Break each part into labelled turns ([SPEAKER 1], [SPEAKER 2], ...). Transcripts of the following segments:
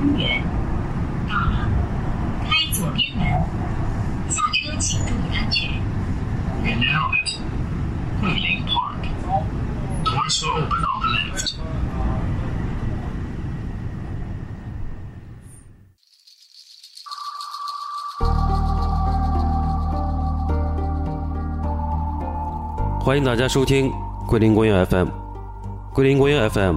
[SPEAKER 1] 公园。到了，啊开左边门，下车请注意安全。
[SPEAKER 2] We now at Guilin Park. Doors will open on the left.
[SPEAKER 3] 欢迎大家收听桂林公园 FM。桂林公园 FM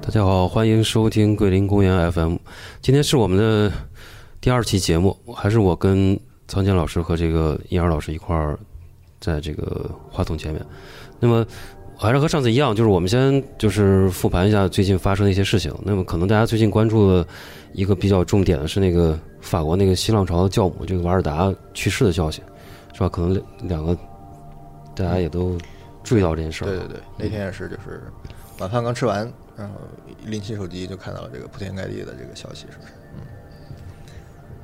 [SPEAKER 3] 大家好，欢迎收听桂林公园 FM。今天是我们的第二期节目，还是我跟苍健老师和这个燕儿老师一块儿在这个话筒前面。那么还是和上次一样，就是我们先就是复盘一下最近发生的一些事情。那么可能大家最近关注的一个比较重点的是那个法国那个新浪潮的教母这个瓦尔达去世的消息，是吧？可能两个大家也都注意到这件事儿
[SPEAKER 4] 对
[SPEAKER 3] 了。
[SPEAKER 4] 对对，那天也是，就是晚饭刚吃完，然后拎起手机就看到了这个铺天盖地的这个消息，是不是？嗯。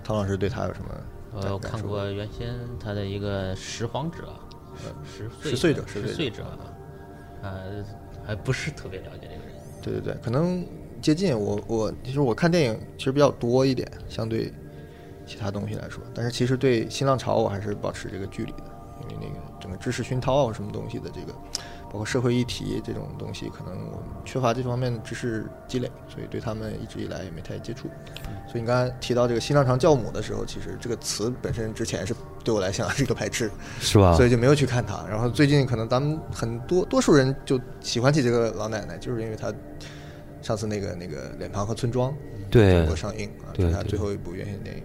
[SPEAKER 4] 汤老师对他有什么感？
[SPEAKER 5] 呃，我
[SPEAKER 4] 感
[SPEAKER 5] 看
[SPEAKER 4] 受
[SPEAKER 5] 过原先他的一个拾荒者，拾
[SPEAKER 4] 呃拾
[SPEAKER 5] 岁
[SPEAKER 4] 穗者拾穗
[SPEAKER 5] 拾
[SPEAKER 4] 者
[SPEAKER 5] 穗者，呃，还不是特别了解这个人。
[SPEAKER 4] 对对对，可能接近我我其实我看电影其实比较多一点，相对其他东西来说，但是其实对新浪潮我还是保持这个距离的，因为那个整个知识熏陶啊什么东西的这个，包括社会议题这种东西，可能我们缺乏这方面的知识积累，所以对他们一直以来也没太接触。所以你刚才提到这个新浪潮教母的时候，其实这个词本身之前是对我来讲是一个排斥，
[SPEAKER 3] 是吧？
[SPEAKER 4] 所以就没有去看他。然后最近可能咱们很多多数人就喜欢起这个老奶奶，就是因为她上次那个那个《脸庞和村庄》
[SPEAKER 3] 对
[SPEAKER 4] 中国上映啊，
[SPEAKER 3] 对
[SPEAKER 4] 是她
[SPEAKER 3] 对
[SPEAKER 4] 最后一部院线电影，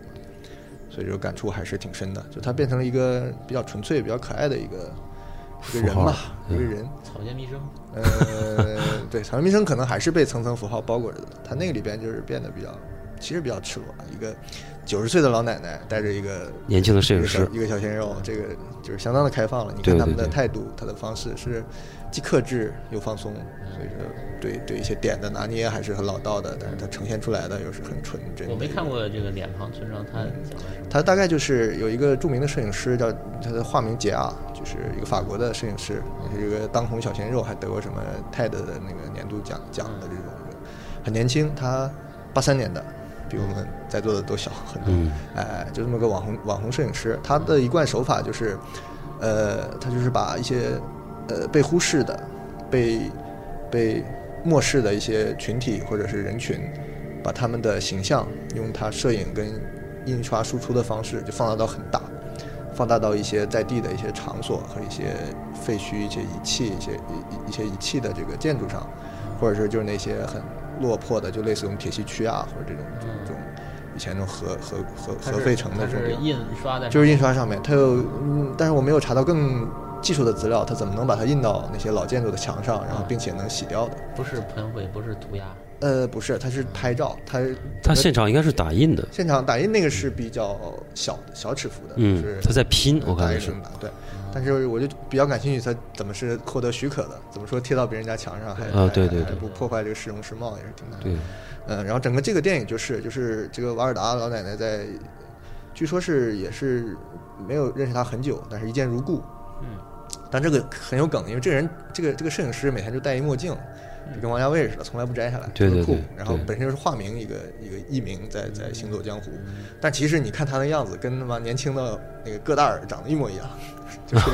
[SPEAKER 4] 所以这个感触还是挺深的。就她变成了一个比较纯粹、比较可爱的一个一个人
[SPEAKER 3] 符
[SPEAKER 4] 吧
[SPEAKER 3] 号，嗯
[SPEAKER 4] 一个人。
[SPEAKER 5] 草间弥生，
[SPEAKER 4] 呃， 对，草原弥生可能还是被层层符号包裹着的。他那个里边就是变得比较，其实比较赤裸，一个九十岁的老奶奶带着一个
[SPEAKER 3] 年轻的摄
[SPEAKER 4] 一
[SPEAKER 3] 影
[SPEAKER 4] 个小
[SPEAKER 3] 师，
[SPEAKER 4] 一个小鲜肉，这个就是相当的开放了。你看
[SPEAKER 3] 对
[SPEAKER 4] 他们
[SPEAKER 3] 对
[SPEAKER 4] 的
[SPEAKER 3] 对
[SPEAKER 4] 态度，他的方式是既克制又放松，所以说对对一些点的拿捏还是很老道的，但是它呈现出来的又是很纯真。
[SPEAKER 5] 我没看。过这个脸庞村庄，他讲的什么？
[SPEAKER 4] 嗯他大概就是有一个著名的摄影师叫他的化名杰啊，就是一个法国的摄影师，也是一个当红小鲜肉，还得过什么 TED 的那个年度奖奖的这种人，很年轻，他八三年的，比我们在座的都小很多，
[SPEAKER 3] 嗯
[SPEAKER 4] 哎，就这么个网红网红摄影师，他的一贯手法就是，呃，他就是把一些呃被忽视的、被被漠视的一些群体或者是人群，把他们的形象用他摄影跟印刷输出的方式就放大到很大，放大到一些在地的一些场所和一些呃废墟、一些遗弃、一些一一一些遗弃的这个建筑上，或者是就是那些很落魄的，就类似于我们铁西区啊，或者这种这种这种以前那种核核核
[SPEAKER 5] 它是
[SPEAKER 4] 核废城的
[SPEAKER 5] 它
[SPEAKER 4] 这种
[SPEAKER 5] 是
[SPEAKER 4] 地方。
[SPEAKER 5] 印刷在，
[SPEAKER 4] 就是印刷上面，它有，嗯，但是我没有查到更技术的资料，它怎么能把它印到那些老建筑的墙上，然后并且能洗掉的？
[SPEAKER 5] 不是喷绘，不是涂鸦，
[SPEAKER 4] 呃，不是，它是拍照，它
[SPEAKER 3] 他现场应该是打印的，
[SPEAKER 4] 现场打印那个是比较小的小尺幅的，
[SPEAKER 3] 嗯
[SPEAKER 4] 就是
[SPEAKER 3] 它在拼我看
[SPEAKER 4] 打
[SPEAKER 3] 的
[SPEAKER 4] 印
[SPEAKER 3] 是
[SPEAKER 4] 能打对。但是我就比较感兴趣，它怎么是获得许可的？怎么说贴到别人家墙上还
[SPEAKER 3] 啊
[SPEAKER 4] 还
[SPEAKER 3] 对对
[SPEAKER 4] 还
[SPEAKER 3] 对
[SPEAKER 4] 不破坏这个市容市貌也是挺难的。
[SPEAKER 3] 对，
[SPEAKER 4] 嗯，然后整个这个电影就是就是这个瓦尔达老奶奶在，据说是也是没有认识他很久，但是一见如故。
[SPEAKER 5] 嗯，
[SPEAKER 4] 但这个很有梗，因为这个人这个这个摄影师每天就戴一墨镜，就跟王家卫似的，从来不摘下来，
[SPEAKER 3] 对
[SPEAKER 4] 特别
[SPEAKER 3] 对
[SPEAKER 4] 酷
[SPEAKER 3] 对。
[SPEAKER 4] 然后
[SPEAKER 3] 对
[SPEAKER 4] 本身就是化名一个一个艺名在在行走江湖，但其实你看他的样子，跟他妈年轻的那个戈达尔长得一模 一样。就是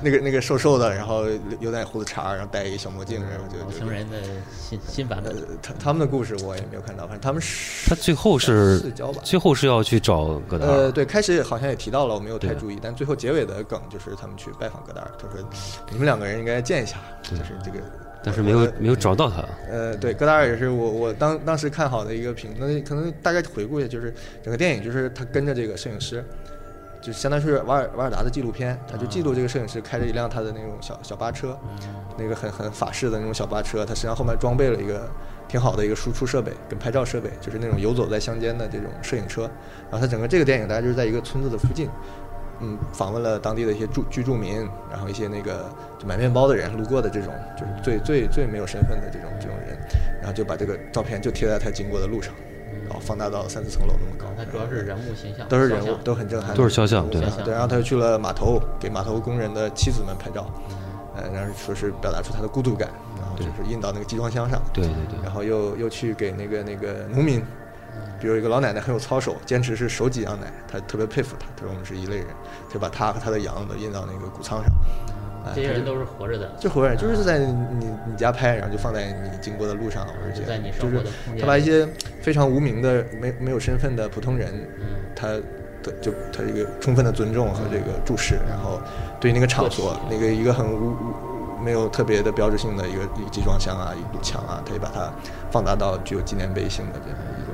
[SPEAKER 4] 那个那个瘦瘦的，然后有点胡子茬儿，然后戴一个小墨镜，然后就
[SPEAKER 5] 老
[SPEAKER 4] 就
[SPEAKER 5] 情人的新新版
[SPEAKER 4] 呃
[SPEAKER 5] 本。，
[SPEAKER 4] 他他们的故事我也没有看到，反正他们是
[SPEAKER 3] 他最后是
[SPEAKER 4] 四交吧
[SPEAKER 3] 最后是要去找戈达尔，
[SPEAKER 4] 呃，对，开始好像也提到了，我没有太
[SPEAKER 3] 对
[SPEAKER 4] 注意，但最后结尾的梗就是他们去拜访戈达尔，他说你们两个人应该见一下，就是这个，
[SPEAKER 3] 嗯但是没有
[SPEAKER 4] 我
[SPEAKER 3] 没有找到他。
[SPEAKER 4] 呃，对，戈达尔也是我我当当时看好的一个评，那可能大概回顾一下，就是整个电影就是他跟着这个摄影师，就相当于是瓦尔瓦尔达的纪录片，他就记录这个摄影师开着一辆他的那种小小巴车，那个很很法式的那种小巴车，他身上后面装备了一个挺好的一个输出设备跟拍照设备，就是那种游走在乡间的这种摄影车。然后他整个这个电影，大家就是在一个村子的附近，嗯，访问了当地的一些住居住民，然后一些那个就买面包的人路过的这种，就是最最最没有身份的这种这种人，然后就把这个照片就贴在他经过的路上，然后放大到三四层楼那么高。
[SPEAKER 5] 它主要是人物形象，
[SPEAKER 4] 都是人
[SPEAKER 5] 肖
[SPEAKER 4] 物，
[SPEAKER 5] 像
[SPEAKER 4] 都很震撼，
[SPEAKER 3] 都是肖像对
[SPEAKER 5] 肖像
[SPEAKER 4] 对，然后他又去了码头，给码头工人的妻子们拍照，呃，然后说是表达出他的孤独感，然后就是印到那个集装箱上，
[SPEAKER 3] 对对对
[SPEAKER 4] 然后又又去给那个那个农民，比如一个老奶奶很有操守，坚持是手挤羊奶，他特别佩服他，他说我们是一类人，就把他和他的羊都印到那个谷仓上，哎
[SPEAKER 5] 这些
[SPEAKER 4] 他
[SPEAKER 5] 人
[SPEAKER 4] 就
[SPEAKER 5] 都是活着的，
[SPEAKER 4] 就活人，就是在你你家拍，然后就放在你经过的路上，而且
[SPEAKER 5] 就在你生
[SPEAKER 4] 就是
[SPEAKER 5] 活的空间
[SPEAKER 4] 他把一些非常无名的、没没有身份的普通人，
[SPEAKER 5] 嗯
[SPEAKER 4] 他的就他一个充分的尊重和这个注视，然后对那个场所
[SPEAKER 5] 个体，
[SPEAKER 4] 那个一个很无无没有特别的标志性的一个一个集装箱啊、一堵墙啊，他也把它放大到具有纪念碑性的这样一种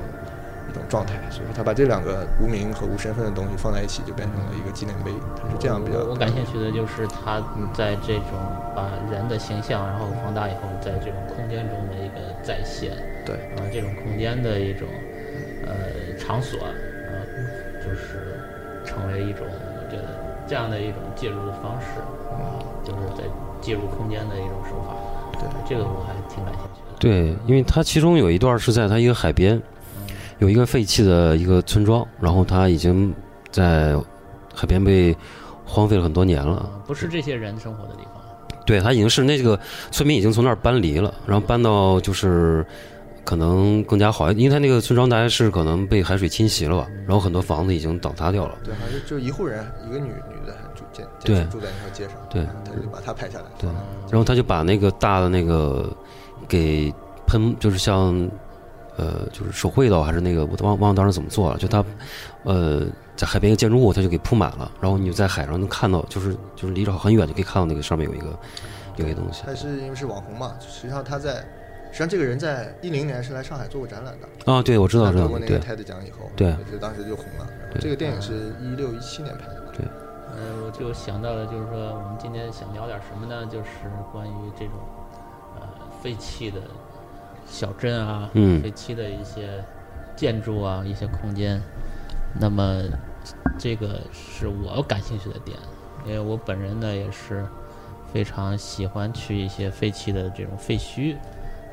[SPEAKER 4] 一种状态。所以说，他把这两个无名和无身份的东西放在一起，就变成了一个纪念碑。他是这样比较
[SPEAKER 5] 我我感兴趣的
[SPEAKER 4] 嗯
[SPEAKER 5] 就是他在这种把人的形象，然后放大以后，在这种空间中的一个再现，
[SPEAKER 4] 对。
[SPEAKER 5] 啊，这种空间的一种呃场所，啊，就是成为一种我觉得这样的一种介入的方式，
[SPEAKER 4] 嗯
[SPEAKER 5] 啊，就是在介入空间的一种手法。
[SPEAKER 4] 对，
[SPEAKER 5] 这个我还挺感兴趣的。
[SPEAKER 3] 对，因为它其中有一段是在它一个海边，有一个废弃的一个村庄，然后它已经在海边被荒废了很多年了。
[SPEAKER 5] 啊，不是这些人生活的地方。啊
[SPEAKER 3] 对，它已经是那个村民已经从那儿搬离了，然后搬到就是可能更加好一，因为它那个村庄大概是可能被海水侵袭了吧，然后很多房子已经倒塌掉了。
[SPEAKER 4] 对，好像就一户人，一个女女的还住坚
[SPEAKER 3] 对
[SPEAKER 4] 坚持住在那条街上，
[SPEAKER 3] 对
[SPEAKER 4] 他就把她拍下来，
[SPEAKER 3] 对，然后他就把那个大的那个给喷，就是像呃，就是手绘的还是那个，我都忘忘了当时怎么做了。就他呃，在海边一个建筑物，他就给铺满了，然后你就在海上能看到，就是就是离着很远就可以看到那个上面有一个有一个东西
[SPEAKER 4] 他是因为是网红嘛，实际上他在，实际上这个人在一零年是来上海做过展览的，
[SPEAKER 3] 啊。对，我知道，
[SPEAKER 4] 他
[SPEAKER 3] 知道
[SPEAKER 4] 得过，那
[SPEAKER 3] 对
[SPEAKER 4] 个 TED 奖以后，
[SPEAKER 3] 对
[SPEAKER 4] 就是当时就红了。然后这个电影是一六一七年拍的吧？
[SPEAKER 3] 对，
[SPEAKER 5] 呃，我就想到了，就是说我们今天想聊点什么呢？就是关于这种呃废弃的小镇啊，
[SPEAKER 3] 嗯
[SPEAKER 5] 废弃的一些建筑啊，一些空间。那么这个是我感兴趣的点，因为我本人呢也是非常喜欢去一些废弃的这种废墟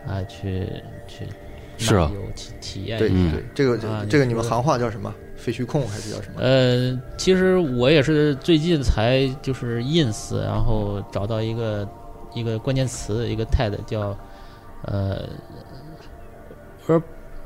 [SPEAKER 5] 啊、去去
[SPEAKER 3] 是啊
[SPEAKER 5] 漫游去体验
[SPEAKER 4] 对
[SPEAKER 5] 一下
[SPEAKER 4] 对，这
[SPEAKER 5] 啊
[SPEAKER 4] 个这个
[SPEAKER 5] 你
[SPEAKER 4] 你
[SPEAKER 5] 说
[SPEAKER 4] 们行话叫什么？废墟控还是叫什么？
[SPEAKER 5] 呃，其实我也是最近才就是 ins，然后找到一个一个关键词，一个 tag 叫呃 ur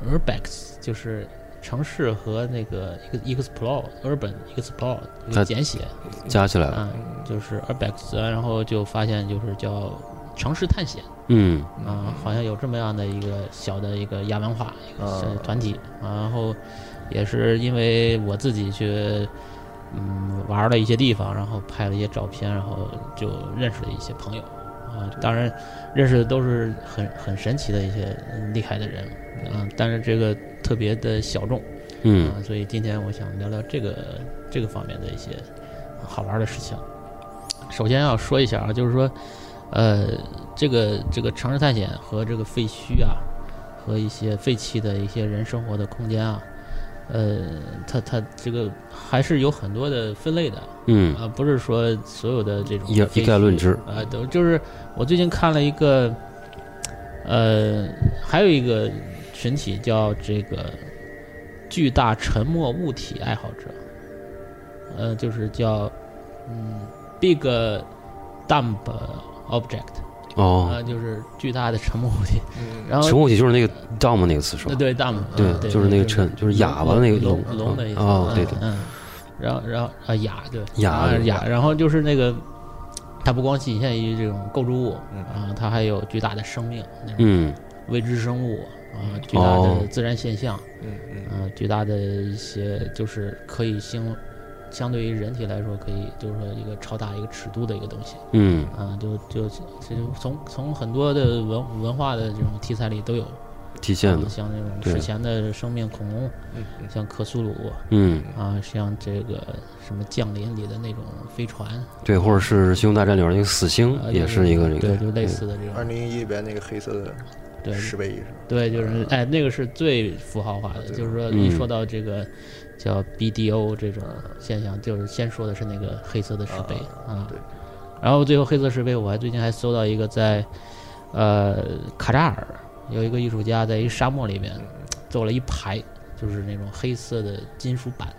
[SPEAKER 5] urbex，就是城市和那个 ex- explore urban explore 一
[SPEAKER 3] 它
[SPEAKER 5] 个简写
[SPEAKER 3] 加起来了，
[SPEAKER 5] 啊，就是 urbex，然后就发现就是叫城市探险。
[SPEAKER 3] 嗯，
[SPEAKER 5] 啊，好像有这么样的一个小的一个亚文化一个小团体，啊然后也是因为我自己去嗯玩了一些地方，然后拍了一些照片，然后就认识了一些朋友啊，当然认识的都是很很神奇的一些嗯厉害的人啊，但是这个特别的小众，
[SPEAKER 3] 嗯
[SPEAKER 5] 啊，所以今天我想聊聊这个这个方面的一些好玩的事情。首先要说一下啊，就是说，呃，这个这个城市探险和这个废墟啊，和一些废弃的一些人生活的空间啊，呃，它它这个还是有很多的分类的
[SPEAKER 3] 嗯，
[SPEAKER 5] 啊，不是说所有的这种
[SPEAKER 3] 一一概论之，
[SPEAKER 5] 啊，都就是我最近看了一个，呃，还有一个群体叫这个巨大沉默物体爱好者，呃，就是叫嗯 big dump object，啊、
[SPEAKER 3] 哦，
[SPEAKER 5] 就是巨大的沉默物体。
[SPEAKER 4] 嗯，
[SPEAKER 5] 然后
[SPEAKER 3] 沉默物体就是那个 dom 那个词是吧
[SPEAKER 5] 呃？对 dump，
[SPEAKER 3] 对
[SPEAKER 5] 对，
[SPEAKER 3] 就是那个沉就是哑巴那个
[SPEAKER 5] 聋
[SPEAKER 3] 聋
[SPEAKER 5] 聋的意思
[SPEAKER 3] 哦
[SPEAKER 5] 嗯
[SPEAKER 3] 对对
[SPEAKER 5] 嗯，然后然后啊哑对
[SPEAKER 3] 哑
[SPEAKER 5] 啊
[SPEAKER 3] 对
[SPEAKER 5] 哑，然后就是那个。它不光仅限于这种构筑物
[SPEAKER 4] 嗯
[SPEAKER 5] 啊，它还有巨大的生命，那种
[SPEAKER 3] 嗯，
[SPEAKER 5] 未知生物啊，巨大
[SPEAKER 3] 哦
[SPEAKER 5] 的自然现象，
[SPEAKER 4] 嗯嗯
[SPEAKER 5] 啊，巨大的一些就是可以相相对于人体来说，可以就是说一个超大一个尺度的一个东西
[SPEAKER 3] 嗯
[SPEAKER 5] 啊，就就其实从从很多的文文化的这种题材里都有
[SPEAKER 3] 体现的，
[SPEAKER 5] 像这种
[SPEAKER 3] 对
[SPEAKER 5] 史前的生命恐龙，
[SPEAKER 4] 嗯嗯
[SPEAKER 5] 像克苏鲁
[SPEAKER 3] 嗯，
[SPEAKER 5] 啊，像这个什么降临里的那种飞船，
[SPEAKER 3] 对，或者是《星球大战》里边那个死星
[SPEAKER 5] 啊，
[SPEAKER 3] 也是一个嗯这
[SPEAKER 5] 对，
[SPEAKER 3] 个，
[SPEAKER 5] 就类似的这
[SPEAKER 4] 二
[SPEAKER 5] 种，
[SPEAKER 4] 零一里边那个黑色的
[SPEAKER 5] 对
[SPEAKER 4] 石碑是吧？
[SPEAKER 5] 对，就是哎，那个是最符号化的，就是说一
[SPEAKER 3] 嗯
[SPEAKER 5] 说到这个叫 BDO 这种现象，就是先说的是那个黑色的石碑啊，
[SPEAKER 4] 对，
[SPEAKER 5] 然后最后黑色石碑，我还最近还搜到一个在呃卡扎尔有一个艺术家在一沙漠里面
[SPEAKER 4] 嗯
[SPEAKER 5] 做了一排，就是那种黑色的金属板，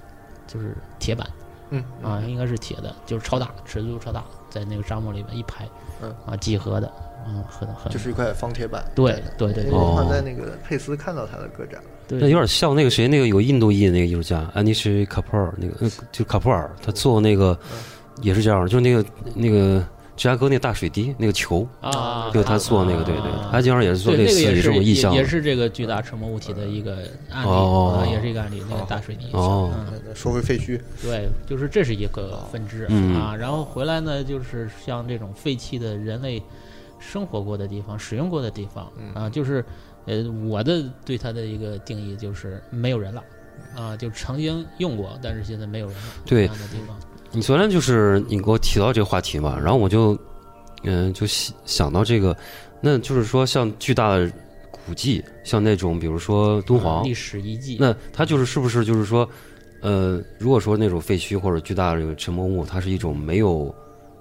[SPEAKER 5] 就是铁板。
[SPEAKER 4] 嗯
[SPEAKER 5] 啊，应该是铁的，就是超大，尺度超大，在那个沙漠里面一排，
[SPEAKER 4] 嗯
[SPEAKER 5] 啊，几何的，嗯，很很
[SPEAKER 4] 就是一块方铁板。
[SPEAKER 5] 对
[SPEAKER 4] 在那
[SPEAKER 5] 对对
[SPEAKER 4] 因为
[SPEAKER 5] 对
[SPEAKER 4] 我好
[SPEAKER 3] 哦
[SPEAKER 4] 像在那个佩斯看到他的个展，
[SPEAKER 5] 对，
[SPEAKER 3] 那有点像那个谁，那个有个印度裔的那个艺术家安妮什卡普尔，那个呃就卡普尔，他做那个
[SPEAKER 5] 嗯
[SPEAKER 3] 也是这样的，就是那个那个芝加哥那个大水滴那个球，
[SPEAKER 5] 啊，
[SPEAKER 3] 就是他做那个，对对，他经常也是做
[SPEAKER 5] 对，
[SPEAKER 3] 类
[SPEAKER 5] 那个
[SPEAKER 3] 似
[SPEAKER 5] 也
[SPEAKER 3] 于这
[SPEAKER 5] 是
[SPEAKER 3] 种意象
[SPEAKER 5] 也
[SPEAKER 3] 的
[SPEAKER 5] 也，是这个巨大沉没物体的一个案例，
[SPEAKER 3] 哦
[SPEAKER 5] 啊，也是一个案例，那个大水泥，
[SPEAKER 3] 哦
[SPEAKER 5] 嗯
[SPEAKER 4] 说回废墟，
[SPEAKER 5] 对，就是这是一个分支、
[SPEAKER 3] 嗯
[SPEAKER 5] 啊。然后回来呢，就是像这种废弃的人类生活过的地方、使用过的地方啊，就是呃，我的对它的一个定义就是没有人了啊，就曾经用过，但是现在没有人了
[SPEAKER 3] 对
[SPEAKER 5] 这样的地方。
[SPEAKER 3] 你昨天就是你给我提到这个话题嘛，然后我就，嗯、就想想到这个，那就是说像巨大的古迹，像那种比如说敦煌
[SPEAKER 5] 啊历，史遗迹，
[SPEAKER 3] 那它就是是不是就是说，呃，如果说那种废墟或者巨大的这个沉没物，它是一种没有，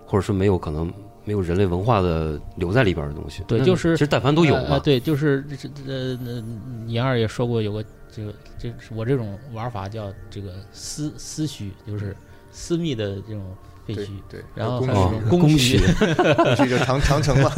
[SPEAKER 3] 或者说没有可能没有人类文化的留在里边的东西，
[SPEAKER 5] 对
[SPEAKER 3] 那
[SPEAKER 5] 就是
[SPEAKER 3] 其实但凡都有
[SPEAKER 5] 呃
[SPEAKER 3] 嘛
[SPEAKER 5] 呃，对，就是这这呃，呃严二也说过有个这个这是我这种玩法叫这个私私虚，就是
[SPEAKER 3] 嗯
[SPEAKER 5] 私密的这种废
[SPEAKER 4] 对
[SPEAKER 5] 墟。
[SPEAKER 4] 对，
[SPEAKER 5] 然后
[SPEAKER 4] 公
[SPEAKER 5] 还
[SPEAKER 3] 哦
[SPEAKER 4] 墟，
[SPEAKER 5] 有这种
[SPEAKER 3] 公
[SPEAKER 5] 墟，
[SPEAKER 4] 公墟就长长 城嘛，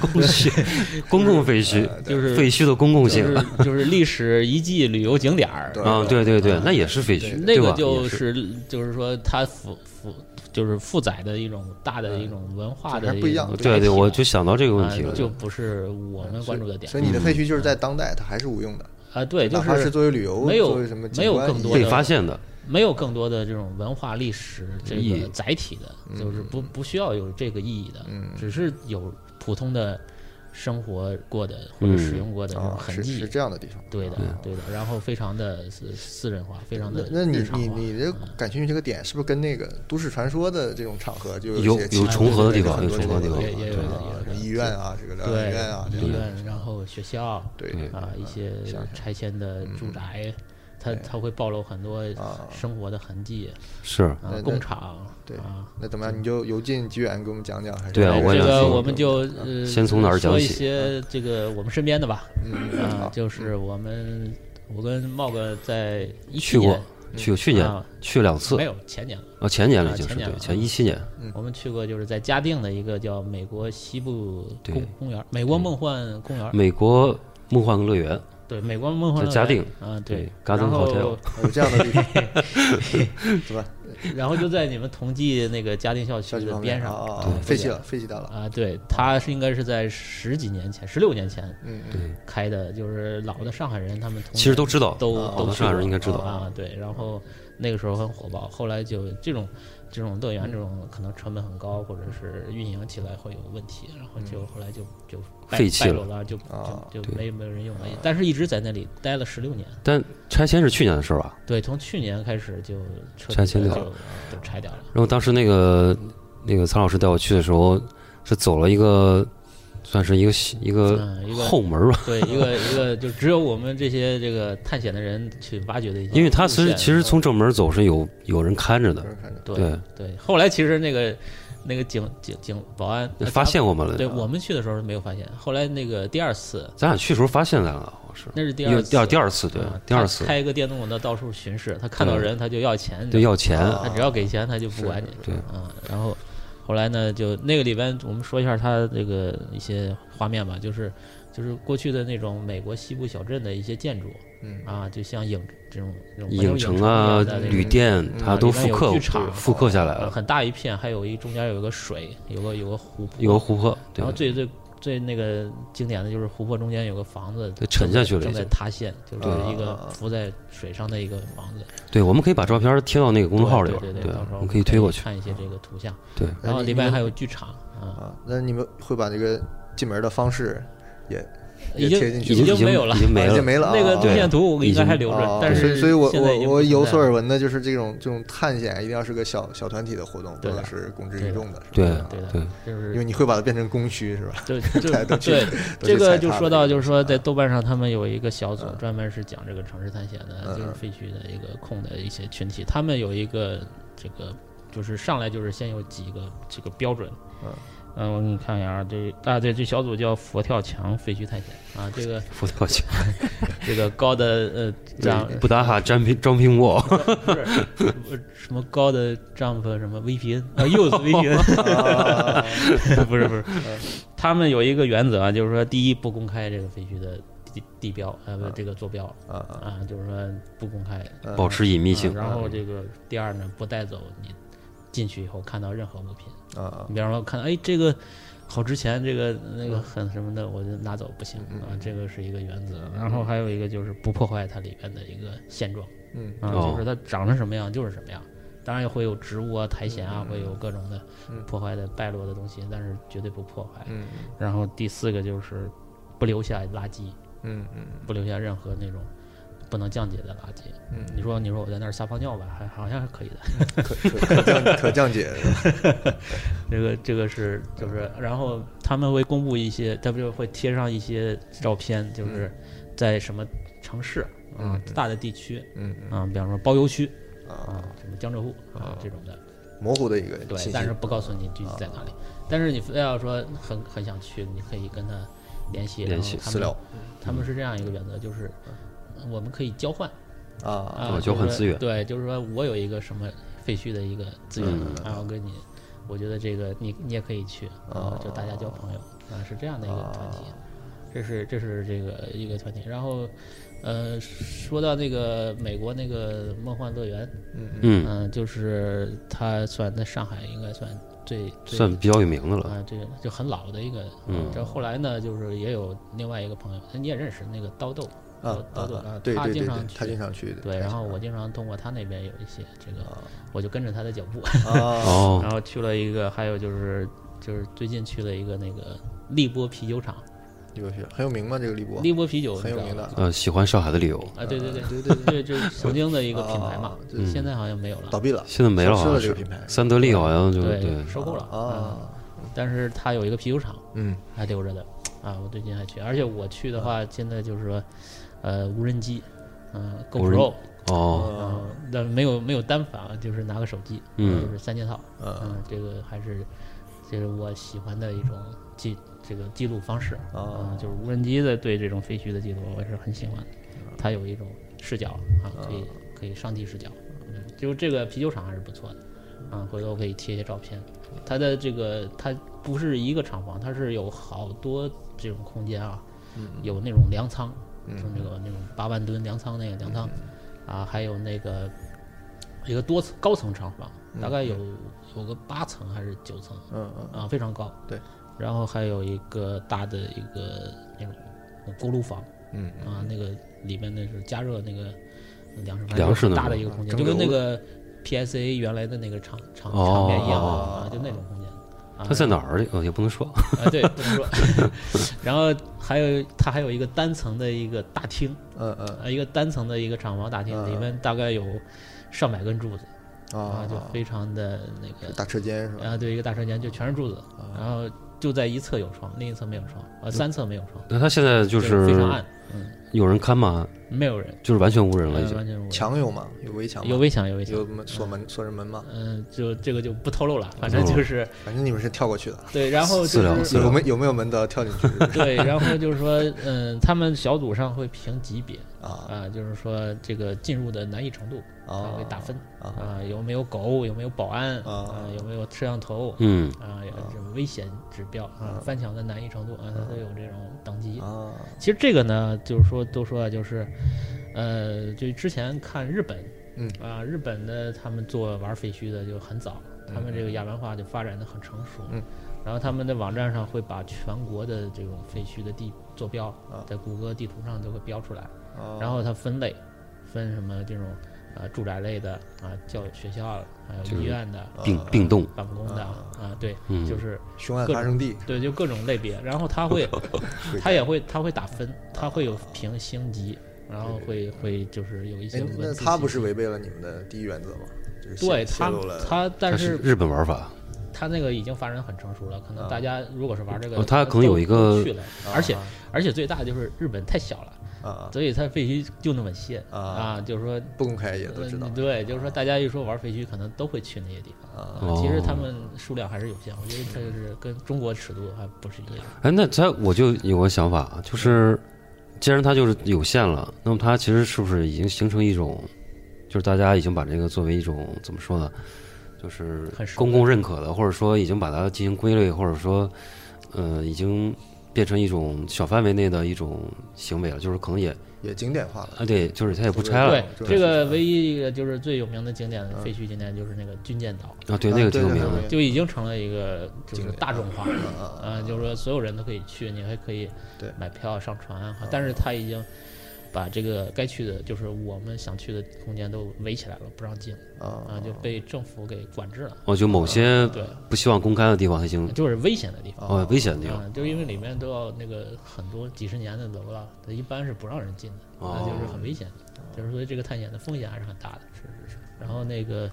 [SPEAKER 3] 公墟、公共废墟、
[SPEAKER 4] 呃对
[SPEAKER 5] 就是
[SPEAKER 3] 废墟的公共性
[SPEAKER 5] 就。是 就是历史遗迹旅游景点儿，
[SPEAKER 4] 对
[SPEAKER 3] 啊，对对对，那也是废墟，
[SPEAKER 5] 呃那
[SPEAKER 3] 对
[SPEAKER 5] 个
[SPEAKER 3] 吧
[SPEAKER 5] 就
[SPEAKER 3] 也是
[SPEAKER 5] 是就是说它负负就是负载的一种大的一种文
[SPEAKER 4] 嗯
[SPEAKER 5] 化
[SPEAKER 4] 还
[SPEAKER 5] 的
[SPEAKER 4] 不一样
[SPEAKER 5] 种
[SPEAKER 3] 对
[SPEAKER 5] 载体
[SPEAKER 3] 对，我
[SPEAKER 5] 了
[SPEAKER 3] 就想到这个问
[SPEAKER 5] 啊
[SPEAKER 3] 题了。
[SPEAKER 5] 就不是我们关注的点嗯
[SPEAKER 4] 所以你的废墟就是在当代它还是无用的，
[SPEAKER 5] 啊，对，就
[SPEAKER 4] 哪怕是作为旅游，
[SPEAKER 5] 没有
[SPEAKER 4] 作为什么景
[SPEAKER 5] 没有
[SPEAKER 4] 观
[SPEAKER 5] 更
[SPEAKER 4] 意义
[SPEAKER 5] 多
[SPEAKER 3] 被
[SPEAKER 5] 的嗯
[SPEAKER 3] 发现的，
[SPEAKER 5] 没有更多的这种文化历史这
[SPEAKER 3] 意义
[SPEAKER 5] 个载体
[SPEAKER 4] 嗯
[SPEAKER 5] 的，就是不不需要有这个意义的，只是有普通的生活过的或
[SPEAKER 3] 嗯
[SPEAKER 5] 者使用过的这种
[SPEAKER 4] 啊，
[SPEAKER 5] 痕
[SPEAKER 4] 是
[SPEAKER 5] 迹
[SPEAKER 4] 是，这样的地方。嗯
[SPEAKER 5] 对的对的，然后非常的私私人化，非常
[SPEAKER 4] 那
[SPEAKER 5] 的
[SPEAKER 4] 那你
[SPEAKER 5] 日常
[SPEAKER 4] 你
[SPEAKER 5] 化
[SPEAKER 4] 你这感兴趣这个点是不是跟那个都市传说的这种场合就
[SPEAKER 3] 有
[SPEAKER 4] 一些
[SPEAKER 3] 有
[SPEAKER 4] 契
[SPEAKER 3] 重合的
[SPEAKER 4] 对
[SPEAKER 3] 地方
[SPEAKER 4] 很
[SPEAKER 3] 有
[SPEAKER 4] 多
[SPEAKER 3] 重
[SPEAKER 4] 这
[SPEAKER 3] 合的
[SPEAKER 4] 种
[SPEAKER 3] 地
[SPEAKER 5] 方也也有的
[SPEAKER 4] 啊
[SPEAKER 5] 也有的
[SPEAKER 4] 医院啊，这个疗
[SPEAKER 5] 对
[SPEAKER 4] 养院啊，这
[SPEAKER 5] 医
[SPEAKER 4] 个
[SPEAKER 5] 院，然后学校，
[SPEAKER 4] 对嗯
[SPEAKER 5] 啊，一些拆迁的住宅，它它会暴露很多
[SPEAKER 4] 啊
[SPEAKER 5] 生活的痕迹
[SPEAKER 3] 是
[SPEAKER 5] 啊
[SPEAKER 4] 那，
[SPEAKER 5] 工厂
[SPEAKER 4] 对
[SPEAKER 5] 啊。
[SPEAKER 4] 那怎么样？你就由近及远给我们讲讲，还是
[SPEAKER 3] 对啊
[SPEAKER 5] 哎
[SPEAKER 3] 我也
[SPEAKER 5] 这
[SPEAKER 3] 想
[SPEAKER 5] 个
[SPEAKER 3] 听
[SPEAKER 4] 嗯
[SPEAKER 5] 我们就呃，
[SPEAKER 3] 先从哪儿讲
[SPEAKER 5] 说一
[SPEAKER 3] 起
[SPEAKER 5] 些这个我们身边的吧，
[SPEAKER 4] 嗯
[SPEAKER 5] 啊
[SPEAKER 4] 好，
[SPEAKER 5] 就是我们我跟茂哥在一
[SPEAKER 3] 去过，去去年
[SPEAKER 5] 啊
[SPEAKER 3] 去两次
[SPEAKER 5] 没，有前年，
[SPEAKER 3] 啊，前年了
[SPEAKER 5] 啊
[SPEAKER 3] 已经是
[SPEAKER 5] 前年
[SPEAKER 3] 对，
[SPEAKER 5] 了
[SPEAKER 3] 前一七年，
[SPEAKER 4] 嗯
[SPEAKER 5] 我们去过就是在嘉定的一个叫美国西部
[SPEAKER 3] 对
[SPEAKER 5] 公公园，美国梦幻公园，
[SPEAKER 3] 美国梦幻乐园，
[SPEAKER 5] 对，美国梦幻
[SPEAKER 3] 在嘉
[SPEAKER 5] 乐园
[SPEAKER 3] 定
[SPEAKER 5] 啊，对
[SPEAKER 3] 对，嘉定
[SPEAKER 5] 然后
[SPEAKER 3] hotel
[SPEAKER 4] 有这样的地方，怎 么
[SPEAKER 5] 然后就在你们同济那个嘉定校
[SPEAKER 4] 小
[SPEAKER 5] 区
[SPEAKER 4] 区
[SPEAKER 5] 的
[SPEAKER 4] 旁
[SPEAKER 5] 边
[SPEAKER 4] 啊
[SPEAKER 5] 上
[SPEAKER 4] 啊，啊废弃了，废弃掉了，
[SPEAKER 5] 啊，对，它是应该是在十几年前，十六年前
[SPEAKER 4] 嗯，嗯
[SPEAKER 3] 对，
[SPEAKER 5] 开的，就是老的上海人他们同
[SPEAKER 3] 其实
[SPEAKER 5] 年
[SPEAKER 3] 都知道，
[SPEAKER 5] 都
[SPEAKER 4] 啊
[SPEAKER 5] 都
[SPEAKER 3] 多
[SPEAKER 5] 去
[SPEAKER 3] 上海人
[SPEAKER 5] 过
[SPEAKER 3] 应该知道
[SPEAKER 5] 啊，对，然后那个时候很火爆，后来就这种这种乐园这种可能成本很高，或者是运营起来会有问题，然后就后来就就败
[SPEAKER 3] 废弃
[SPEAKER 5] 败
[SPEAKER 3] 了
[SPEAKER 5] 落了，就
[SPEAKER 4] 啊
[SPEAKER 5] 就就没有没有人用了，但是一直在那里待了十六年，
[SPEAKER 3] 但拆迁是去年的事儿吧？
[SPEAKER 5] 对，从去年开始就彻底
[SPEAKER 3] 拆迁
[SPEAKER 5] 地
[SPEAKER 3] 掉
[SPEAKER 5] 就就拆掉了。
[SPEAKER 3] 然后当时那个那个苍老师带我去的时候，是走了一个算是一个西一个
[SPEAKER 5] 嗯一个
[SPEAKER 3] 呃后门吧，
[SPEAKER 5] 对，一个一个就只有我们这些这个探险的人去挖掘的一些路线，
[SPEAKER 3] 因为他其实其实从正门走是有有人看着的
[SPEAKER 4] 有，人看着，
[SPEAKER 5] 对
[SPEAKER 3] 对
[SPEAKER 5] 对。后来其实那个那个警警警保安
[SPEAKER 3] 发，现我们啊
[SPEAKER 5] 呃对
[SPEAKER 3] 了，
[SPEAKER 5] 我们去的时候是没有发现，后来那个第二次，
[SPEAKER 3] 咱俩去的时候发现咱俩好像是，
[SPEAKER 5] 那是第
[SPEAKER 3] 因为
[SPEAKER 5] 二
[SPEAKER 3] 第二第
[SPEAKER 5] 二
[SPEAKER 3] 二次对
[SPEAKER 5] 啊
[SPEAKER 3] 第二
[SPEAKER 5] 他
[SPEAKER 3] 次
[SPEAKER 5] 开一个电动的到处巡视，他看到
[SPEAKER 3] 对
[SPEAKER 5] 人他就要钱，
[SPEAKER 3] 对要钱，
[SPEAKER 4] 啊
[SPEAKER 5] 他只要给钱他就不管你，
[SPEAKER 3] 对
[SPEAKER 5] 啊，然后后来呢，就那个里边我们说一下它这个一些画面吧，就是就是过去的那种美国西部小镇的一些建筑，
[SPEAKER 4] 嗯
[SPEAKER 5] 啊，就像影这种这种环球
[SPEAKER 3] 影城
[SPEAKER 5] 一
[SPEAKER 3] 啊
[SPEAKER 5] 样的那、种
[SPEAKER 3] 旅啊店，它都
[SPEAKER 5] 里面
[SPEAKER 3] 复
[SPEAKER 5] 有
[SPEAKER 3] 刻
[SPEAKER 5] 剧场
[SPEAKER 3] 复刻下来
[SPEAKER 5] 呃
[SPEAKER 3] 了，
[SPEAKER 5] 很大一片，还有一中间有一个水，有个有个湖泊，
[SPEAKER 3] 有个湖泊，对
[SPEAKER 5] 然后最最最那个经典的就是湖泊中间有个房子
[SPEAKER 3] 对沉下去了已
[SPEAKER 5] 正在
[SPEAKER 3] 经
[SPEAKER 5] 塌陷，就是一个
[SPEAKER 4] 啊
[SPEAKER 5] 浮在水上的一个房子。
[SPEAKER 3] 对，我们可以把照片贴到那个公众号里
[SPEAKER 5] 对
[SPEAKER 3] 边，
[SPEAKER 5] 对
[SPEAKER 3] 对
[SPEAKER 5] 到时，候
[SPEAKER 3] 我们可以推过去，
[SPEAKER 5] 看一些这个图像。
[SPEAKER 4] 哎
[SPEAKER 3] 对，
[SPEAKER 5] 然后里面还有剧场啊，
[SPEAKER 4] 啊，那你们会把这个进门的方式也
[SPEAKER 5] 已
[SPEAKER 4] 也贴
[SPEAKER 5] 经
[SPEAKER 4] 进去
[SPEAKER 3] 已
[SPEAKER 4] 了
[SPEAKER 5] 经没有了
[SPEAKER 3] 已。经没
[SPEAKER 4] 啊已 经没了啊
[SPEAKER 5] 那个
[SPEAKER 4] 啊
[SPEAKER 5] 路线图我应该还留
[SPEAKER 4] 哦
[SPEAKER 5] 着，但
[SPEAKER 4] 所
[SPEAKER 5] 是
[SPEAKER 4] 以所以我
[SPEAKER 5] 现在已
[SPEAKER 4] 我
[SPEAKER 5] 经
[SPEAKER 4] 我
[SPEAKER 5] 不
[SPEAKER 4] 有
[SPEAKER 5] 存
[SPEAKER 4] 所
[SPEAKER 5] 在
[SPEAKER 4] 耳
[SPEAKER 5] 了
[SPEAKER 4] 闻的就是这种这种探险一定要是个小小团体的活动，不
[SPEAKER 5] 对的
[SPEAKER 4] 能是公之于
[SPEAKER 5] 对的
[SPEAKER 4] 众的，是吧
[SPEAKER 3] 对
[SPEAKER 4] 啊
[SPEAKER 5] 嗯对的
[SPEAKER 3] 对，
[SPEAKER 5] 就是
[SPEAKER 4] 因为你会把它变成供需是吧？
[SPEAKER 5] 就
[SPEAKER 4] 大家
[SPEAKER 5] 就
[SPEAKER 4] 都去
[SPEAKER 5] 对
[SPEAKER 4] 都去
[SPEAKER 5] 这
[SPEAKER 4] 踩
[SPEAKER 5] 个就
[SPEAKER 4] 踏
[SPEAKER 5] 说
[SPEAKER 4] 的
[SPEAKER 5] 到，
[SPEAKER 4] 这
[SPEAKER 5] 就
[SPEAKER 4] 种
[SPEAKER 5] 是说在
[SPEAKER 4] 啊
[SPEAKER 5] 豆瓣上，他们有一个小组专门是讲这个城市探险的，就是
[SPEAKER 4] 嗯
[SPEAKER 5] 废墟的一个空的一些群体，他们有一个这个就是上来就是先有几个这个标准。
[SPEAKER 4] 嗯
[SPEAKER 5] 嗯，我给你看一下啊，这啊对，这小组叫佛跳墙废墟探险啊，这个
[SPEAKER 3] 佛跳墙，
[SPEAKER 5] 这个高的呃 jump
[SPEAKER 3] 布达哈詹平张平沃，
[SPEAKER 5] 不是呃什么高的 jump 什么 VPN 啊，又是 VPN，
[SPEAKER 4] 啊
[SPEAKER 5] 不是不是，
[SPEAKER 4] 嗯
[SPEAKER 5] 他们有一个原则啊，就是说，第一不公开这个废墟的地地标，呃，不，这个坐标
[SPEAKER 4] 啊啊
[SPEAKER 5] 啊，就是说不公开。
[SPEAKER 4] 嗯
[SPEAKER 3] 保持隐秘
[SPEAKER 5] 啊
[SPEAKER 3] 性。
[SPEAKER 5] 然后这个第二呢，不带走你进去以后看到任何物品，
[SPEAKER 4] 啊啊
[SPEAKER 5] 你比方说看，哎，这个好值钱，这个那
[SPEAKER 4] 嗯
[SPEAKER 5] 个很什么的，我就拿走不行啊，这个是一个原
[SPEAKER 4] 嗯
[SPEAKER 5] 则。然后还有一个就是不破坏它里边的一个现状。
[SPEAKER 4] 嗯
[SPEAKER 5] 啊，
[SPEAKER 3] 哦
[SPEAKER 5] 就是它长成什么样就是什么样。当然也会有植物啊、苔藓啊，会有各种的
[SPEAKER 4] 嗯
[SPEAKER 5] 破坏的、败落的东西，但是绝对不破坏。
[SPEAKER 4] 嗯
[SPEAKER 5] 然后第四个就是不留下垃圾，
[SPEAKER 4] 嗯嗯
[SPEAKER 5] 不留下任何那种不能降解的垃圾。
[SPEAKER 4] 嗯
[SPEAKER 5] 你说，你说我在那儿撒泡尿吧，还好像还可以的。
[SPEAKER 4] 嗯，可可降可降解，
[SPEAKER 5] 这个这个是就是，然后他们会公布一些，他不就会贴上一些照片，就是在什么城市啊、大的地区
[SPEAKER 4] 嗯嗯
[SPEAKER 5] 啊，比方说包邮区啊
[SPEAKER 4] 啊，，
[SPEAKER 5] 什么江浙沪啊这种的。
[SPEAKER 4] 模糊的一个
[SPEAKER 5] 对
[SPEAKER 4] 信，息
[SPEAKER 5] 但是不告诉你具体在哪里。但是你非要说很很想去，你可以跟他联系，
[SPEAKER 3] 联
[SPEAKER 5] 然后
[SPEAKER 3] 系
[SPEAKER 5] 他
[SPEAKER 4] 私聊
[SPEAKER 5] 们他们是这样一个原则，就是我们可以交换
[SPEAKER 4] 啊
[SPEAKER 5] 啊，
[SPEAKER 3] 哦
[SPEAKER 5] 就是
[SPEAKER 3] 交换
[SPEAKER 5] 说
[SPEAKER 3] 资源
[SPEAKER 5] 对，就是说我有一个什么废墟的一个资源，
[SPEAKER 3] 嗯
[SPEAKER 5] 然后跟你，我觉得这个你你也可以去啊，就大家交
[SPEAKER 3] 哦
[SPEAKER 5] 朋友啊，是这样的一个团体。这是这是这个一个团体，然后，呃，说到那个美国那个梦幻乐园，
[SPEAKER 3] 嗯，
[SPEAKER 5] 嗯，就是它算在上海应该算最最
[SPEAKER 3] 算比较有名的了。
[SPEAKER 5] 啊，这个就很老的一个。
[SPEAKER 3] 嗯
[SPEAKER 5] 这后来呢，就是也有另外一个朋友，你也认识那个刀豆
[SPEAKER 4] 啊
[SPEAKER 5] 刀
[SPEAKER 4] 啊
[SPEAKER 5] 豆
[SPEAKER 4] 啊，对
[SPEAKER 5] 他
[SPEAKER 4] 对
[SPEAKER 5] 经
[SPEAKER 4] 对对
[SPEAKER 5] 常，
[SPEAKER 4] 他经
[SPEAKER 5] 去
[SPEAKER 4] 常去的，
[SPEAKER 5] 对，然后我经常通过他那边有一些这个，
[SPEAKER 4] 哦
[SPEAKER 5] 我就跟着他的脚步，
[SPEAKER 4] 啊
[SPEAKER 3] 哦
[SPEAKER 5] 然后去了一个，还有就是就是最近去了一个那个荔波啤酒厂，
[SPEAKER 4] 李博学很有名吗？这个李博
[SPEAKER 5] 荔波啤酒
[SPEAKER 4] 很有名的
[SPEAKER 5] 你知道吗
[SPEAKER 3] 呃，喜欢上海的理由，
[SPEAKER 5] 啊，对对对
[SPEAKER 4] 对对对，
[SPEAKER 5] 对，这是曾经的一个品牌嘛
[SPEAKER 4] 啊，对
[SPEAKER 5] 现在好像没有了
[SPEAKER 4] 倒，闭了，
[SPEAKER 3] 现在没了，
[SPEAKER 4] 消
[SPEAKER 3] 好像
[SPEAKER 4] 失了这
[SPEAKER 3] 是
[SPEAKER 4] 个品牌
[SPEAKER 3] 三得利好像就对，
[SPEAKER 5] 收购了嗯
[SPEAKER 4] 啊，
[SPEAKER 5] 但是他有一个啤酒厂，
[SPEAKER 4] 嗯
[SPEAKER 5] 还留着的啊，我最近还去，而且我去的话，现在就是说，呃，无人机，嗯、g o
[SPEAKER 3] 无
[SPEAKER 5] p r
[SPEAKER 3] 人
[SPEAKER 5] o
[SPEAKER 3] 哦，
[SPEAKER 5] 嗯、但没有没有单反啊，就是拿个手机，
[SPEAKER 3] 嗯
[SPEAKER 5] 就是三件套，嗯、
[SPEAKER 4] 嗯
[SPEAKER 5] 这个还是这是我喜欢的一种记这个记录方式啊、
[SPEAKER 4] 哦
[SPEAKER 5] 嗯就是无人机的对这种废墟的记录，我是很喜欢的，它有一种视角啊，可以可以上帝视角，嗯，就这个啤酒厂还是不错的，啊、回头可以贴一些照片，它的这个它不是一个厂房，它是有好多这种空间啊，有那种粮仓，
[SPEAKER 4] 嗯
[SPEAKER 5] 嗯就那个那种八万吨粮仓那个粮仓，啊，还有那个一个多层高层厂房，大概有有个八层还是九层，
[SPEAKER 4] 嗯嗯
[SPEAKER 5] 啊，非常高。
[SPEAKER 4] 对，
[SPEAKER 5] 然后还有一个大的一个那种锅炉房
[SPEAKER 4] 嗯
[SPEAKER 5] 啊，那个里面那是加热那个粮食盘，
[SPEAKER 3] 粮食
[SPEAKER 5] 很
[SPEAKER 3] 那
[SPEAKER 5] 大的
[SPEAKER 3] 种
[SPEAKER 5] 一个空间，
[SPEAKER 4] 啊蒸
[SPEAKER 5] 就跟那
[SPEAKER 4] 馏
[SPEAKER 5] 个 PSA 原来的那个厂厂
[SPEAKER 3] 哦
[SPEAKER 5] 场面一样的啊，就那种空间。啊
[SPEAKER 3] 它在哪儿？呃，也不能说。
[SPEAKER 5] 啊，对，不能说。 然后还有它还有一个单层的一个大厅，
[SPEAKER 4] 嗯嗯
[SPEAKER 5] 啊，一个单层的一个厂房大厅，
[SPEAKER 4] 嗯
[SPEAKER 5] 里面大概有上百根柱子啊，就
[SPEAKER 4] 啊，
[SPEAKER 5] 非常的那个
[SPEAKER 4] 大车间是啊吧？
[SPEAKER 5] 啊，对，一个大车间就全是柱子，然后就在一侧有窗，另一侧没有窗，呃，三侧没有窗，
[SPEAKER 3] 那它现在就
[SPEAKER 5] 非常
[SPEAKER 3] 是
[SPEAKER 5] 暗，
[SPEAKER 3] 有人看吗？
[SPEAKER 5] 没有人，
[SPEAKER 3] 就是完全无人
[SPEAKER 5] 呃
[SPEAKER 3] 了，已经。
[SPEAKER 5] 完全无人
[SPEAKER 4] 墙有吗？有围墙吗？
[SPEAKER 5] 有围墙，有围嗯
[SPEAKER 4] 有
[SPEAKER 5] 墙，
[SPEAKER 4] 门锁门锁着门吗？
[SPEAKER 5] 嗯，就这个就不透露了，反
[SPEAKER 4] 嗯
[SPEAKER 5] 正就是
[SPEAKER 4] 反正你们是跳过去的，啊
[SPEAKER 5] 对，然后
[SPEAKER 3] 私
[SPEAKER 5] 就
[SPEAKER 3] 聊
[SPEAKER 5] 是
[SPEAKER 3] 私聊
[SPEAKER 4] 有没有没有门都要跳进去是吧
[SPEAKER 5] 对，然后就是说，嗯，他们小组上会评级别
[SPEAKER 4] 啊
[SPEAKER 5] 啊，就是说这个进入的难易程度啊
[SPEAKER 4] 啊
[SPEAKER 5] 会打分
[SPEAKER 4] 啊
[SPEAKER 5] 啊，有没有狗，有没有保安
[SPEAKER 4] 啊
[SPEAKER 5] 啊，有没有摄像头。
[SPEAKER 3] 嗯，
[SPEAKER 5] 啊，有这种危险指标
[SPEAKER 4] 嗯
[SPEAKER 5] 啊，翻墙的难易程度啊，它都有这种等级
[SPEAKER 4] 啊
[SPEAKER 5] 其实这个呢，就是说都说啊，就是，呃，就之前看日本，
[SPEAKER 4] 嗯
[SPEAKER 5] 啊，日本的他们做玩废墟的就很早，他们这个亚文化就发展的很成熟，
[SPEAKER 4] 嗯，
[SPEAKER 5] 然后他们的网站上会把全国的这种废墟的地坐标
[SPEAKER 4] 啊，
[SPEAKER 5] 在谷歌地图上都会标出来，
[SPEAKER 4] 啊
[SPEAKER 5] 然后它分类，分什么这种。呃住宅类的啊、教学校的，还有
[SPEAKER 3] 就是
[SPEAKER 5] 医院的、
[SPEAKER 3] 并并动，
[SPEAKER 5] 办公的啊、对，
[SPEAKER 3] 嗯
[SPEAKER 5] 就是
[SPEAKER 4] 凶案
[SPEAKER 5] 各
[SPEAKER 4] 发生地，
[SPEAKER 5] 对，就各种类别。然后 他会
[SPEAKER 4] 对，
[SPEAKER 5] 他也会，他会打分，他会有评星级，然后会会就是有一些
[SPEAKER 4] 哎
[SPEAKER 5] 文，字
[SPEAKER 4] 那
[SPEAKER 5] 信
[SPEAKER 4] 他不
[SPEAKER 5] 息
[SPEAKER 4] 是违背了你们的第一原则吗？就是泄
[SPEAKER 5] 对
[SPEAKER 4] 泄
[SPEAKER 5] 他
[SPEAKER 4] 露了
[SPEAKER 5] 他，
[SPEAKER 3] 它
[SPEAKER 5] 但
[SPEAKER 3] 是
[SPEAKER 5] 是
[SPEAKER 3] 日本玩法，
[SPEAKER 5] 他那个已经发展很成熟了，可
[SPEAKER 4] 啊
[SPEAKER 5] 能大家如果是玩这个
[SPEAKER 3] 哦，它可能有一个
[SPEAKER 5] 都去了，而且而且最大的就是日本太小了，
[SPEAKER 4] 啊
[SPEAKER 5] 所以它废墟就那么些
[SPEAKER 4] 啊
[SPEAKER 5] 啊，就是说
[SPEAKER 4] 不公开也都知道
[SPEAKER 5] 嗯，对，就是说大家一说玩废墟，可能都会去那些地方。
[SPEAKER 4] 啊
[SPEAKER 5] 啊其实他
[SPEAKER 3] 哦
[SPEAKER 5] 们数量还是有限，我觉得它就是跟中国尺度还不是一样。
[SPEAKER 3] 哎，那他我就有个想法啊，就是既然它就是有限了，那么它其实是不是已经形成一种，就是大家已经把这个作为一种怎么说呢，就是
[SPEAKER 5] 很熟
[SPEAKER 3] 公共认可的，或者说已经把它进行归类，或者说，呃，已经变成一种小范围内的一种行为了，就是可能也
[SPEAKER 4] 也景点化了，
[SPEAKER 3] 啊，对，就是它也不
[SPEAKER 4] 对
[SPEAKER 3] 拆了
[SPEAKER 5] 对
[SPEAKER 4] 啊，这个
[SPEAKER 5] 这个
[SPEAKER 4] 是
[SPEAKER 5] 唯一一个就是最有名的景点
[SPEAKER 4] 嗯
[SPEAKER 5] 废墟景点就是那个军舰岛，
[SPEAKER 3] 啊，对，
[SPEAKER 4] 啊
[SPEAKER 3] 那个挺
[SPEAKER 4] 对
[SPEAKER 3] 有
[SPEAKER 4] 对
[SPEAKER 3] 名
[SPEAKER 4] 对
[SPEAKER 3] 的，
[SPEAKER 4] 对
[SPEAKER 5] 就已经成了一个就
[SPEAKER 4] 景
[SPEAKER 5] 是
[SPEAKER 4] 点
[SPEAKER 5] 大众化了。
[SPEAKER 4] 啊啊
[SPEAKER 5] 啊，就是说所有人都可以去，你还可以
[SPEAKER 4] 对嗯
[SPEAKER 5] 买票上船啊。但是他已经把这个该去的，就是我们想去的空间都围起来了，不让进
[SPEAKER 4] 啊
[SPEAKER 5] 啊，就被政府给管制了。
[SPEAKER 3] 哦，就某些
[SPEAKER 5] 啊对，
[SPEAKER 3] 不希望公开的地方，它已
[SPEAKER 4] 嗯
[SPEAKER 3] 经
[SPEAKER 5] 就是危险的地方。
[SPEAKER 3] 哦危险的地方
[SPEAKER 5] 啊，就因为里
[SPEAKER 4] 哦
[SPEAKER 5] 面都要那个很多几十年的楼了，它一般是不让人进的，那
[SPEAKER 3] 哦
[SPEAKER 5] 就是很危险的，就是所以这个探险的风险还是很大的。是是是。然后那个，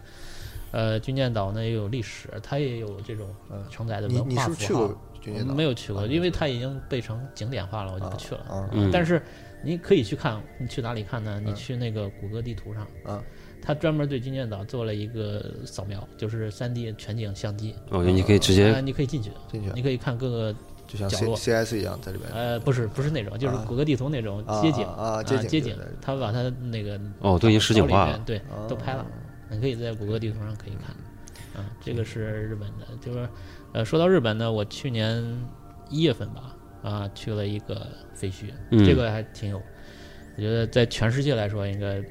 [SPEAKER 5] 呃，军舰岛呢也有历史，它也有这种承载的文
[SPEAKER 4] 嗯你
[SPEAKER 5] 化
[SPEAKER 4] 你是不是
[SPEAKER 5] 符
[SPEAKER 4] 去
[SPEAKER 5] 号
[SPEAKER 4] 过军舰
[SPEAKER 5] 我
[SPEAKER 4] 岛？
[SPEAKER 5] 没有去过，
[SPEAKER 4] 啊
[SPEAKER 5] 因为它已经被成景点化了，我就不去了。
[SPEAKER 4] 啊
[SPEAKER 3] 嗯
[SPEAKER 4] 嗯
[SPEAKER 5] 但是你可以去看，你去哪里看呢？你去那个谷歌地图上，
[SPEAKER 4] 啊
[SPEAKER 5] 它专门对军舰岛做了一个扫描，就是3 D 全景相机，
[SPEAKER 3] 哦，你可以直
[SPEAKER 5] 啊，
[SPEAKER 3] 接
[SPEAKER 5] 你可以进去，
[SPEAKER 4] 进去
[SPEAKER 5] 你可以看各个，
[SPEAKER 4] 就像
[SPEAKER 5] 角
[SPEAKER 4] C
[SPEAKER 5] 落
[SPEAKER 4] C S 一样在里边
[SPEAKER 5] 呃，不是不是那种，就是
[SPEAKER 4] 啊
[SPEAKER 5] 谷歌地图那种
[SPEAKER 4] 啊
[SPEAKER 5] 街景
[SPEAKER 4] 啊啊街
[SPEAKER 5] 街
[SPEAKER 4] 景
[SPEAKER 5] 景，街
[SPEAKER 4] 对对对哦
[SPEAKER 5] 它把它那个
[SPEAKER 3] 哦都已经实景
[SPEAKER 5] 岛里
[SPEAKER 3] 化
[SPEAKER 5] 面
[SPEAKER 3] 了
[SPEAKER 5] 对，都拍了，你可以在谷歌地图上可以看。
[SPEAKER 4] 嗯
[SPEAKER 5] 啊，这个是日本的，就是，呃，说到日本呢，我去年一月份吧，啊，去了一个废墟，
[SPEAKER 3] 嗯
[SPEAKER 5] 这个还挺有，我觉得在全世界来说应该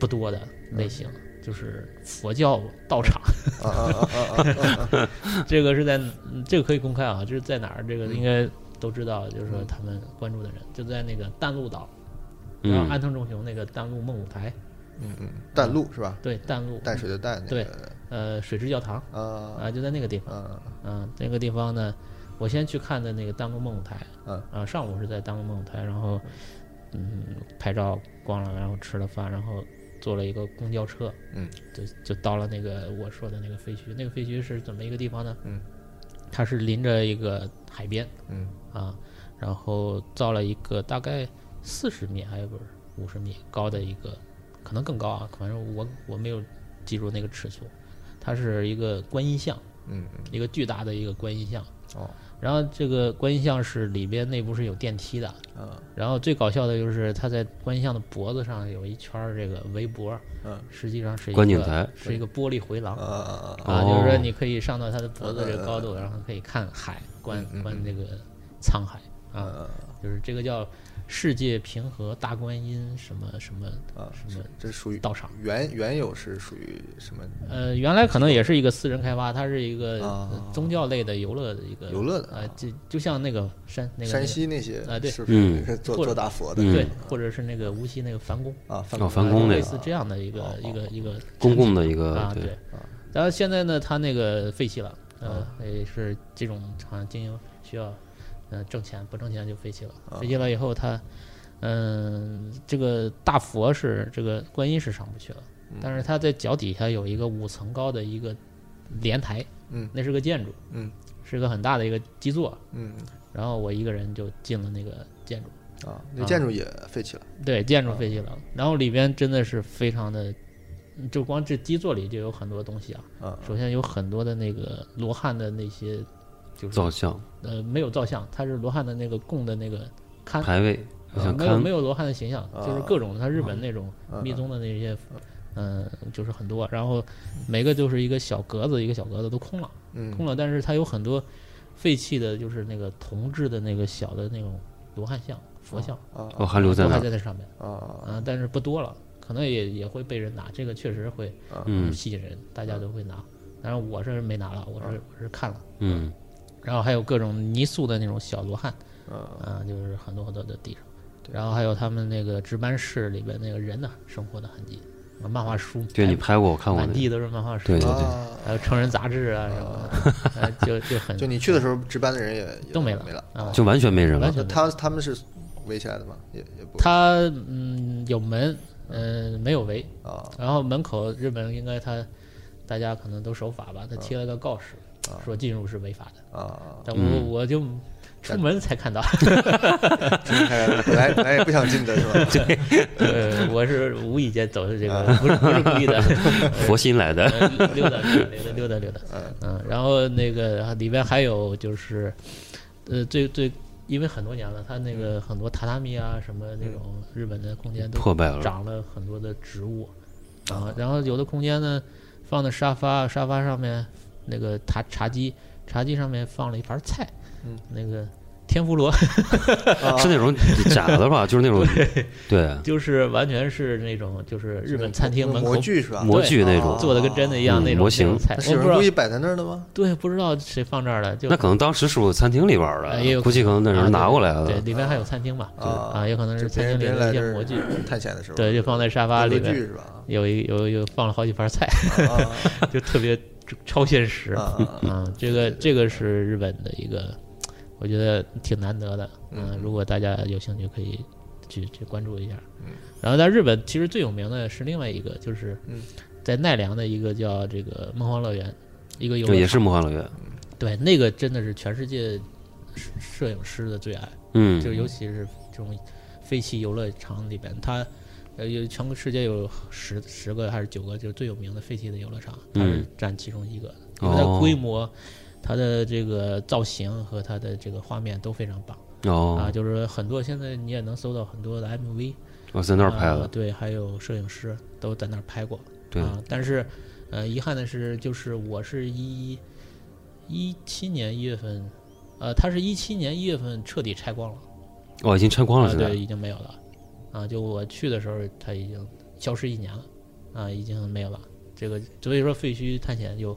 [SPEAKER 5] 不多的类型，就是佛教道场，
[SPEAKER 4] 啊啊啊啊啊啊啊！
[SPEAKER 5] 这个是在嗯这个可以公开啊，这是在哪儿？这个应该都知道，就是说他们关注的人就在那个淡路岛，然后安
[SPEAKER 3] 嗯
[SPEAKER 5] 藤忠雄那个淡路梦舞台，
[SPEAKER 4] 嗯嗯，淡路是吧？
[SPEAKER 5] 对淡路
[SPEAKER 4] 淡水的淡，那
[SPEAKER 5] 对
[SPEAKER 4] 个
[SPEAKER 5] 呃水之教堂
[SPEAKER 4] 啊
[SPEAKER 5] 啊，就在那个地方，
[SPEAKER 4] 啊
[SPEAKER 5] 嗯、那个地方呢，我先去看的那个淡路梦舞台，
[SPEAKER 4] 嗯
[SPEAKER 5] 啊，上午是在淡路梦舞台，然后嗯拍照逛了，然后吃了饭，然后坐了一个公交车，
[SPEAKER 4] 嗯，
[SPEAKER 5] 就就到了那个我说的那个废墟，那个废墟是怎么一个地方呢？
[SPEAKER 4] 嗯，
[SPEAKER 5] 它是临着一个海边，
[SPEAKER 4] 嗯
[SPEAKER 5] 啊，然后造了一个大概四十米哎还有不是五十米高的一个，可能更高啊，反正我我没有记住那个尺寸，它是一个观音像，
[SPEAKER 4] 嗯嗯
[SPEAKER 5] 一个巨大的一个观音像。
[SPEAKER 4] 哦
[SPEAKER 5] 然后这个观音像是里边内部是有电梯的，
[SPEAKER 4] 啊
[SPEAKER 5] 然后最搞笑的就是它在观音像的脖子上有一圈儿这个围脖，
[SPEAKER 4] 嗯
[SPEAKER 5] 实际上是一
[SPEAKER 3] 观景
[SPEAKER 5] 个
[SPEAKER 3] 台
[SPEAKER 5] 是一个玻璃回廊
[SPEAKER 4] 啊啊啊啊！
[SPEAKER 5] 啊，就是
[SPEAKER 3] 哦
[SPEAKER 5] 说你可以上到它的脖子这个高度，然后可以看海，观
[SPEAKER 4] 呃嗯嗯
[SPEAKER 5] 观
[SPEAKER 4] 嗯
[SPEAKER 5] 这个沧海啊，
[SPEAKER 4] 啊
[SPEAKER 5] 就是这个叫世界平和大观音什么什么
[SPEAKER 4] 啊！
[SPEAKER 5] 什么
[SPEAKER 4] 这属于
[SPEAKER 5] 道场。
[SPEAKER 4] 原原有是属于什么
[SPEAKER 5] 呃，原来可能也是一个私人开发，它是一个
[SPEAKER 4] 啊
[SPEAKER 5] 呃宗教类的游乐的一个
[SPEAKER 4] 游乐的
[SPEAKER 5] 啊，就就像那个山那个
[SPEAKER 4] 山西那些
[SPEAKER 5] 啊对
[SPEAKER 4] 是不
[SPEAKER 3] 嗯
[SPEAKER 4] 是 做
[SPEAKER 5] 或者
[SPEAKER 4] 做大佛的
[SPEAKER 5] 那个对
[SPEAKER 3] 嗯，
[SPEAKER 5] 或者是那个无锡那个梵宫，
[SPEAKER 4] 啊？梵
[SPEAKER 3] 哦
[SPEAKER 4] 谷
[SPEAKER 3] 梵宫
[SPEAKER 5] 呃
[SPEAKER 3] 那
[SPEAKER 5] 类
[SPEAKER 3] 个
[SPEAKER 5] 似这样的一个
[SPEAKER 4] 哦
[SPEAKER 5] 一个一个
[SPEAKER 3] 公共的一个
[SPEAKER 5] 啊
[SPEAKER 3] 对
[SPEAKER 5] 对。然后现在呢，它那个废弃了，呃，
[SPEAKER 4] 哦
[SPEAKER 5] 也是这种好像经营需要，呃，挣钱不挣钱就废弃了。
[SPEAKER 4] 哦
[SPEAKER 5] 废弃了以后，它，嗯、这个大佛是这个观音是上不去了，
[SPEAKER 4] 嗯
[SPEAKER 5] 但是它在脚底下有一个五层高的一个莲台，
[SPEAKER 4] 嗯
[SPEAKER 5] 那是个建筑，
[SPEAKER 4] 嗯，
[SPEAKER 5] 是个很大的一个基座。
[SPEAKER 4] 嗯
[SPEAKER 5] 然后我一个人就进了那个建筑，
[SPEAKER 4] 啊，那建筑也废弃了
[SPEAKER 5] 对，建筑废弃了，然后里边真的是非常的，就光这基座里就有很多东西啊，
[SPEAKER 4] 啊
[SPEAKER 5] 首先有很多的那个罗汉的那些，就是
[SPEAKER 3] 造像
[SPEAKER 5] 呃没有造像，它是罗汉的那个供的那个龛，
[SPEAKER 3] 排位，我
[SPEAKER 5] 呃
[SPEAKER 3] 想
[SPEAKER 5] 没有
[SPEAKER 3] 看
[SPEAKER 5] 没有罗汉的形象，就是各种它日本那种
[SPEAKER 4] 嗯
[SPEAKER 5] 密宗的那些，嗯、就是很多，然后每个就是一个小格子一个小格子都空了，
[SPEAKER 4] 嗯
[SPEAKER 5] 空了，但是它有很多废弃的，就是那个铜制的那个小的那种罗汉像、佛像，
[SPEAKER 4] 啊
[SPEAKER 3] 哦，还留在
[SPEAKER 5] 都
[SPEAKER 3] 那
[SPEAKER 5] 还
[SPEAKER 3] 儿
[SPEAKER 5] 在那上面，
[SPEAKER 4] 啊
[SPEAKER 5] 啊、但是不多了，可能也也会被人拿，这个确实会。
[SPEAKER 3] 嗯
[SPEAKER 5] 吸引人，大家都会拿。但是我是没拿了，我是我是看了。
[SPEAKER 3] 嗯，
[SPEAKER 5] 然后还有各种泥塑的那种小罗汉，
[SPEAKER 4] 啊！
[SPEAKER 5] 啊、就是很多很多的地上。然后还有他们那个值班室里边那个人的生活的痕迹，漫画书，哎
[SPEAKER 3] 对你拍过，我看过
[SPEAKER 5] 满
[SPEAKER 3] 那
[SPEAKER 5] 地
[SPEAKER 3] 个。
[SPEAKER 5] 都是漫画书，
[SPEAKER 3] 对对对，
[SPEAKER 4] 啊，
[SPEAKER 5] 还有成人杂志啊什么的，呃就就很
[SPEAKER 4] 就你去的时候，值班的人也也
[SPEAKER 5] 都没了
[SPEAKER 4] 没了。
[SPEAKER 5] 啊。
[SPEAKER 3] 就完全没人
[SPEAKER 5] 完
[SPEAKER 3] 了。
[SPEAKER 5] 全没有
[SPEAKER 4] 他他们是围起来的吗？也也不
[SPEAKER 5] 他嗯有门，嗯、没有围，
[SPEAKER 4] 啊
[SPEAKER 5] 然后门口日本应该他大家可能都守法吧，他贴了个告示，说进入是违法的，
[SPEAKER 4] 啊！
[SPEAKER 5] 但我我就出门才看到，
[SPEAKER 4] 本来本来也不想进的是吧？
[SPEAKER 5] 呃，我是无意间走的这个，不是不是故意的，
[SPEAKER 3] 佛心来的，
[SPEAKER 5] 呃溜达溜达溜达溜达溜达，嗯，然后那个里边还有就是，呃，最最。因为很多年了，它那个很多榻榻米啊，什么那种日本的空间 都
[SPEAKER 3] 嗯破败了。
[SPEAKER 5] 长了很多的植物， 啊，然后有的空间呢放的沙发，沙发上面那个茶茶几，茶几上面放了一盘菜，
[SPEAKER 4] 嗯，
[SPEAKER 5] 那个天妇罗，
[SPEAKER 4] 啊
[SPEAKER 3] 是那种假的吧？就是那种，对，
[SPEAKER 5] 就是完全是那种就是日本餐厅门口
[SPEAKER 4] 模具是吧？
[SPEAKER 3] 模具那
[SPEAKER 4] 啊
[SPEAKER 3] 种。
[SPEAKER 5] 做的跟真的一样
[SPEAKER 3] 嗯
[SPEAKER 5] 那种
[SPEAKER 3] 模型
[SPEAKER 5] 那种菜
[SPEAKER 4] 那，是
[SPEAKER 5] 我
[SPEAKER 4] 有
[SPEAKER 5] 不知
[SPEAKER 4] 人
[SPEAKER 5] 道
[SPEAKER 4] 故意摆在那儿的吗？
[SPEAKER 5] 对，不知道谁放这儿的，就
[SPEAKER 3] 那可能当时是我餐厅里边
[SPEAKER 5] 呃也有
[SPEAKER 3] 的，估计可能那人拿过来
[SPEAKER 5] 对，
[SPEAKER 3] 的。
[SPEAKER 5] 里面还有餐厅嘛，
[SPEAKER 4] 啊
[SPEAKER 5] 啊，有可能是
[SPEAKER 4] 就别
[SPEAKER 5] 餐厅
[SPEAKER 4] 人
[SPEAKER 5] 里
[SPEAKER 4] 别人
[SPEAKER 5] 的
[SPEAKER 4] 来
[SPEAKER 5] 一
[SPEAKER 4] 这
[SPEAKER 5] 些模
[SPEAKER 4] 儿
[SPEAKER 5] 具，
[SPEAKER 4] 探险的时候，
[SPEAKER 5] 对，就放在沙发里
[SPEAKER 4] 模
[SPEAKER 5] 边
[SPEAKER 4] 具， 是吧？
[SPEAKER 5] 有一有有放了好几盘菜，
[SPEAKER 4] 啊
[SPEAKER 5] 就特别超现实，
[SPEAKER 4] 啊啊！啊
[SPEAKER 5] 嗯，这个这个是日本的一个，我觉得挺难得的。嗯，如果大家有兴趣，可以去去关注一下。
[SPEAKER 4] 嗯，
[SPEAKER 5] 然后在日本其实最有名的是另外一个，就是
[SPEAKER 4] 嗯
[SPEAKER 5] 在奈良的一个叫这个梦幻乐园，一个游
[SPEAKER 3] 哦
[SPEAKER 5] 乐
[SPEAKER 3] 对，也
[SPEAKER 5] 场
[SPEAKER 3] 是魔幻乐
[SPEAKER 5] 啊
[SPEAKER 3] 园。
[SPEAKER 5] 对那个真的是全世界摄摄影师的最爱，
[SPEAKER 3] 嗯，
[SPEAKER 5] 就尤其是这种废弃游乐场里边，它。呃，有全国世界有十十个还是九个，就是最有名的废弃的游乐场，它是
[SPEAKER 3] 嗯
[SPEAKER 5] 占其中一个的。因为它
[SPEAKER 3] 哦
[SPEAKER 5] 规模、它的这个造型和它的这个画面都非常棒、
[SPEAKER 3] 哦，
[SPEAKER 5] 啊，就是很多现在你也能搜到很多的 MV，
[SPEAKER 3] 我在那儿拍
[SPEAKER 5] 啊
[SPEAKER 3] 的。
[SPEAKER 5] 对，还有摄影师都在那儿拍过，
[SPEAKER 3] 对，
[SPEAKER 5] 啊，但是呃，遗憾的是，就是我是一一七年一月份，呃，它是一七年一月份彻底拆光了，
[SPEAKER 3] 哦，已经拆光了，
[SPEAKER 5] 啊，
[SPEAKER 3] 现在
[SPEAKER 5] 对，。已经没有了，啊，就我去的时候它已经消失一年了，啊，已经没有了。这个所以说废墟探险有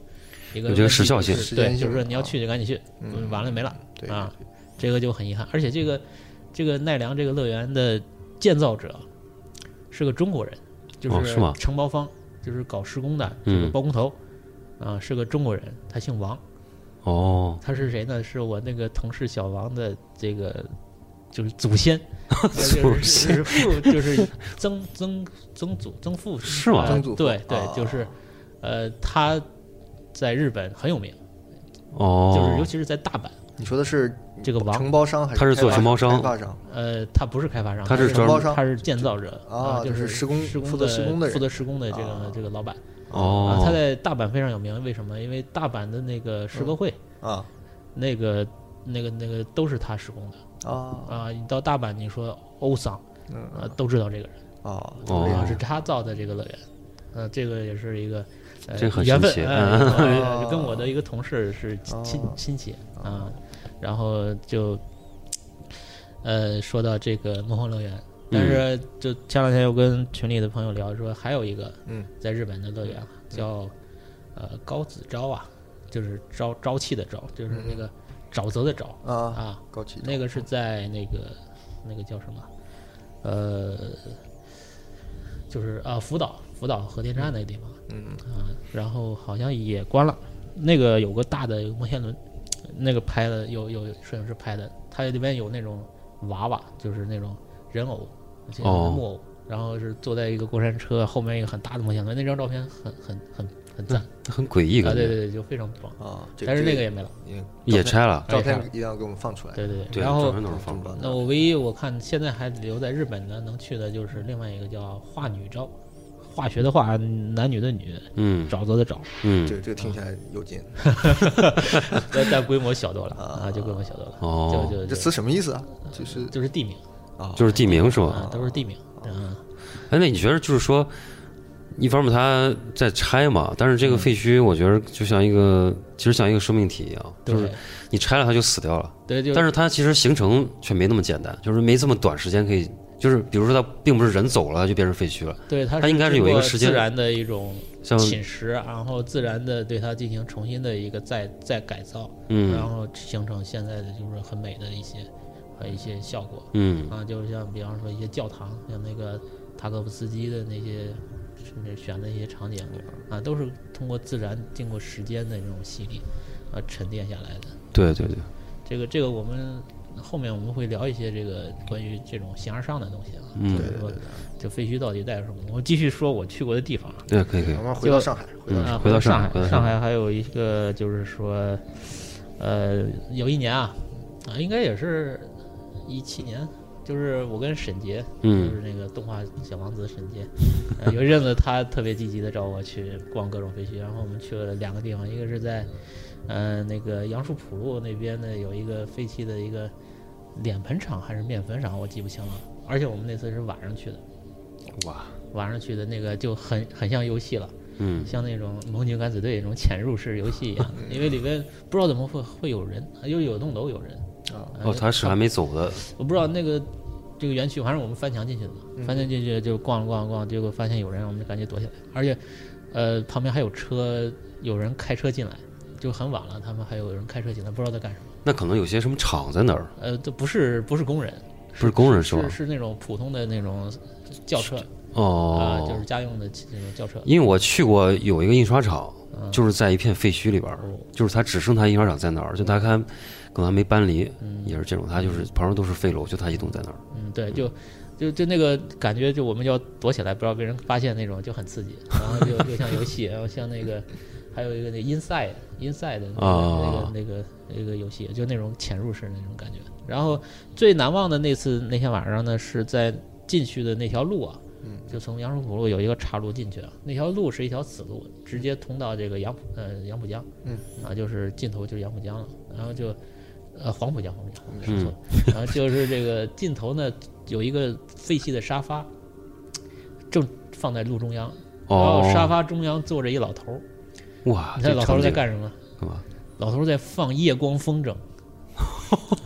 [SPEAKER 5] 一个
[SPEAKER 3] 有这个
[SPEAKER 5] 问
[SPEAKER 3] 时
[SPEAKER 5] 题
[SPEAKER 3] 效
[SPEAKER 5] 就是
[SPEAKER 4] 性时
[SPEAKER 5] 对，
[SPEAKER 4] 间
[SPEAKER 5] 就
[SPEAKER 4] 性
[SPEAKER 5] 是说你要
[SPEAKER 4] 啊
[SPEAKER 5] 去就赶紧去，
[SPEAKER 4] 嗯
[SPEAKER 5] 完了没了，
[SPEAKER 4] 对
[SPEAKER 5] 啊这个就很遗憾。而且这个这个奈良这个乐园的建造者是个中国人，就
[SPEAKER 3] 哦是吗
[SPEAKER 5] 承包方，就是搞施工的这
[SPEAKER 3] 嗯
[SPEAKER 5] 个包工头，啊，是个中国人，他姓王，
[SPEAKER 3] 哦，
[SPEAKER 5] 他是谁呢？是我那个同事小王的这个就是 祖先，呃
[SPEAKER 3] 祖
[SPEAKER 5] 就是
[SPEAKER 3] 先
[SPEAKER 5] 是父，就是曾曾曾祖曾父
[SPEAKER 3] 是吗
[SPEAKER 5] 呃
[SPEAKER 4] 曾祖父
[SPEAKER 5] 对对
[SPEAKER 4] 哦，
[SPEAKER 5] 就是呃，他在日本很有名，
[SPEAKER 3] 哦，
[SPEAKER 5] 就是尤其是在大阪，
[SPEAKER 4] 你说的是
[SPEAKER 5] 这个王
[SPEAKER 4] 承包商还是
[SPEAKER 3] 他是做
[SPEAKER 4] 开发
[SPEAKER 3] 承包商
[SPEAKER 4] 开发商
[SPEAKER 5] 呃，他不是开发商，
[SPEAKER 3] 他
[SPEAKER 5] 他
[SPEAKER 3] 是
[SPEAKER 4] 承包商
[SPEAKER 5] 他是建造者
[SPEAKER 4] 啊
[SPEAKER 5] 就
[SPEAKER 4] 就是施
[SPEAKER 5] 施
[SPEAKER 4] 工负责施工的人
[SPEAKER 5] 负责施工的这
[SPEAKER 4] 啊
[SPEAKER 5] 个这个老板啊，
[SPEAKER 3] 哦，
[SPEAKER 5] 他在大阪非常有名，为什么？因为大阪的那个世博会，
[SPEAKER 4] 啊
[SPEAKER 5] 那个那个那个都是他施工的。
[SPEAKER 4] 啊
[SPEAKER 5] 啊，你到大阪，你说欧桑，
[SPEAKER 4] 嗯
[SPEAKER 5] 啊，都知道这个人，
[SPEAKER 4] 啊！
[SPEAKER 3] 哦
[SPEAKER 5] 啊，是他造的这个乐园，呃，这个也是一个，呃
[SPEAKER 3] 这很
[SPEAKER 5] 缘
[SPEAKER 3] 神
[SPEAKER 5] 分
[SPEAKER 3] 奇，
[SPEAKER 5] 呃
[SPEAKER 3] 嗯
[SPEAKER 5] 呃跟我的一个同事是亲
[SPEAKER 4] 哦
[SPEAKER 5] 亲戚啊，然后就，呃，说到这个梦幻乐
[SPEAKER 4] 嗯
[SPEAKER 5] 园，但是就前两天又跟群里的朋友聊说，还有一个
[SPEAKER 4] 嗯
[SPEAKER 5] 在日本的乐园啊叫呃高子昭啊，就是朝朝气的朝，就是那个沼泽的沼
[SPEAKER 4] 嗯啊，
[SPEAKER 5] 啊，
[SPEAKER 4] 高启
[SPEAKER 5] 那个是在那个那个叫什么？呃，就是啊，福岛福岛核电站那个地方
[SPEAKER 4] 嗯
[SPEAKER 5] 啊，然后好像也关了。那个有个大的摩天轮，那个拍的有有摄影师拍的，它里面有那种娃娃，就是那种人偶，就是
[SPEAKER 3] 哦
[SPEAKER 5] 木偶，然后是坐在一个过山车后面一个很大的摩天轮，那张照片很很很很赞啊，
[SPEAKER 3] 很诡异，
[SPEAKER 5] 对
[SPEAKER 3] 感
[SPEAKER 5] 对
[SPEAKER 3] 觉
[SPEAKER 5] 对，就非常棒。
[SPEAKER 4] 啊，这
[SPEAKER 5] 嗯但是那个也没了，哎
[SPEAKER 4] 也
[SPEAKER 3] 也拆了。
[SPEAKER 4] 照片一定要给我们放出来。
[SPEAKER 5] 对对
[SPEAKER 3] 对，
[SPEAKER 5] 然后
[SPEAKER 3] 照片都是放出来的。
[SPEAKER 5] 那我唯一我看现在还留在日本的能去的就是另外一个叫化女昭，化学的化，男女的女，
[SPEAKER 3] 嗯
[SPEAKER 5] 沼泽的沼，
[SPEAKER 3] 嗯，
[SPEAKER 4] 这这个听起来有劲，
[SPEAKER 5] 但但规模小多了
[SPEAKER 4] 啊
[SPEAKER 5] 啊，就规模小多了，
[SPEAKER 3] 哦
[SPEAKER 5] 就
[SPEAKER 4] 这
[SPEAKER 5] 就
[SPEAKER 4] 词
[SPEAKER 5] 就
[SPEAKER 4] 什么意思啊？就是
[SPEAKER 5] 就是地名
[SPEAKER 4] 啊，
[SPEAKER 3] 就是地名是吧？
[SPEAKER 5] 啊，都是地名，嗯，
[SPEAKER 3] 哎，那你觉得就是说，一方面它在拆嘛，但是
[SPEAKER 5] 嗯
[SPEAKER 3] 这个废墟，我觉得就像一个，其实像一个生命体一样，就是
[SPEAKER 5] 对
[SPEAKER 3] 你拆了它就死掉了，
[SPEAKER 5] 对，就
[SPEAKER 3] 但是它其实形成却没那么简单，就是没这么短时间可以，就是比如说它并不是人走了它就变成废墟了，
[SPEAKER 5] 对它
[SPEAKER 3] 它应该是有一个
[SPEAKER 5] 经过
[SPEAKER 3] 时间
[SPEAKER 5] 自然的一种
[SPEAKER 3] 像
[SPEAKER 5] 侵蚀，然后自然的对它进行重新的一个再再改造，然
[SPEAKER 3] 嗯
[SPEAKER 5] 后形成现在的就是很美的一些呃一些效果，
[SPEAKER 3] 嗯
[SPEAKER 5] 啊，就是像比方说一些教堂，像那个塔可夫斯基的那些甚至选择一些场景
[SPEAKER 3] 嗯
[SPEAKER 5] 啊，都是通过自然经过时间的这种洗礼啊沉淀下来的。
[SPEAKER 3] 对对对，
[SPEAKER 5] 这个这个我们后面我们会聊一些这个关于这种形而上的东西啊，
[SPEAKER 3] 嗯
[SPEAKER 5] 就是说这废墟到底代表什么？我继续说我去过的地方啊，
[SPEAKER 3] 对可以可以
[SPEAKER 4] 我，们回到上海，回到
[SPEAKER 5] 啊，
[SPEAKER 3] 嗯回到上
[SPEAKER 5] 上
[SPEAKER 3] 海回到上
[SPEAKER 5] 海，上海还有一个就是说，呃，有一年啊，啊，应该也是一七年，就是我跟沈杰，
[SPEAKER 3] 嗯
[SPEAKER 5] 就是那个动画小王子沈杰， 呃，有一阵子他特别积极的找我去逛各种废墟，然后我们去了两个地方，一个是在，呃，那个杨树浦路那边呢有一个废弃的一个脸盆厂还是面粉厂，我记不清了，而且我们那次是晚上去的，
[SPEAKER 3] 哇，
[SPEAKER 5] 晚上去的那个就很很像游戏了。
[SPEAKER 3] 嗯
[SPEAKER 5] 像那种《魔女敢死队》那种潜入式游戏一样， 因为里边不知道怎么会会有人，又有栋楼有人。
[SPEAKER 4] 啊
[SPEAKER 5] 呃
[SPEAKER 3] 哦，他是还没走的，
[SPEAKER 5] 我不知道那个这个园区，反正我们翻墙进去的嘛，
[SPEAKER 3] 嗯
[SPEAKER 5] 翻墙进去就逛了逛了逛，结果发现有人，我们就赶紧躲起来。而且，呃，旁边还有车，有人开车进来，就很晚了，他们还有人开车进来，不知道在干什么。
[SPEAKER 3] 那可能有些什么厂在哪儿？
[SPEAKER 5] 呃，这不是不是工人，
[SPEAKER 3] 不是工人是吧
[SPEAKER 5] 是是那种普通的那种轿车啊、
[SPEAKER 3] 哦，
[SPEAKER 5] 就是家用的那种轿车。
[SPEAKER 3] 因为我去过有一个印刷厂，
[SPEAKER 5] 嗯哦
[SPEAKER 3] 就是在一片废墟里边儿，就是它只剩它印刷厂在那儿，就它
[SPEAKER 5] 嗯
[SPEAKER 3] 还可能还没搬离，也是这种，它就是旁边都是废楼，就它一栋在那儿。
[SPEAKER 5] 嗯，对，就就就那个感觉，就我们就要躲起来，不要被人发现那种，就很刺激。然后就就像游戏，然后像那个还有一个那 Inside Inside 的那个、
[SPEAKER 3] 哦
[SPEAKER 5] 那个那个那个游戏，就那种潜入式的那种感觉。然后最难忘的那次那天晚上呢，是在进去的那条路啊。就从杨浦路有一个岔路进去啊，那条路是一条死路，直接通到这个杨浦呃杨浦江，
[SPEAKER 4] 嗯
[SPEAKER 5] 啊就是尽头就是杨浦江了，然后就呃黄浦江黄浦江说错了，然后就是这个尽头呢有一个废弃的沙发，正放在路中央，然后沙
[SPEAKER 3] 哦，
[SPEAKER 5] 发中央坐着一老头儿，
[SPEAKER 3] 哇，
[SPEAKER 5] 你
[SPEAKER 3] 这
[SPEAKER 5] 猜老头
[SPEAKER 3] 场
[SPEAKER 5] 儿在
[SPEAKER 3] 景
[SPEAKER 5] 干什么？
[SPEAKER 3] 干嘛？
[SPEAKER 5] 老头儿在放夜光风筝，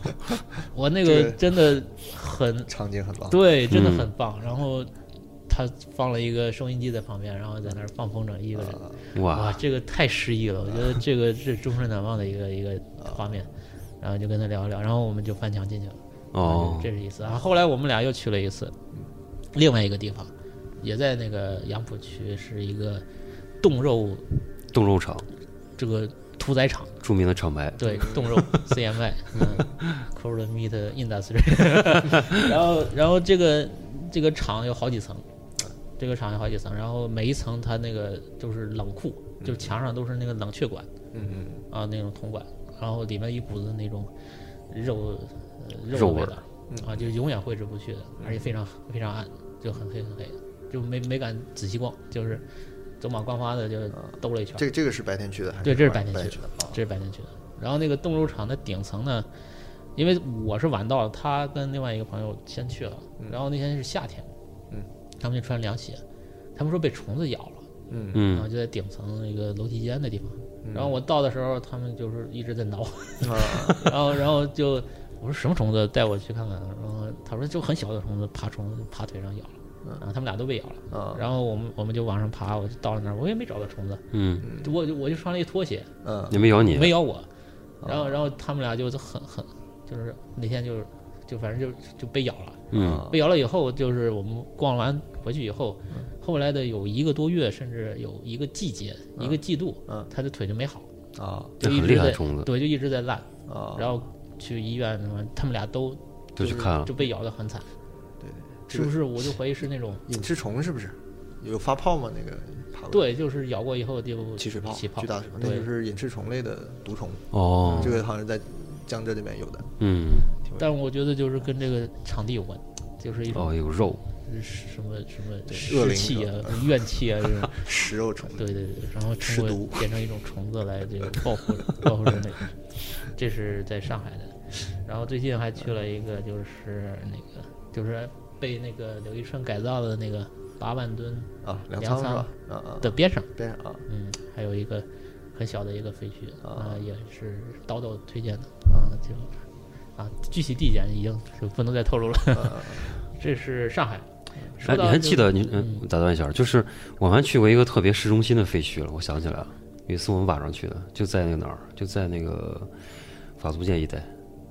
[SPEAKER 5] 我那
[SPEAKER 4] 这
[SPEAKER 5] 个
[SPEAKER 4] 个
[SPEAKER 5] 真的很
[SPEAKER 4] 场景很啊棒。
[SPEAKER 5] 对，真的
[SPEAKER 3] 嗯
[SPEAKER 5] 很棒。然后他放了一个收音机在旁边，然后在那儿放风筝，一个人。哇，
[SPEAKER 3] 啊哇，
[SPEAKER 5] 这个太诗意了，我觉得这个是终身难忘的一个一个画
[SPEAKER 3] 啊
[SPEAKER 5] 面。然后就跟他聊一聊，然后我们就翻墙进去了。
[SPEAKER 3] 哦，
[SPEAKER 5] 这是一次啊。后来我们俩又去了一次，另外一个地方，也在那个杨浦区，是一个冻肉
[SPEAKER 3] 冻肉厂，
[SPEAKER 5] 这个屠宰场。
[SPEAKER 3] 著名的厂牌，
[SPEAKER 5] 对，冻 肉 CMY，嗯 c o l d Meat Industry，然后然后这个这个厂有好几层，这个厂有好几层，然后每一层它那个就是冷库，就是墙上都是那个冷却管，嗯嗯，啊那种铜管，然后里面一股子那种肉呃肉
[SPEAKER 3] 肉
[SPEAKER 5] 的
[SPEAKER 3] 味
[SPEAKER 5] 味嗯
[SPEAKER 3] 儿
[SPEAKER 5] 道，啊就永远挥之不去的，而且非常非常暗，就很黑很黑，就没没敢仔细逛，就是走马观花的就兜了一圈儿。
[SPEAKER 4] 这这个是白天去的，还
[SPEAKER 5] 对，这是白
[SPEAKER 4] 晚
[SPEAKER 5] 天
[SPEAKER 4] 白
[SPEAKER 5] 去
[SPEAKER 4] 去的啊。
[SPEAKER 5] 这是白天去的。然后那个冻肉厂的顶层呢，因为我是晚到了，他跟另外一个朋友先去了，然后那天是夏天，
[SPEAKER 4] 嗯，
[SPEAKER 5] 他们就穿凉鞋，他们说被虫子咬了，然后
[SPEAKER 3] 嗯，
[SPEAKER 5] 就在顶层那个楼梯间的地方。然后我到的时候，他们就是一直在挠，
[SPEAKER 4] 嗯啊，
[SPEAKER 5] 然后然后就我说什么虫子，带我去看看。然后他说就很小的虫子，爬虫子爬腿上咬了，然后他们俩都被咬了
[SPEAKER 4] 啊。
[SPEAKER 5] 然后我们我们就往上爬，我就到了那儿，我也没找到虫子，
[SPEAKER 3] 嗯，
[SPEAKER 5] 我就我就穿了一拖鞋，
[SPEAKER 4] 嗯，
[SPEAKER 3] 也没咬
[SPEAKER 5] 啊
[SPEAKER 3] 你，
[SPEAKER 5] 没
[SPEAKER 3] 啊
[SPEAKER 5] 咬我，
[SPEAKER 4] 哦
[SPEAKER 5] 然后然后他们俩就很很就是那天就是就反正就就被咬了，
[SPEAKER 4] 啊哦
[SPEAKER 3] 嗯，
[SPEAKER 5] 被咬了以后就是我们逛完回去以后，
[SPEAKER 4] 嗯
[SPEAKER 5] 后来的有一个多月甚至有一个季节一个季度
[SPEAKER 4] 嗯，
[SPEAKER 5] 他的腿就没好，
[SPEAKER 4] 啊
[SPEAKER 5] 就
[SPEAKER 3] 这
[SPEAKER 5] 一
[SPEAKER 3] 很厉
[SPEAKER 5] 直
[SPEAKER 3] 害
[SPEAKER 5] 在
[SPEAKER 3] 虫子，
[SPEAKER 5] 对就一直在烂，
[SPEAKER 4] 啊，
[SPEAKER 5] 然后去医院什么，他们俩都
[SPEAKER 3] 就去
[SPEAKER 5] 是
[SPEAKER 3] 看了
[SPEAKER 5] 就，被咬得很惨，
[SPEAKER 4] 嗯对对，
[SPEAKER 5] 是不是？我就怀疑是 那种
[SPEAKER 4] 隐翅虫是不是有发泡吗？那个爬过
[SPEAKER 5] 对，就是咬过以后就
[SPEAKER 4] 起水泡，
[SPEAKER 5] 起泡
[SPEAKER 4] 巨大水泡，那
[SPEAKER 5] 对
[SPEAKER 4] 就。是隐翅虫类的毒虫，
[SPEAKER 3] 哦
[SPEAKER 4] 这，个好像在江浙这边有的。
[SPEAKER 3] 嗯，
[SPEAKER 5] 但我觉得就是跟这个场地有关，就是一种
[SPEAKER 3] 哦，有肉，
[SPEAKER 5] 什么什么
[SPEAKER 4] 恶
[SPEAKER 5] 湿
[SPEAKER 4] 灵
[SPEAKER 5] 气啊
[SPEAKER 4] 是、
[SPEAKER 5] 怨气啊这 种，
[SPEAKER 4] 食肉虫，
[SPEAKER 5] 对对对，然后
[SPEAKER 4] 吃
[SPEAKER 5] 通
[SPEAKER 4] 毒
[SPEAKER 5] 过变成一种虫子来这个报复报复人类，这是在上海的。然后最近还去了一个，就是那个就是被那个刘一春改造的那个八万吨
[SPEAKER 4] 啊，粮
[SPEAKER 5] 粮
[SPEAKER 4] 仓是吧？啊
[SPEAKER 5] 仓
[SPEAKER 4] 啊，
[SPEAKER 5] 的边上，
[SPEAKER 4] 边上啊，
[SPEAKER 5] 嗯，还有一个很小的一个废墟，
[SPEAKER 4] 啊
[SPEAKER 5] 啊、也是叨叨推荐的啊，就啊，具体地点已经就不能再透露
[SPEAKER 4] 嗯
[SPEAKER 5] 了。 这是上海，说
[SPEAKER 3] 哎，你
[SPEAKER 5] 到
[SPEAKER 3] 还
[SPEAKER 5] 就
[SPEAKER 3] 记得你？嗯，我打断一下，就是我们还去过一个特别市中心的废墟了，我想起来了，有一次我们晚上去的，就在那个哪儿，就在那个法租界一带。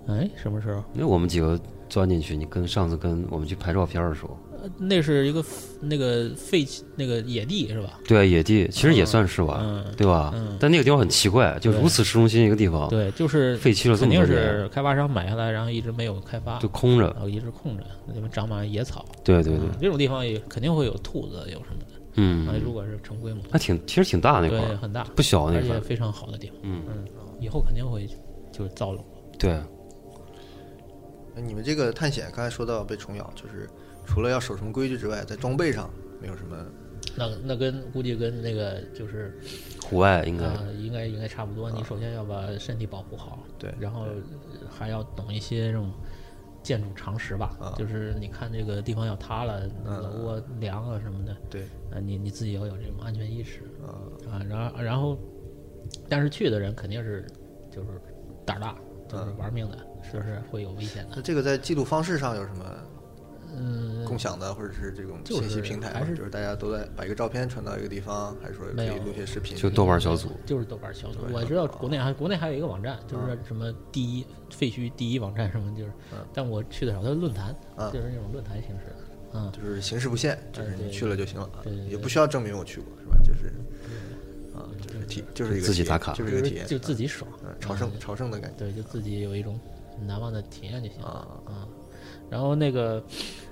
[SPEAKER 5] 哎，什么时候？
[SPEAKER 3] 那我们几个钻进去，你跟上次跟我们去拍照片的时候，
[SPEAKER 5] 那是一个 f- 那个废弃那个野地是吧？
[SPEAKER 3] 对啊，野地其实也算是吧，
[SPEAKER 5] 嗯，
[SPEAKER 3] 对吧？
[SPEAKER 5] 嗯
[SPEAKER 3] 但那个地方很奇怪，就
[SPEAKER 5] 对
[SPEAKER 3] 如此市中心一个地方，
[SPEAKER 5] 对，就是
[SPEAKER 3] 废弃了这
[SPEAKER 5] 肯
[SPEAKER 3] 么多
[SPEAKER 5] 定
[SPEAKER 3] 年，
[SPEAKER 5] 是开发商买下来，然后一直没有开发
[SPEAKER 3] 就，空着
[SPEAKER 5] 然。后一直空着，那地方长满了野草。
[SPEAKER 3] 对对对
[SPEAKER 5] 嗯，这种地方也肯定会有兔子，有什么的。
[SPEAKER 3] 嗯
[SPEAKER 5] 啊，，如果是成规模，
[SPEAKER 3] 还挺其实挺大那块
[SPEAKER 5] 对，哎
[SPEAKER 3] 儿，
[SPEAKER 5] 很大，
[SPEAKER 3] 不小那
[SPEAKER 5] 而
[SPEAKER 3] 块
[SPEAKER 5] 且
[SPEAKER 3] 儿。
[SPEAKER 5] 非常好的地方。
[SPEAKER 3] 嗯，
[SPEAKER 5] 嗯，以后肯定会就是造楼。
[SPEAKER 3] 对，
[SPEAKER 4] 你们这个探险刚才说到被虫咬，就是除了要守什么规矩之外，在装备上没有什么
[SPEAKER 5] 那那跟估计跟那个就是
[SPEAKER 3] 户外应该
[SPEAKER 5] 呃，应该应该差不多。你首先要把身体保护好，
[SPEAKER 4] 对
[SPEAKER 5] 然后还要懂一些这种建筑常识吧，
[SPEAKER 4] 啊嗯
[SPEAKER 5] 就是你看这个地方要塌了，楼啊、梁啊什么的，
[SPEAKER 4] 对
[SPEAKER 5] 呃，你你自己要有这种安全意识
[SPEAKER 4] 啊
[SPEAKER 5] 啊。然后然后，但是去的人肯定是就是胆儿大，就是
[SPEAKER 4] 嗯
[SPEAKER 5] 玩命的，是不是会有危险的？
[SPEAKER 4] 那这个在记录方式上有什么
[SPEAKER 5] 嗯，
[SPEAKER 4] 共享的，或者是这种
[SPEAKER 5] 就是
[SPEAKER 4] 信息平台吗？
[SPEAKER 5] 还是
[SPEAKER 4] 就是大家都在把一个照片传到一个地方，还是说可
[SPEAKER 5] 没
[SPEAKER 4] 以
[SPEAKER 5] 有
[SPEAKER 4] 录些视频？
[SPEAKER 3] 就豆瓣小组，
[SPEAKER 5] 就是豆瓣小组
[SPEAKER 4] 豆瓣。小
[SPEAKER 5] 我
[SPEAKER 4] 组
[SPEAKER 5] 知道国内还国内还有一个网站，就是什么第一废墟第一网站什么，就是
[SPEAKER 4] 啊嗯，啊
[SPEAKER 5] 但我去的少，它是论坛，
[SPEAKER 4] 嗯
[SPEAKER 5] 就是那种论坛形式。嗯，
[SPEAKER 4] 就是形式不限，就是
[SPEAKER 5] 对
[SPEAKER 4] 你
[SPEAKER 5] 哎对
[SPEAKER 4] 去了就行了，
[SPEAKER 5] 对对对
[SPEAKER 4] 也不需要证明我去过，是吧？就是啊，就是体，就是一个
[SPEAKER 3] 自己
[SPEAKER 4] 体
[SPEAKER 3] 打
[SPEAKER 4] 验
[SPEAKER 3] 卡
[SPEAKER 4] 就是一
[SPEAKER 5] 就
[SPEAKER 4] 个
[SPEAKER 5] 是
[SPEAKER 4] 体验，
[SPEAKER 5] 就自己爽
[SPEAKER 4] 嗯，朝圣朝圣的感觉
[SPEAKER 5] 对，就自己有一种难忘的体验就行了。
[SPEAKER 4] 啊，
[SPEAKER 5] 嗯，然后那个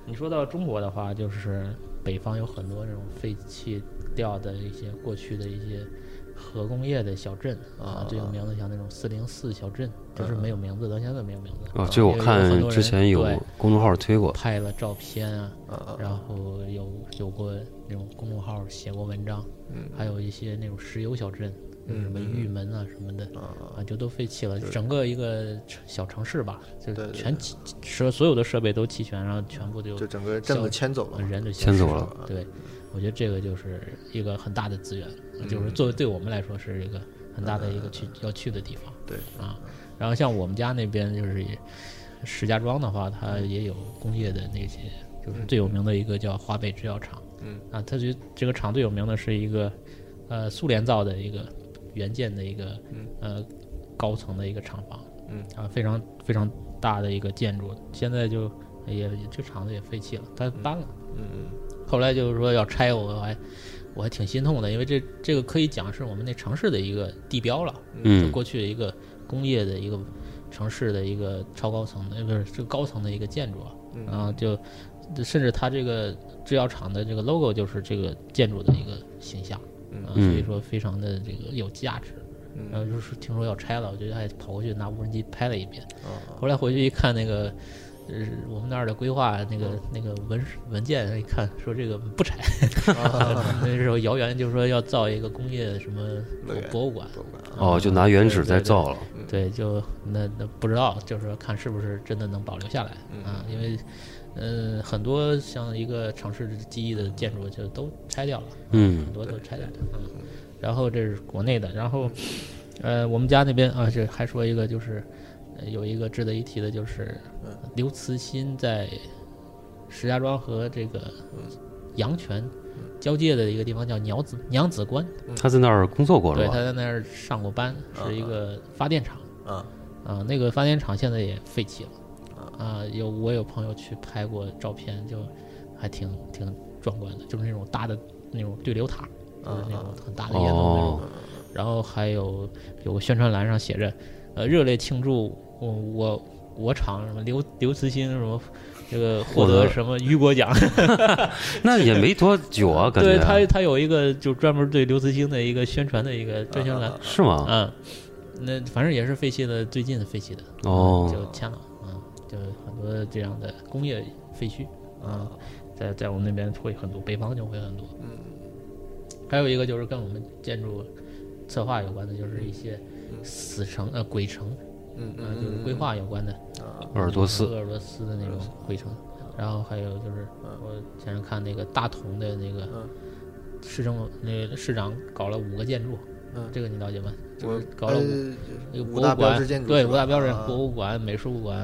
[SPEAKER 5] 你说到中国的话，就是北方有很多这种废弃掉的一些过去的一些核工业的小镇啊
[SPEAKER 4] 啊，
[SPEAKER 5] 最有名的像那种四零四小镇，
[SPEAKER 3] 嗯
[SPEAKER 5] 就是没有名字，到现在没有名字。啊
[SPEAKER 3] 哦，这个我看
[SPEAKER 5] 有很多人
[SPEAKER 3] 之前有
[SPEAKER 5] 对
[SPEAKER 3] 公众号推过，
[SPEAKER 5] 拍了照片啊，
[SPEAKER 4] 啊
[SPEAKER 5] 然后有有过那种公众号写过文章，
[SPEAKER 4] 嗯
[SPEAKER 5] 还有一些那种石油小镇，
[SPEAKER 3] 嗯
[SPEAKER 5] 有什么玉门啊什么的，
[SPEAKER 4] 啊
[SPEAKER 5] 啊就都废弃了，整个一个城小城市吧，就
[SPEAKER 4] 对
[SPEAKER 5] 是
[SPEAKER 4] 对
[SPEAKER 5] 全齐设所有的设备都齐全，然后全部就
[SPEAKER 4] 就整个镇子迁走了嘛，
[SPEAKER 5] 人就
[SPEAKER 3] 迁走
[SPEAKER 5] 消失
[SPEAKER 3] 了。
[SPEAKER 5] 对，我觉得这个就是一个很大的资源，
[SPEAKER 4] 嗯
[SPEAKER 5] 就是作为对我们来说是一个很大的一个去要去的地方。
[SPEAKER 4] 对
[SPEAKER 5] 啊，然后像我们家那边就是石家庄的话，它也有工业的那些，就是最有名的一个叫华北制药厂。
[SPEAKER 4] 嗯
[SPEAKER 5] 啊，它就这个厂最有名的是一个呃苏联造的一个原件的一个、
[SPEAKER 4] 嗯
[SPEAKER 5] 呃高层的一个厂房。
[SPEAKER 4] 嗯
[SPEAKER 5] 啊，非常非常大的一个建筑，现在就也这厂子也废弃了，它搬了。
[SPEAKER 4] 嗯
[SPEAKER 5] 后来就是说要拆，我还我还挺心痛的，因为这这个可以讲是我们那城市的一个地标了，就
[SPEAKER 3] 嗯，
[SPEAKER 5] 过去的一个工业的一个城市的一个超高层的，呃不是这个高层的一个建筑啊，
[SPEAKER 4] 嗯
[SPEAKER 5] 然后就甚至它这个制药厂的这个 logo 就是这个建筑的一个形象，
[SPEAKER 4] 嗯
[SPEAKER 5] 啊，所以说非常的这个有价值。然后
[SPEAKER 4] 嗯
[SPEAKER 5] 就是听说要拆了，我就还跑过去拿无人机拍了一遍。
[SPEAKER 4] 啊
[SPEAKER 5] 后来回去一看，那个呃我们那儿的规划那个那个文文件，一看说这个不拆。
[SPEAKER 4] 哦
[SPEAKER 5] 那时候谣言就说要造一个工业什么
[SPEAKER 4] 啊乐园
[SPEAKER 5] 博物馆，
[SPEAKER 4] 博物馆啊
[SPEAKER 3] 哦，就拿原址
[SPEAKER 5] 对对
[SPEAKER 3] 再
[SPEAKER 5] 嗯对
[SPEAKER 3] 造了，
[SPEAKER 5] 对，就那那不知道，就是说看是不是真的能保留下来啊，因为。嗯，很多像一个城市记忆的建筑就都拆掉了，
[SPEAKER 3] 嗯
[SPEAKER 5] 很，多都拆掉了。嗯，然后这是国内的，然后，呃，我们家那边啊，这还说一个就是，呃有一个值得一提的就是
[SPEAKER 4] 嗯，
[SPEAKER 5] 刘慈欣在石家庄和这个阳泉交界的一个地方叫娘子娘子关，
[SPEAKER 3] 他在那儿工作过
[SPEAKER 5] 嗯对，
[SPEAKER 3] 了
[SPEAKER 5] 他
[SPEAKER 3] 吧？
[SPEAKER 5] 在那儿上过班，是一个发电厂。
[SPEAKER 4] 啊
[SPEAKER 5] 啊、那个发电厂现在也废弃了，啊、有我有朋友去拍过照片，就还挺挺壮观的，就是那种大的那种对流塔，就是那种很大的烟囱那种。
[SPEAKER 3] 哦，
[SPEAKER 5] 然后还有有个宣传栏上写着，呃，热烈庆祝我我我厂什么刘刘慈欣什么这个获
[SPEAKER 3] 获
[SPEAKER 5] 得
[SPEAKER 3] 得
[SPEAKER 5] 什么雨果奖，
[SPEAKER 3] 那也没多久啊，感
[SPEAKER 5] 对他
[SPEAKER 3] 觉
[SPEAKER 5] 他有一个就专门对刘慈欣的一个宣传的一个专宣栏，
[SPEAKER 3] 是吗？
[SPEAKER 5] 啊，那反正也是废弃的，最近废弃的
[SPEAKER 3] 哦
[SPEAKER 5] 就迁了，嗯，就很多这样的工业废墟，
[SPEAKER 4] 啊
[SPEAKER 5] 嗯，在在我们那边会很多，北方就会很多，嗯，还有一个就是跟我们建筑策划有关的，就是一些
[SPEAKER 3] 嗯
[SPEAKER 5] 死城呃鬼城，
[SPEAKER 4] 嗯啊
[SPEAKER 5] 啊，就是规划有关的，
[SPEAKER 3] 鄂尔多斯，
[SPEAKER 5] 鄂尔多斯的那种鬼城，然后还有就是我前阵看那个大同的那个
[SPEAKER 4] 嗯
[SPEAKER 5] 市政那个市长搞了五个建筑，
[SPEAKER 4] 嗯
[SPEAKER 5] 这个你了解吗？就
[SPEAKER 4] 我
[SPEAKER 5] 是搞了五
[SPEAKER 4] 呃
[SPEAKER 5] 一个
[SPEAKER 4] 五
[SPEAKER 5] 博
[SPEAKER 4] 大
[SPEAKER 5] 物
[SPEAKER 4] 标
[SPEAKER 5] 馆
[SPEAKER 4] 志建筑
[SPEAKER 5] 对
[SPEAKER 4] 是吧
[SPEAKER 5] 五大标志
[SPEAKER 4] 啊
[SPEAKER 5] 博物馆、美术馆、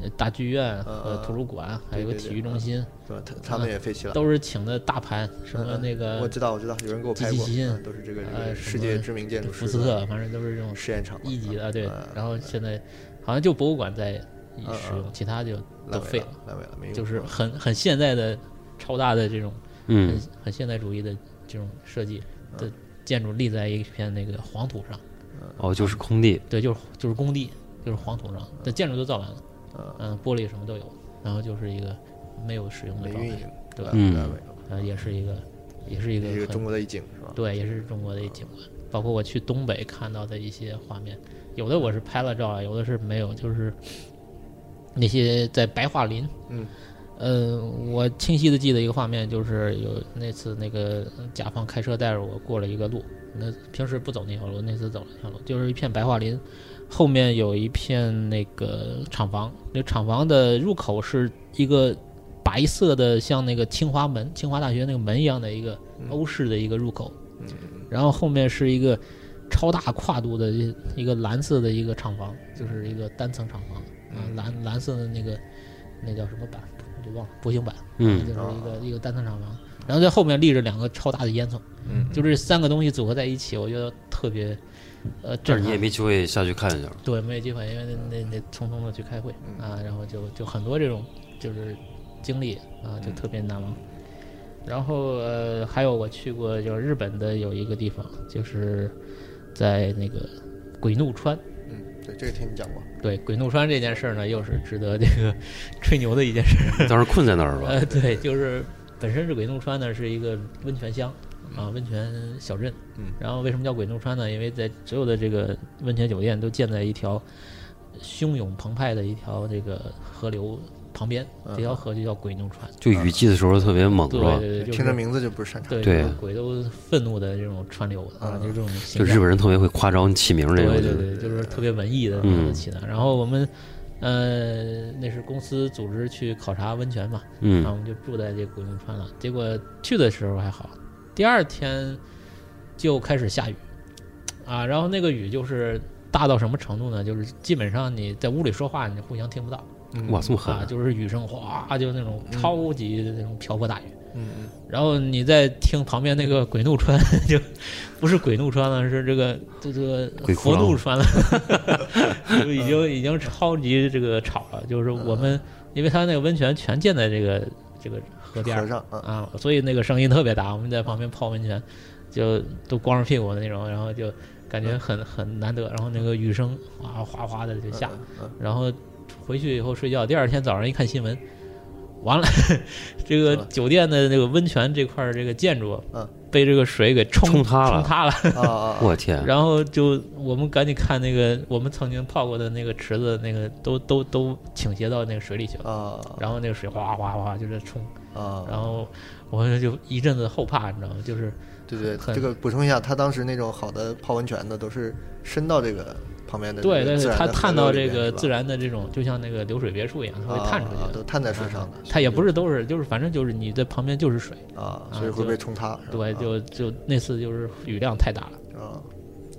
[SPEAKER 5] 呃大剧院和
[SPEAKER 4] 嗯嗯
[SPEAKER 5] 图书馆，还有个
[SPEAKER 4] 对对
[SPEAKER 5] 体
[SPEAKER 4] 对
[SPEAKER 5] 育中心，
[SPEAKER 4] 是吧？嗯他他们也废弃了。
[SPEAKER 5] 都是请的大牌，什么那
[SPEAKER 4] 我
[SPEAKER 5] 个
[SPEAKER 4] 知道，我知道，有人给我
[SPEAKER 5] 基
[SPEAKER 4] 拍
[SPEAKER 5] 基
[SPEAKER 4] 过，
[SPEAKER 5] 基因
[SPEAKER 4] 嗯都是这个这
[SPEAKER 5] 呃
[SPEAKER 4] 个
[SPEAKER 5] 什
[SPEAKER 4] 世
[SPEAKER 5] 么
[SPEAKER 4] 界知名建筑
[SPEAKER 5] 福
[SPEAKER 4] 师
[SPEAKER 5] 斯特，反正都是这种
[SPEAKER 4] 实验场嘛
[SPEAKER 5] 一级的，对
[SPEAKER 4] 嗯。
[SPEAKER 5] 然后现在好像就博物馆在
[SPEAKER 4] 嗯
[SPEAKER 5] 使用，其他就都
[SPEAKER 4] 烂尾
[SPEAKER 5] 废
[SPEAKER 4] 了，烂尾了，没用。嗯
[SPEAKER 5] 就是很很现代的超大的这种很
[SPEAKER 3] 嗯，
[SPEAKER 5] 很现代主义的这种设计
[SPEAKER 4] 嗯
[SPEAKER 5] 的建筑立在一片那个黄土上，
[SPEAKER 3] 哦，就是空地，
[SPEAKER 5] 对，就是就是工地，就是黄土上，但建筑都造完了，
[SPEAKER 4] 嗯，
[SPEAKER 5] 嗯，玻璃什么都有，然后就是一个没有使用的
[SPEAKER 4] 没
[SPEAKER 5] 状
[SPEAKER 4] 运
[SPEAKER 5] 态，
[SPEAKER 4] 营，
[SPEAKER 5] 对吧？
[SPEAKER 3] 嗯
[SPEAKER 4] 对吧
[SPEAKER 5] 呃，也是一个，也是一个
[SPEAKER 4] 一个
[SPEAKER 5] 很
[SPEAKER 4] 中国的一景是吧？
[SPEAKER 5] 对，也是中国的一景观。包括我去东北看到的一些画面，有的我是拍了照啊，有的是没有，就是那些在白桦林。
[SPEAKER 4] 嗯。
[SPEAKER 5] 呃，我清晰的记得一个画面，就是有那次那个甲方开车带着我过了一个路，那平时不走那条路，那次走了那条路，就是一片白桦林，后面有一片那个厂房，那厂房的入口是一个白色的，像那个清华门、清华大学那个门一样的一个
[SPEAKER 4] 嗯
[SPEAKER 5] 欧式的一个入口，然后后面是一个超大跨度的一一个蓝色的一个厂房，就是一个单层厂房
[SPEAKER 4] 嗯
[SPEAKER 5] 啊，
[SPEAKER 3] 嗯
[SPEAKER 5] 蓝蓝色的那个那叫什么板，我就忘了，薄型板，
[SPEAKER 3] 嗯
[SPEAKER 5] 就是一
[SPEAKER 4] 啊
[SPEAKER 5] 个一个单层厂房，然后在后面立着两个超大的烟囱，
[SPEAKER 4] 嗯，
[SPEAKER 5] 就这三个东西组合在一起，我觉得特别呃
[SPEAKER 3] 这儿
[SPEAKER 5] 震
[SPEAKER 3] 你也
[SPEAKER 5] 撼。
[SPEAKER 3] 没机会下去看 一下。
[SPEAKER 5] 对，没有机会，因为那那那匆匆的去开会啊，然后就就很多这种就是经历啊，就特别难忘。然后呃，还有我去过就是日本的有一个地方，就是在那个鬼怒川。
[SPEAKER 4] 嗯，对，这个听你讲过，
[SPEAKER 5] 对，鬼怒川这件事儿呢，又是值得这个吹牛的一件事儿。
[SPEAKER 3] 当时困在那儿了吧？
[SPEAKER 5] 呃，对，就是本身是鬼怒川呢是一个温泉乡啊，温泉小镇。
[SPEAKER 4] 嗯，
[SPEAKER 5] 然后为什么叫鬼怒川呢？因为在所有的这个温泉酒店都建在一条汹涌澎湃的一条这个河流旁边，这条河就叫鬼怒川。
[SPEAKER 3] 就雨季的时候特别猛，是
[SPEAKER 5] 对
[SPEAKER 3] 吧？
[SPEAKER 5] 对对，就是
[SPEAKER 4] 听着名字就不是善茬。
[SPEAKER 5] 对
[SPEAKER 3] 对
[SPEAKER 5] 就是鬼都愤怒的这种川流啊，就是这种
[SPEAKER 3] 就
[SPEAKER 5] 形
[SPEAKER 3] 日
[SPEAKER 5] 象。
[SPEAKER 3] 本人特别会夸张起名这
[SPEAKER 5] 对
[SPEAKER 3] 个，
[SPEAKER 5] 对对，就是特别文艺的名字起的。然后我们呃，那是公司组织去考察温泉嘛，然后
[SPEAKER 3] 嗯
[SPEAKER 5] 我们就住在这鬼木川了。结果去的时候还好，第二天就开始下雨啊，然后那个雨就是大到什么程度呢？就是基本上你在屋里说话，你互相听不到
[SPEAKER 4] 嗯
[SPEAKER 3] 哇，这么狠
[SPEAKER 5] 啊，，就是雨声哗，就那种超级的那种瓢泼大雨。
[SPEAKER 4] 嗯
[SPEAKER 5] 然后你再听旁边那个鬼怒川， 就不是鬼怒川了，是这个这个
[SPEAKER 3] 鬼哭
[SPEAKER 5] 佛
[SPEAKER 3] 狼
[SPEAKER 5] 怒川了， 就已经已经超级这个吵了。就是我们，因为它那个温泉全建在这个这个河
[SPEAKER 4] 嗯，
[SPEAKER 5] 边
[SPEAKER 4] 和
[SPEAKER 5] 儿
[SPEAKER 4] 尚啊，
[SPEAKER 5] 啊，所以那个声音特别大。我们在旁边泡温泉，就都光着屁股的那种，然后就感觉很很难得。然后那个雨声哗哗哗的就下，
[SPEAKER 4] 嗯
[SPEAKER 5] 然后回去以后睡觉，第二天早上一看新闻，完了， 这个酒店的那个温泉这块儿这个建筑，
[SPEAKER 4] 嗯，
[SPEAKER 5] 被这个水给冲
[SPEAKER 3] 冲塌了哎
[SPEAKER 5] 冲塌了。
[SPEAKER 4] 啊啊，啊
[SPEAKER 3] 我天，
[SPEAKER 5] 然后就我们赶紧看那个我们曾经泡过的那个池子，那个都都都倾斜到那个水里去了。
[SPEAKER 4] 啊
[SPEAKER 5] 然后那个水哗哗哗就在冲，
[SPEAKER 4] 啊，
[SPEAKER 5] 然后我就一阵子后怕，你知道吗？就是
[SPEAKER 4] 对对，
[SPEAKER 5] 很
[SPEAKER 4] 这个补充一下，他当时那种好的泡温泉的都是伸到这个旁边的这
[SPEAKER 5] 对
[SPEAKER 4] 个
[SPEAKER 5] 对
[SPEAKER 4] 自
[SPEAKER 5] 对，
[SPEAKER 4] 然
[SPEAKER 5] 它
[SPEAKER 4] 的河
[SPEAKER 5] 探
[SPEAKER 4] 流
[SPEAKER 5] 到
[SPEAKER 4] 里
[SPEAKER 5] 这
[SPEAKER 4] 面
[SPEAKER 5] 个
[SPEAKER 4] 是吧
[SPEAKER 5] 自然的这种，就像那个流水别墅一样，它会
[SPEAKER 4] 啊
[SPEAKER 5] 探出去嗯
[SPEAKER 4] 啊
[SPEAKER 5] 的
[SPEAKER 4] 啊，都探在水上的
[SPEAKER 5] 它也不是都是，就是反正就是你在旁边就是水，
[SPEAKER 4] 啊，
[SPEAKER 5] 啊
[SPEAKER 4] 所以会
[SPEAKER 5] 就
[SPEAKER 4] 被冲塌是吧。
[SPEAKER 5] 对，就就那次就是雨量太大了，
[SPEAKER 4] 啊，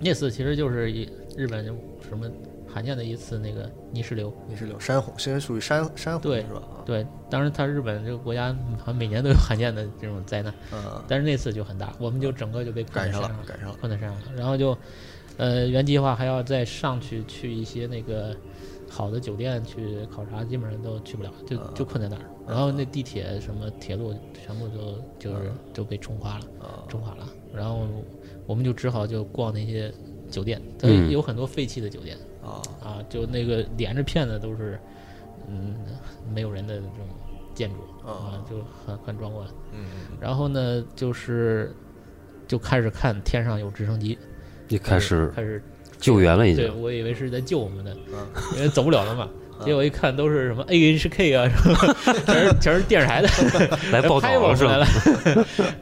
[SPEAKER 5] 那次其实就是一日本什么罕见的一次那个泥石流，
[SPEAKER 4] 你是柳山洪，现在属于山山洪
[SPEAKER 5] 对
[SPEAKER 4] 是吧？啊
[SPEAKER 5] 对，当然它日本这个国家好像每年都有罕见的这种灾难，
[SPEAKER 4] 嗯，
[SPEAKER 5] 但是那次就很大，我们就整个就被困
[SPEAKER 4] 赶
[SPEAKER 5] 在
[SPEAKER 4] 上
[SPEAKER 5] 山
[SPEAKER 4] 了
[SPEAKER 5] 上，了，
[SPEAKER 4] 赶上了。
[SPEAKER 5] 困在山上了，然后就呃原计划还要再上去去一些那个好的酒店去考察，基本上都去不了，就
[SPEAKER 4] 啊
[SPEAKER 5] 就困在那儿，然后那地铁什么铁路全部都就是都被冲垮了。
[SPEAKER 4] 啊，
[SPEAKER 5] 中华了，然后我们就只好就逛那些酒店，它
[SPEAKER 3] 嗯
[SPEAKER 5] 有很多废弃的酒店、
[SPEAKER 4] 啊，
[SPEAKER 5] 啊，就那个连着片的都是，嗯，没有人的这种建筑
[SPEAKER 4] 哦
[SPEAKER 5] 啊，就很很壮观。
[SPEAKER 4] 嗯，
[SPEAKER 5] 然后呢，就是就开始看天上有直升机，
[SPEAKER 3] 一开始
[SPEAKER 5] 开始
[SPEAKER 3] 救援了已
[SPEAKER 5] 对
[SPEAKER 3] 经，
[SPEAKER 5] 我以为是在救我们的，因为走不了了嘛。结果一看都是什么 AHK 啊，什么全是全是电视台的，
[SPEAKER 3] 来报道
[SPEAKER 5] 拍我
[SPEAKER 3] 了是
[SPEAKER 5] 回来
[SPEAKER 3] 吧
[SPEAKER 5] 了？。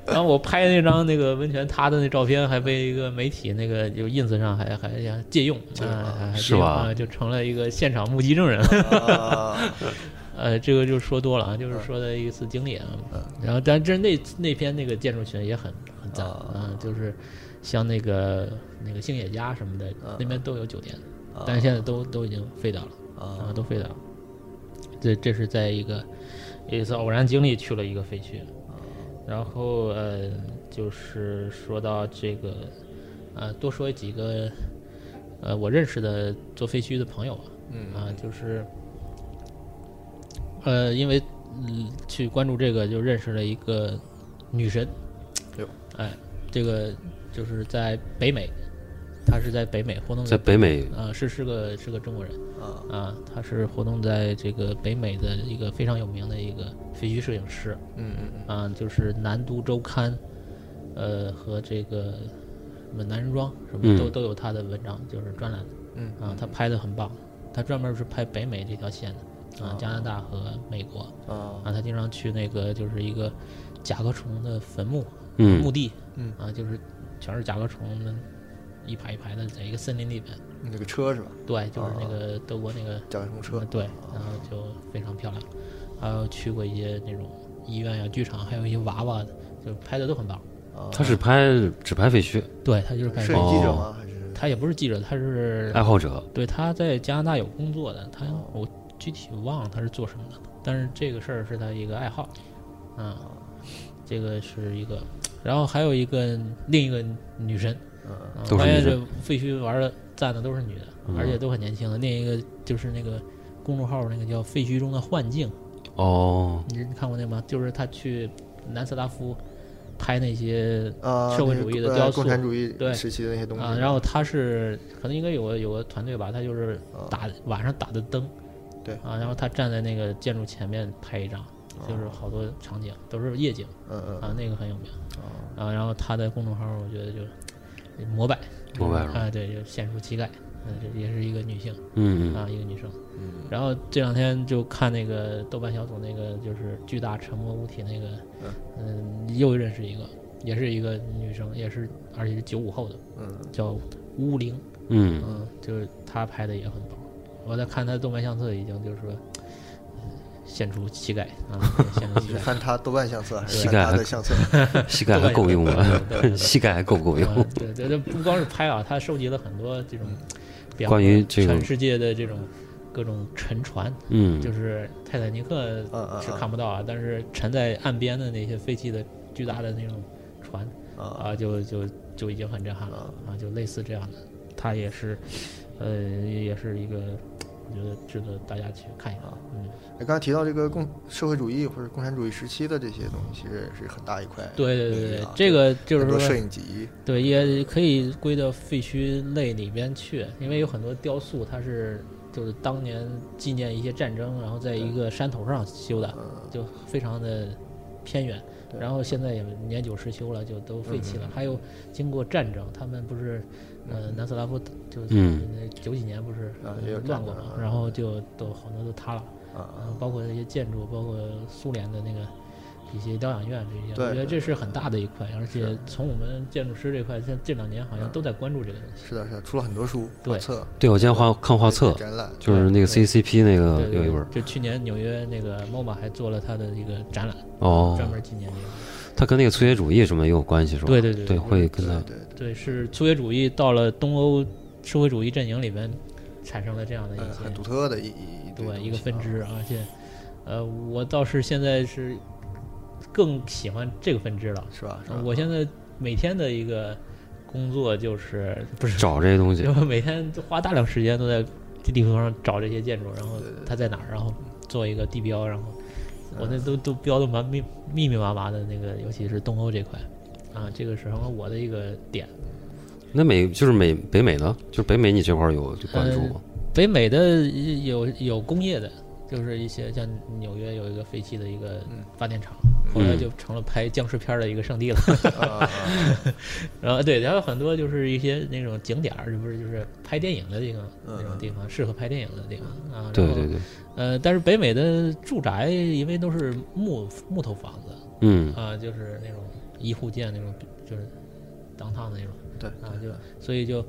[SPEAKER 5] 然后我拍那张那个温泉塌的那照片，还被一个媒体那个就 ins 上还还还借用，啊，还还
[SPEAKER 3] 是
[SPEAKER 5] 借用
[SPEAKER 3] 吧
[SPEAKER 5] 啊，就成了一个现场目击证人。
[SPEAKER 4] 啊，
[SPEAKER 5] 呃，这个就说多了啊，就是说的一次经历
[SPEAKER 3] 嗯
[SPEAKER 5] 啊。然后，但是那那篇那个建筑群也很很赞啊，就是像那个那个星野家什么的，
[SPEAKER 3] 啊
[SPEAKER 5] 那边都有酒店，
[SPEAKER 4] 啊
[SPEAKER 5] 但是现在都都已经废掉了啊，都废掉了。这这是在一个有一次偶然经历去了一个废墟，然后呃，就是说到这个，呃，多说几个呃我认识的嗯啊做废墟的朋友吧，嗯啊，就是。呃，因为嗯去关注这个，就认识了一个女神
[SPEAKER 4] 哎呦。
[SPEAKER 5] 哎，这个就是在北美，她是在北美活动
[SPEAKER 3] 在北美
[SPEAKER 5] 啊、是是个是个中国人
[SPEAKER 4] 啊，
[SPEAKER 5] 啊，她是活动在这个北美的一个非常有名的一个废墟摄影师
[SPEAKER 4] 嗯嗯
[SPEAKER 5] 啊，就是《南都周刊》，呃和这个什么《男人装》什么都、
[SPEAKER 3] 嗯
[SPEAKER 5] 都有她的文章，就是专栏
[SPEAKER 4] 嗯
[SPEAKER 5] 啊，她拍的很棒，她专门是拍北美这条线的
[SPEAKER 3] 哦
[SPEAKER 5] 啊，加拿大和美国
[SPEAKER 4] 嗯啊，
[SPEAKER 5] 啊，她经常去那个就是一个甲壳虫的坟墓
[SPEAKER 3] 嗯
[SPEAKER 5] 墓地，
[SPEAKER 4] 嗯
[SPEAKER 5] 啊，就是全是甲壳虫的，一排一排的，在一个森林里面。
[SPEAKER 4] 那个车是吧？
[SPEAKER 5] 对，就是
[SPEAKER 3] 哦
[SPEAKER 5] 那
[SPEAKER 4] 啊
[SPEAKER 5] 个德国那个
[SPEAKER 4] 甲壳虫车，
[SPEAKER 5] 啊呃
[SPEAKER 4] 啊
[SPEAKER 5] 对，然后就非常漂亮。还有去过一些那种医院呀、剧场，还有一些娃娃，就拍的都很棒。
[SPEAKER 4] 啊，
[SPEAKER 3] 他是拍只拍废墟，
[SPEAKER 5] 对他就是拍
[SPEAKER 4] 摄
[SPEAKER 5] 这个
[SPEAKER 4] 影记者
[SPEAKER 3] 哦
[SPEAKER 4] 吗？还是
[SPEAKER 5] 他也不是记者，他是
[SPEAKER 3] 爱好者
[SPEAKER 5] 对他在加拿大有工作的，他
[SPEAKER 3] 哦
[SPEAKER 5] 我具体忘了他是做什么的，但是这个事儿是他一个爱好，嗯，这个是一个，然后还有一个另一个女神，嗯
[SPEAKER 3] 都是
[SPEAKER 5] 发现
[SPEAKER 3] 女
[SPEAKER 5] 这
[SPEAKER 3] 神嗯
[SPEAKER 5] 废墟玩的赞的都是女的，而且都很年轻的。另一个就是那个公众号那个叫“废墟中的幻境
[SPEAKER 3] 哦”，，
[SPEAKER 5] 你看过那吗？就是他去南斯拉夫拍那些
[SPEAKER 4] 啊，
[SPEAKER 5] 社会
[SPEAKER 4] 那
[SPEAKER 5] 主
[SPEAKER 4] 个
[SPEAKER 5] 义的
[SPEAKER 4] 呃
[SPEAKER 5] 雕塑
[SPEAKER 4] 共产主义
[SPEAKER 5] 对
[SPEAKER 4] 时期的那些东西
[SPEAKER 5] 啊，然后他是可能应该有个有个团队吧，他就是打晚上打的灯，
[SPEAKER 4] 对
[SPEAKER 5] 啊，然后他站在那个建筑前面拍一张，就是好多场景都是夜景
[SPEAKER 4] 嗯嗯
[SPEAKER 5] 啊，那个很有名啊，然后他的公众号我觉得就哎膜拜
[SPEAKER 3] 膜拜了，
[SPEAKER 5] 啊，对，就显出膝盖，嗯，这也是一个女性
[SPEAKER 3] 嗯嗯
[SPEAKER 5] 啊，一个女生，然后这两天就看那个豆瓣小组那个就是巨大沉默物体那个，嗯，又认识一个，也是一个女生，也是而且是九五后的，
[SPEAKER 4] 嗯
[SPEAKER 5] 叫乌灵。
[SPEAKER 3] 嗯，
[SPEAKER 5] 嗯，就是他拍的也很棒。我在看他的动漫相册，已经就是说显出膝盖 啊，显出
[SPEAKER 4] 你
[SPEAKER 5] 膝
[SPEAKER 4] 是
[SPEAKER 5] 盖。
[SPEAKER 4] 翻他豆瓣相册还是
[SPEAKER 3] 膝
[SPEAKER 4] 翻
[SPEAKER 3] 盖
[SPEAKER 4] 他
[SPEAKER 3] 还
[SPEAKER 4] 的 相册？
[SPEAKER 3] 膝盖还够用吗
[SPEAKER 5] 对对？对
[SPEAKER 3] 膝盖还够不够
[SPEAKER 5] 啊
[SPEAKER 3] 用？嗯
[SPEAKER 5] 对对对，不光是拍啊，他收集了很多这种比较
[SPEAKER 3] 关于这种
[SPEAKER 5] 全世界的这种各种沉船，
[SPEAKER 3] 嗯
[SPEAKER 5] 就是泰坦尼克
[SPEAKER 4] 嗯嗯
[SPEAKER 5] 是看不到啊，但是沉在岸边的那些废弃的巨大的那种船
[SPEAKER 4] 啊
[SPEAKER 5] 啊，就就就已经很震撼了啊，就类似这样的，他也是，呃，也是一个，我觉得值得大家去看一看
[SPEAKER 4] 啊。
[SPEAKER 5] 嗯，
[SPEAKER 4] 刚才提到这个共社会主义或者共产主义时期的这些东西，其实也是很大一块领域啊。
[SPEAKER 5] 对对对对，这个就是
[SPEAKER 4] 很多摄
[SPEAKER 5] 说，
[SPEAKER 4] 影集，
[SPEAKER 5] 对，也可以归到废墟类里边去，因为有很多雕塑，它是就是当年纪念一些战争，然后在一个山头上修的，
[SPEAKER 4] 嗯
[SPEAKER 5] 就非常的偏远。
[SPEAKER 4] 对嗯
[SPEAKER 5] 然后现在也年久失修了，就都废弃了。还有经过战争，他们不是，呃，南斯拉夫就
[SPEAKER 3] 嗯
[SPEAKER 5] 那九几年不是
[SPEAKER 4] 啊也有战
[SPEAKER 5] 乱
[SPEAKER 4] 争
[SPEAKER 5] 过嘛
[SPEAKER 4] 啊，
[SPEAKER 5] 然后就都好多都塌了，
[SPEAKER 4] 啊，
[SPEAKER 5] 包括那些建筑，包括苏联的那个一些疗养院这些，
[SPEAKER 4] 对
[SPEAKER 5] 我觉
[SPEAKER 4] 对
[SPEAKER 5] 得这是很大的一块。而且从我们建筑师这块，像这两年好像
[SPEAKER 4] 嗯
[SPEAKER 5] 都在关注这个东西。
[SPEAKER 4] 是的，是的，出了很多书、
[SPEAKER 5] 对
[SPEAKER 4] 画册、
[SPEAKER 3] 对，我今天画看画册，
[SPEAKER 4] 展览，
[SPEAKER 3] 就是那个 CCP 那个
[SPEAKER 5] 对
[SPEAKER 3] 嗯有一
[SPEAKER 5] 对
[SPEAKER 3] 本儿
[SPEAKER 5] 对，就去年纽约那个 MoMA 还做了他的一个展览，
[SPEAKER 3] 哦，
[SPEAKER 5] 专门纪念这个。
[SPEAKER 3] 它跟那个促进主义什么也有关系是吧？
[SPEAKER 5] 对对对
[SPEAKER 3] 对，
[SPEAKER 5] 对
[SPEAKER 3] 会跟
[SPEAKER 4] 对
[SPEAKER 3] 它
[SPEAKER 4] 对对，
[SPEAKER 5] 对，是苏维主义到了东欧社会主义阵营里边，产生了这样的一
[SPEAKER 4] 呃，
[SPEAKER 5] 些、
[SPEAKER 4] 很独特的一一一堆东
[SPEAKER 5] 对
[SPEAKER 4] 西
[SPEAKER 5] 一个分
[SPEAKER 4] 啊
[SPEAKER 5] 支，而且，呃，我倒是现在是更喜欢这个分支了。
[SPEAKER 4] 是吧？是啊吧
[SPEAKER 5] 呃我现在每天的一个工作就是不是，
[SPEAKER 3] 找这些东西
[SPEAKER 5] 然，后每天都花大量时间都在地地图上找这些建筑，然后它在哪儿，然后做一个地标，然后我
[SPEAKER 4] 嗯
[SPEAKER 5] 那都都标的蛮密密密麻麻的那个，尤其是东欧这块。啊，这个是成了我的一个点，
[SPEAKER 3] 那美就是美北美呢，就是北美你这块儿有关
[SPEAKER 5] 呃
[SPEAKER 3] 注吗？
[SPEAKER 5] 北美的有有工业的，就是一些像纽约有一个废弃的一个
[SPEAKER 4] 嗯
[SPEAKER 5] 发电厂，后来就成了拍僵尸片儿的一个圣地了。
[SPEAKER 4] 啊，嗯
[SPEAKER 5] 然后对，然后很多就是一些那种景点儿，这不是就是拍电影的地方，
[SPEAKER 4] 嗯
[SPEAKER 5] 那种地方适合拍电影的地方啊。然
[SPEAKER 3] 对
[SPEAKER 5] 后
[SPEAKER 3] 对。对，
[SPEAKER 5] 呃，但是北美的住宅因为都是木木头房子
[SPEAKER 3] 嗯
[SPEAKER 5] 啊，就是那种一户建那种，就是当趟的那种
[SPEAKER 4] 对，
[SPEAKER 5] 啊，就所以就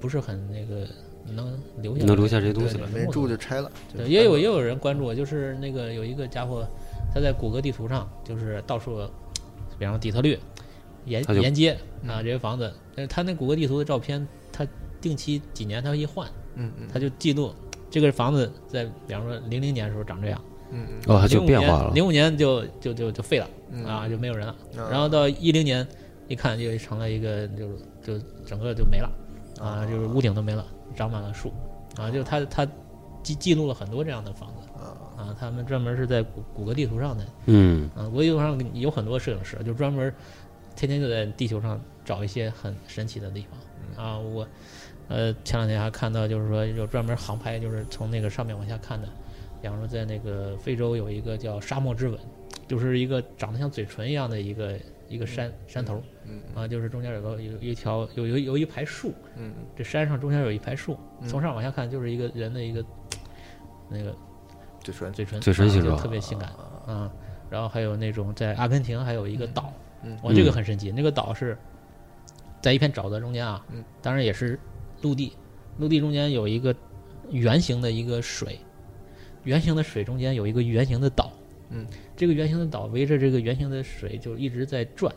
[SPEAKER 5] 不是很那个能留下
[SPEAKER 3] 能
[SPEAKER 5] 来
[SPEAKER 3] 留下这些东西
[SPEAKER 5] 对
[SPEAKER 3] 来
[SPEAKER 5] 对
[SPEAKER 4] 没人住就拆了，就
[SPEAKER 5] 对，也有也
[SPEAKER 4] 有
[SPEAKER 5] 有人关注我，就是那个有一个家伙，他在谷歌地图上就是到处，比方说底特律、沿
[SPEAKER 3] 他就
[SPEAKER 5] 沿街啊这些房子，但是他那谷歌地图的照片，他定期几年他一换，
[SPEAKER 4] 嗯嗯
[SPEAKER 5] 他就记录这个房子在比方说零零年的时候长这样，
[SPEAKER 4] 嗯嗯
[SPEAKER 5] 呃
[SPEAKER 3] 哦，它就变化了，
[SPEAKER 5] 零五年就就就就废了啊，就没有人了，
[SPEAKER 4] 嗯
[SPEAKER 5] 然后到一零年一看就成了一个就是就整个就没了啊，就是屋顶都没了，长满了树啊，就是他他记记录了很多这样的房子。
[SPEAKER 4] 啊，
[SPEAKER 5] 啊，他们专门是在谷谷歌地图上的，
[SPEAKER 3] 嗯
[SPEAKER 5] 啊，谷歌地图上有很多摄影师，就专门天天就在地球上找一些很神奇的地方啊。我呃前两天还看到，就是说有专门航拍，就是从那个上面往下看的，比方说在那个非洲有一个叫沙漠之吻，就是一个长得像嘴唇一样的一个一个山山头，
[SPEAKER 4] 嗯
[SPEAKER 5] 啊，就是中间有个有有一条有有有一排树，
[SPEAKER 4] 嗯
[SPEAKER 5] 这山上中间有一排树，
[SPEAKER 4] 嗯
[SPEAKER 5] 从上往下看就是一个人的一个那个
[SPEAKER 4] 嘴唇，
[SPEAKER 5] 嘴唇，
[SPEAKER 3] 嘴唇
[SPEAKER 5] 啊
[SPEAKER 3] 形
[SPEAKER 5] 就
[SPEAKER 3] 状
[SPEAKER 5] 特别性感啊。然后还有那种在阿根廷还有一个岛，
[SPEAKER 4] 嗯
[SPEAKER 5] 哇，这个很神奇，那个岛是在一片沼泽中间啊，
[SPEAKER 4] 嗯
[SPEAKER 5] 当然也是陆地，陆地中间有一个圆形的一个水，圆形的水中间有一个圆形的岛，
[SPEAKER 4] 嗯，
[SPEAKER 5] 这个圆形的岛围着这个圆形的水就一直在转，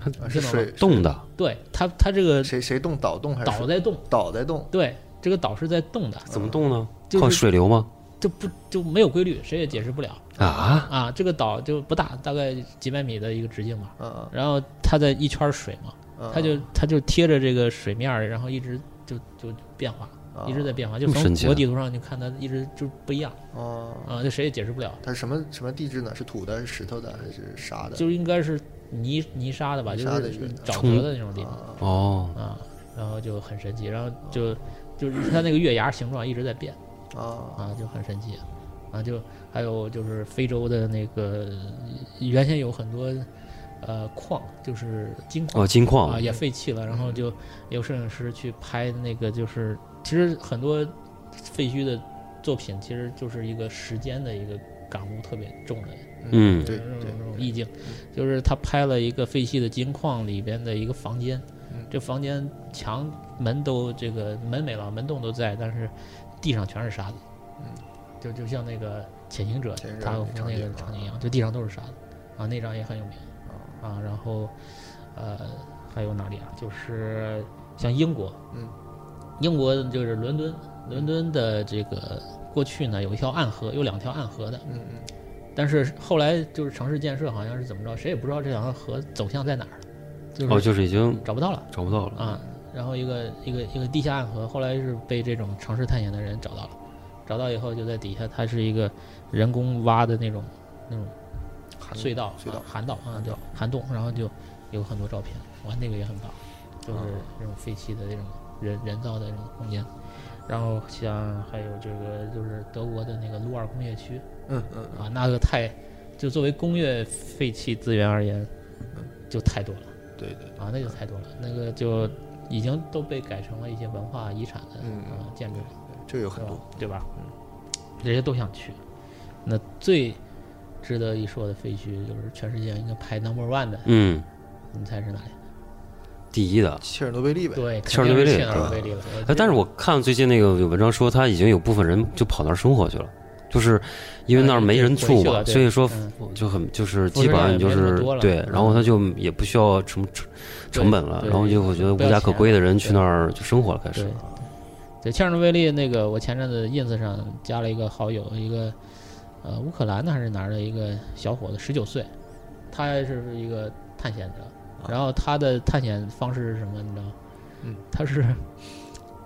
[SPEAKER 4] 啊
[SPEAKER 5] 是
[SPEAKER 4] 是
[SPEAKER 5] 吗
[SPEAKER 4] 水
[SPEAKER 3] 动的，
[SPEAKER 5] 对它它这个
[SPEAKER 4] 谁谁动导动还是
[SPEAKER 5] 岛在动，
[SPEAKER 4] 岛在动？
[SPEAKER 5] 对，这个岛是在动的，
[SPEAKER 3] 怎么动呢？
[SPEAKER 5] 就是
[SPEAKER 3] 靠水流吗？
[SPEAKER 5] 就不就没有规律，谁也解释不了
[SPEAKER 3] 啊，
[SPEAKER 5] 啊。这个岛就不大，大概几百米的一个直径吧。
[SPEAKER 4] 嗯
[SPEAKER 5] 然后它在一圈水嘛，
[SPEAKER 4] 嗯，
[SPEAKER 5] 它就它就贴着这个水面儿，然后一直就就变化，
[SPEAKER 4] 啊
[SPEAKER 5] 一直在变化。就
[SPEAKER 3] 这么
[SPEAKER 5] 从
[SPEAKER 3] 神奇啊
[SPEAKER 5] 国地图上你看它一直就不一样
[SPEAKER 4] 哦，
[SPEAKER 5] 啊，这谁也解释不了。
[SPEAKER 4] 它是什么什么地质呢？是土的、是石头的还是沙的？
[SPEAKER 5] 就应该是泥泥沙的吧，
[SPEAKER 4] 泥
[SPEAKER 5] 就
[SPEAKER 4] 沙的
[SPEAKER 5] 是
[SPEAKER 4] 一个
[SPEAKER 5] 沼泽的那种地方
[SPEAKER 4] 啊
[SPEAKER 3] 哦，
[SPEAKER 5] 啊。然后就很神奇，然后就就是它那个月牙形状一直在变。
[SPEAKER 4] 啊
[SPEAKER 5] 啊，就很神奇，啊，就还有就是非洲的那个原先有很多呃矿，就是金矿
[SPEAKER 3] 哦，金
[SPEAKER 5] 啊，
[SPEAKER 3] 矿，
[SPEAKER 5] 也废弃了，然后就有摄影师去拍那个，就是其实很多废墟的作品，其实就是一个时间的一个感悟特别重的
[SPEAKER 3] 嗯
[SPEAKER 4] 对
[SPEAKER 5] 这种
[SPEAKER 4] 对嗯
[SPEAKER 5] 这种意境，就是他拍了一个废弃的金矿里边的一个房间
[SPEAKER 4] 嗯，
[SPEAKER 5] 这房间墙门都这个门没了，门洞都在，但是地上全是沙子，
[SPEAKER 4] 嗯，
[SPEAKER 5] 就就像那个潜行者
[SPEAKER 4] 潜行者
[SPEAKER 5] 塔可夫
[SPEAKER 4] 那
[SPEAKER 5] 那
[SPEAKER 4] 场
[SPEAKER 5] 个
[SPEAKER 4] 景
[SPEAKER 5] 场景一
[SPEAKER 4] 啊
[SPEAKER 5] 样，就地上都是沙子，啊，那张也很有名
[SPEAKER 4] 哦，
[SPEAKER 5] 啊，然后呃还有哪里啊？就是像英国，
[SPEAKER 4] 嗯，
[SPEAKER 5] 英国就是伦敦，伦敦的这个过去呢有一条暗河，有两条暗河的。
[SPEAKER 4] 嗯嗯
[SPEAKER 5] 但是后来就是城市建设好像是怎么着，谁也不知道这两条河走向在哪儿，
[SPEAKER 3] 哦，
[SPEAKER 5] 就是
[SPEAKER 3] 就是已经
[SPEAKER 5] 找不到了
[SPEAKER 3] 找不到了，
[SPEAKER 5] 啊。然后一个一个一个地下暗河，后来是被这种城市探险的人找到了，找到以后就在底下，它是一个人工挖的那种那种
[SPEAKER 4] 涵
[SPEAKER 5] 隧道、
[SPEAKER 4] 嗯隧道嗯
[SPEAKER 5] 啊涵道啊，叫涵洞，然后就有很多照片，哇，那个也很棒，就是
[SPEAKER 4] 嗯
[SPEAKER 5] 这种废弃的这种人人造的这种空间。然后像还有这个就是德国的那个鲁尔工业区，
[SPEAKER 4] 嗯嗯
[SPEAKER 5] 啊，那个太，就作为工业废弃资源而言，就太多了
[SPEAKER 4] 嗯，对对，
[SPEAKER 5] 啊，那就太多了，那个就已经都被改成了一些文化遗产的
[SPEAKER 4] 嗯
[SPEAKER 5] 啊建筑，
[SPEAKER 4] 这个有很
[SPEAKER 5] 对吧
[SPEAKER 4] 多。？
[SPEAKER 5] 对吧？嗯这些都想去。那最值得一说的废墟，就是全世界应该排 number one 的，
[SPEAKER 3] 嗯，
[SPEAKER 5] 你猜是哪里？
[SPEAKER 3] 第一的。
[SPEAKER 4] 切尔诺贝利呗，
[SPEAKER 5] 对，
[SPEAKER 3] 切
[SPEAKER 5] 肯
[SPEAKER 3] 尔
[SPEAKER 5] 定
[SPEAKER 3] 诺贝
[SPEAKER 5] 是
[SPEAKER 3] 利
[SPEAKER 5] 切尔诺
[SPEAKER 4] 对
[SPEAKER 5] 贝利了。
[SPEAKER 3] 哎，但是我看最近那个有文章说，他已经有部分人就跑那儿生活去了，就是因为那儿没人住
[SPEAKER 5] 回去
[SPEAKER 3] 嘛，
[SPEAKER 5] 了对
[SPEAKER 3] 所以说
[SPEAKER 5] 嗯
[SPEAKER 3] 就很就是
[SPEAKER 5] 服
[SPEAKER 3] 基
[SPEAKER 5] 饰
[SPEAKER 3] 本
[SPEAKER 5] 量
[SPEAKER 3] 上
[SPEAKER 5] 也
[SPEAKER 3] 你就
[SPEAKER 5] 没那么
[SPEAKER 3] 是
[SPEAKER 5] 多了
[SPEAKER 3] 对，
[SPEAKER 5] 嗯
[SPEAKER 3] 然后他就也不需要什么成成本了，
[SPEAKER 5] 对
[SPEAKER 3] 然后就我觉得无
[SPEAKER 5] 不要
[SPEAKER 3] 家可
[SPEAKER 5] 钱
[SPEAKER 3] 归的人去
[SPEAKER 5] 对
[SPEAKER 3] 那儿就生活了，开始
[SPEAKER 5] 对，对，切尔诺贝利那个，我前阵子 ins 上加了一个好友，一个呃乌克兰的还是哪儿的一个小伙子，十九岁，他是一个探险者，然后他的探险方式是什么，你知道吗？
[SPEAKER 4] 嗯，
[SPEAKER 5] 他是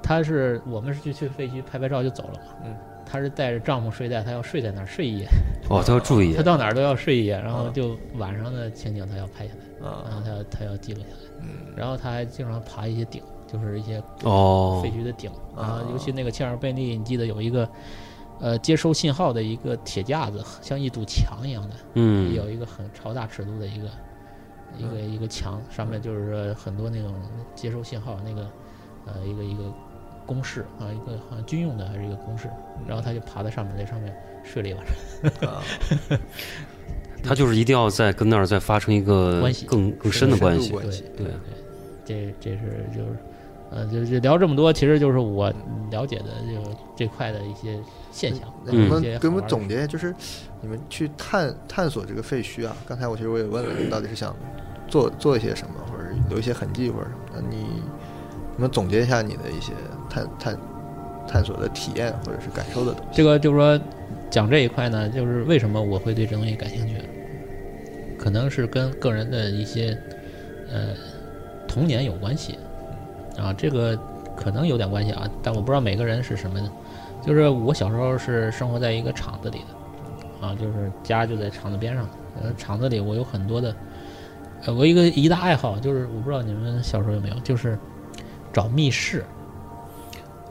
[SPEAKER 5] 他是我们是去去废墟拍拍照就走了嘛，
[SPEAKER 4] 嗯，
[SPEAKER 5] 他是带着帐篷睡袋，他要睡在那儿睡一夜，
[SPEAKER 3] 哦，他要注意
[SPEAKER 5] 他，到哪儿都要睡一夜，然后
[SPEAKER 4] 啊
[SPEAKER 5] 就晚上的情景他要拍下来，然后
[SPEAKER 4] 啊，
[SPEAKER 5] 他要他要记录下来，
[SPEAKER 4] 嗯
[SPEAKER 5] 然后他还经常爬一些顶，就是一些
[SPEAKER 3] 哦
[SPEAKER 5] 废，墟的顶
[SPEAKER 4] 啊
[SPEAKER 5] 啊，尤其那个切尔贝利，你记得有一个呃接收信号的一个铁架子，像一堵墙一样的，
[SPEAKER 3] 嗯，
[SPEAKER 5] 有一个很超大尺度的一个一个一个墙，上面就是说很多那种接收信号那个呃一个一个公式啊，一个好像军用的还是一个公式，然后他就爬在上面，在上面睡了一晚上。
[SPEAKER 4] 啊，
[SPEAKER 3] 他就是一定要在跟那儿再发生一个
[SPEAKER 5] 关系
[SPEAKER 3] 更更深的关系，
[SPEAKER 4] 关系
[SPEAKER 5] 对对，这这是就是。呃，就就聊这么多，其实就是我了解的就这块的一些现象。
[SPEAKER 4] 那能不
[SPEAKER 5] 一些
[SPEAKER 4] 能给我
[SPEAKER 5] 好玩
[SPEAKER 4] 们
[SPEAKER 5] 的
[SPEAKER 4] 总结一下，就是你们去探探索这个废墟啊？刚才我其实我也问了，你到底是想做做一些什么，或者留一些痕迹，或者什么的？你你们总结一下你的一些探探探索的体验或者是感受的东西。
[SPEAKER 5] 这个就是说，讲这一块呢，就是为什么我会对这东西感兴趣，可能是跟个人的一些呃童年有关系啊，这个可能有点关系啊，但我不知道每个人是什么，就是我小时候是生活在一个厂子里的，啊，就是家就在厂子边上。呃，厂子里我有很多的，呃，我有一个一大爱好就是，我不知道你们小时候有没有，就是找密室，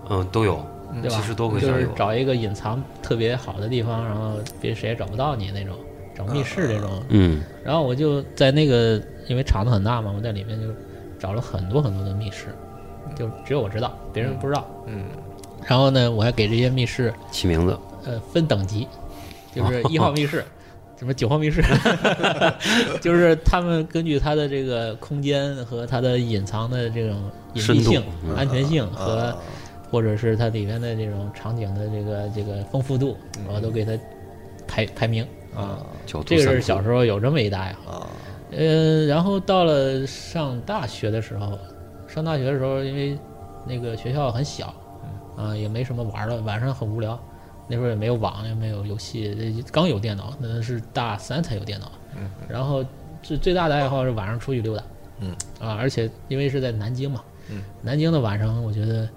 [SPEAKER 3] 嗯，都有，
[SPEAKER 5] 对吧？
[SPEAKER 3] 其实都会
[SPEAKER 5] 就
[SPEAKER 3] 想
[SPEAKER 5] 是
[SPEAKER 3] 有
[SPEAKER 5] 找一个隐藏特别好的地方，然后别谁也找不到你那种，找密室这种。
[SPEAKER 3] 嗯
[SPEAKER 5] 然后我就在那个，因为厂子很大嘛，我在里面就找了很多很多的密室，
[SPEAKER 3] 嗯
[SPEAKER 5] 就只有我知道，别人不知道。
[SPEAKER 4] 嗯，
[SPEAKER 5] 然后呢，我还给这些密室
[SPEAKER 3] 嗯起名字，
[SPEAKER 5] 呃分等 级，就是一号密室，什么九号密室， 就是他们根据它的这个空间和它的隐藏的这种隐
[SPEAKER 3] 深
[SPEAKER 5] 蔽
[SPEAKER 3] 度
[SPEAKER 5] 性、
[SPEAKER 3] 嗯
[SPEAKER 5] 安全性
[SPEAKER 4] 啊
[SPEAKER 5] 和、或者是它里面的这种场景的这个这个丰富度，
[SPEAKER 4] 嗯
[SPEAKER 5] 我都给它排排名啊。
[SPEAKER 3] 角度
[SPEAKER 5] 这个
[SPEAKER 3] 三
[SPEAKER 5] 是
[SPEAKER 3] 步
[SPEAKER 5] 小时候有这么一大爱好。
[SPEAKER 4] 啊
[SPEAKER 5] 嗯，然后到了上大学的时候，上大学的时候，因为那个学校很小，啊、
[SPEAKER 4] 嗯
[SPEAKER 5] 也没什么玩儿的，晚上很无聊。那时候也没有网，也没有游戏，刚有电脑，那是大三才有电脑。然后最最大的爱好是晚上出去溜达。
[SPEAKER 4] 嗯。
[SPEAKER 5] 啊，而且因为是在南京嘛，
[SPEAKER 4] 嗯，
[SPEAKER 5] 南京的晚上我觉得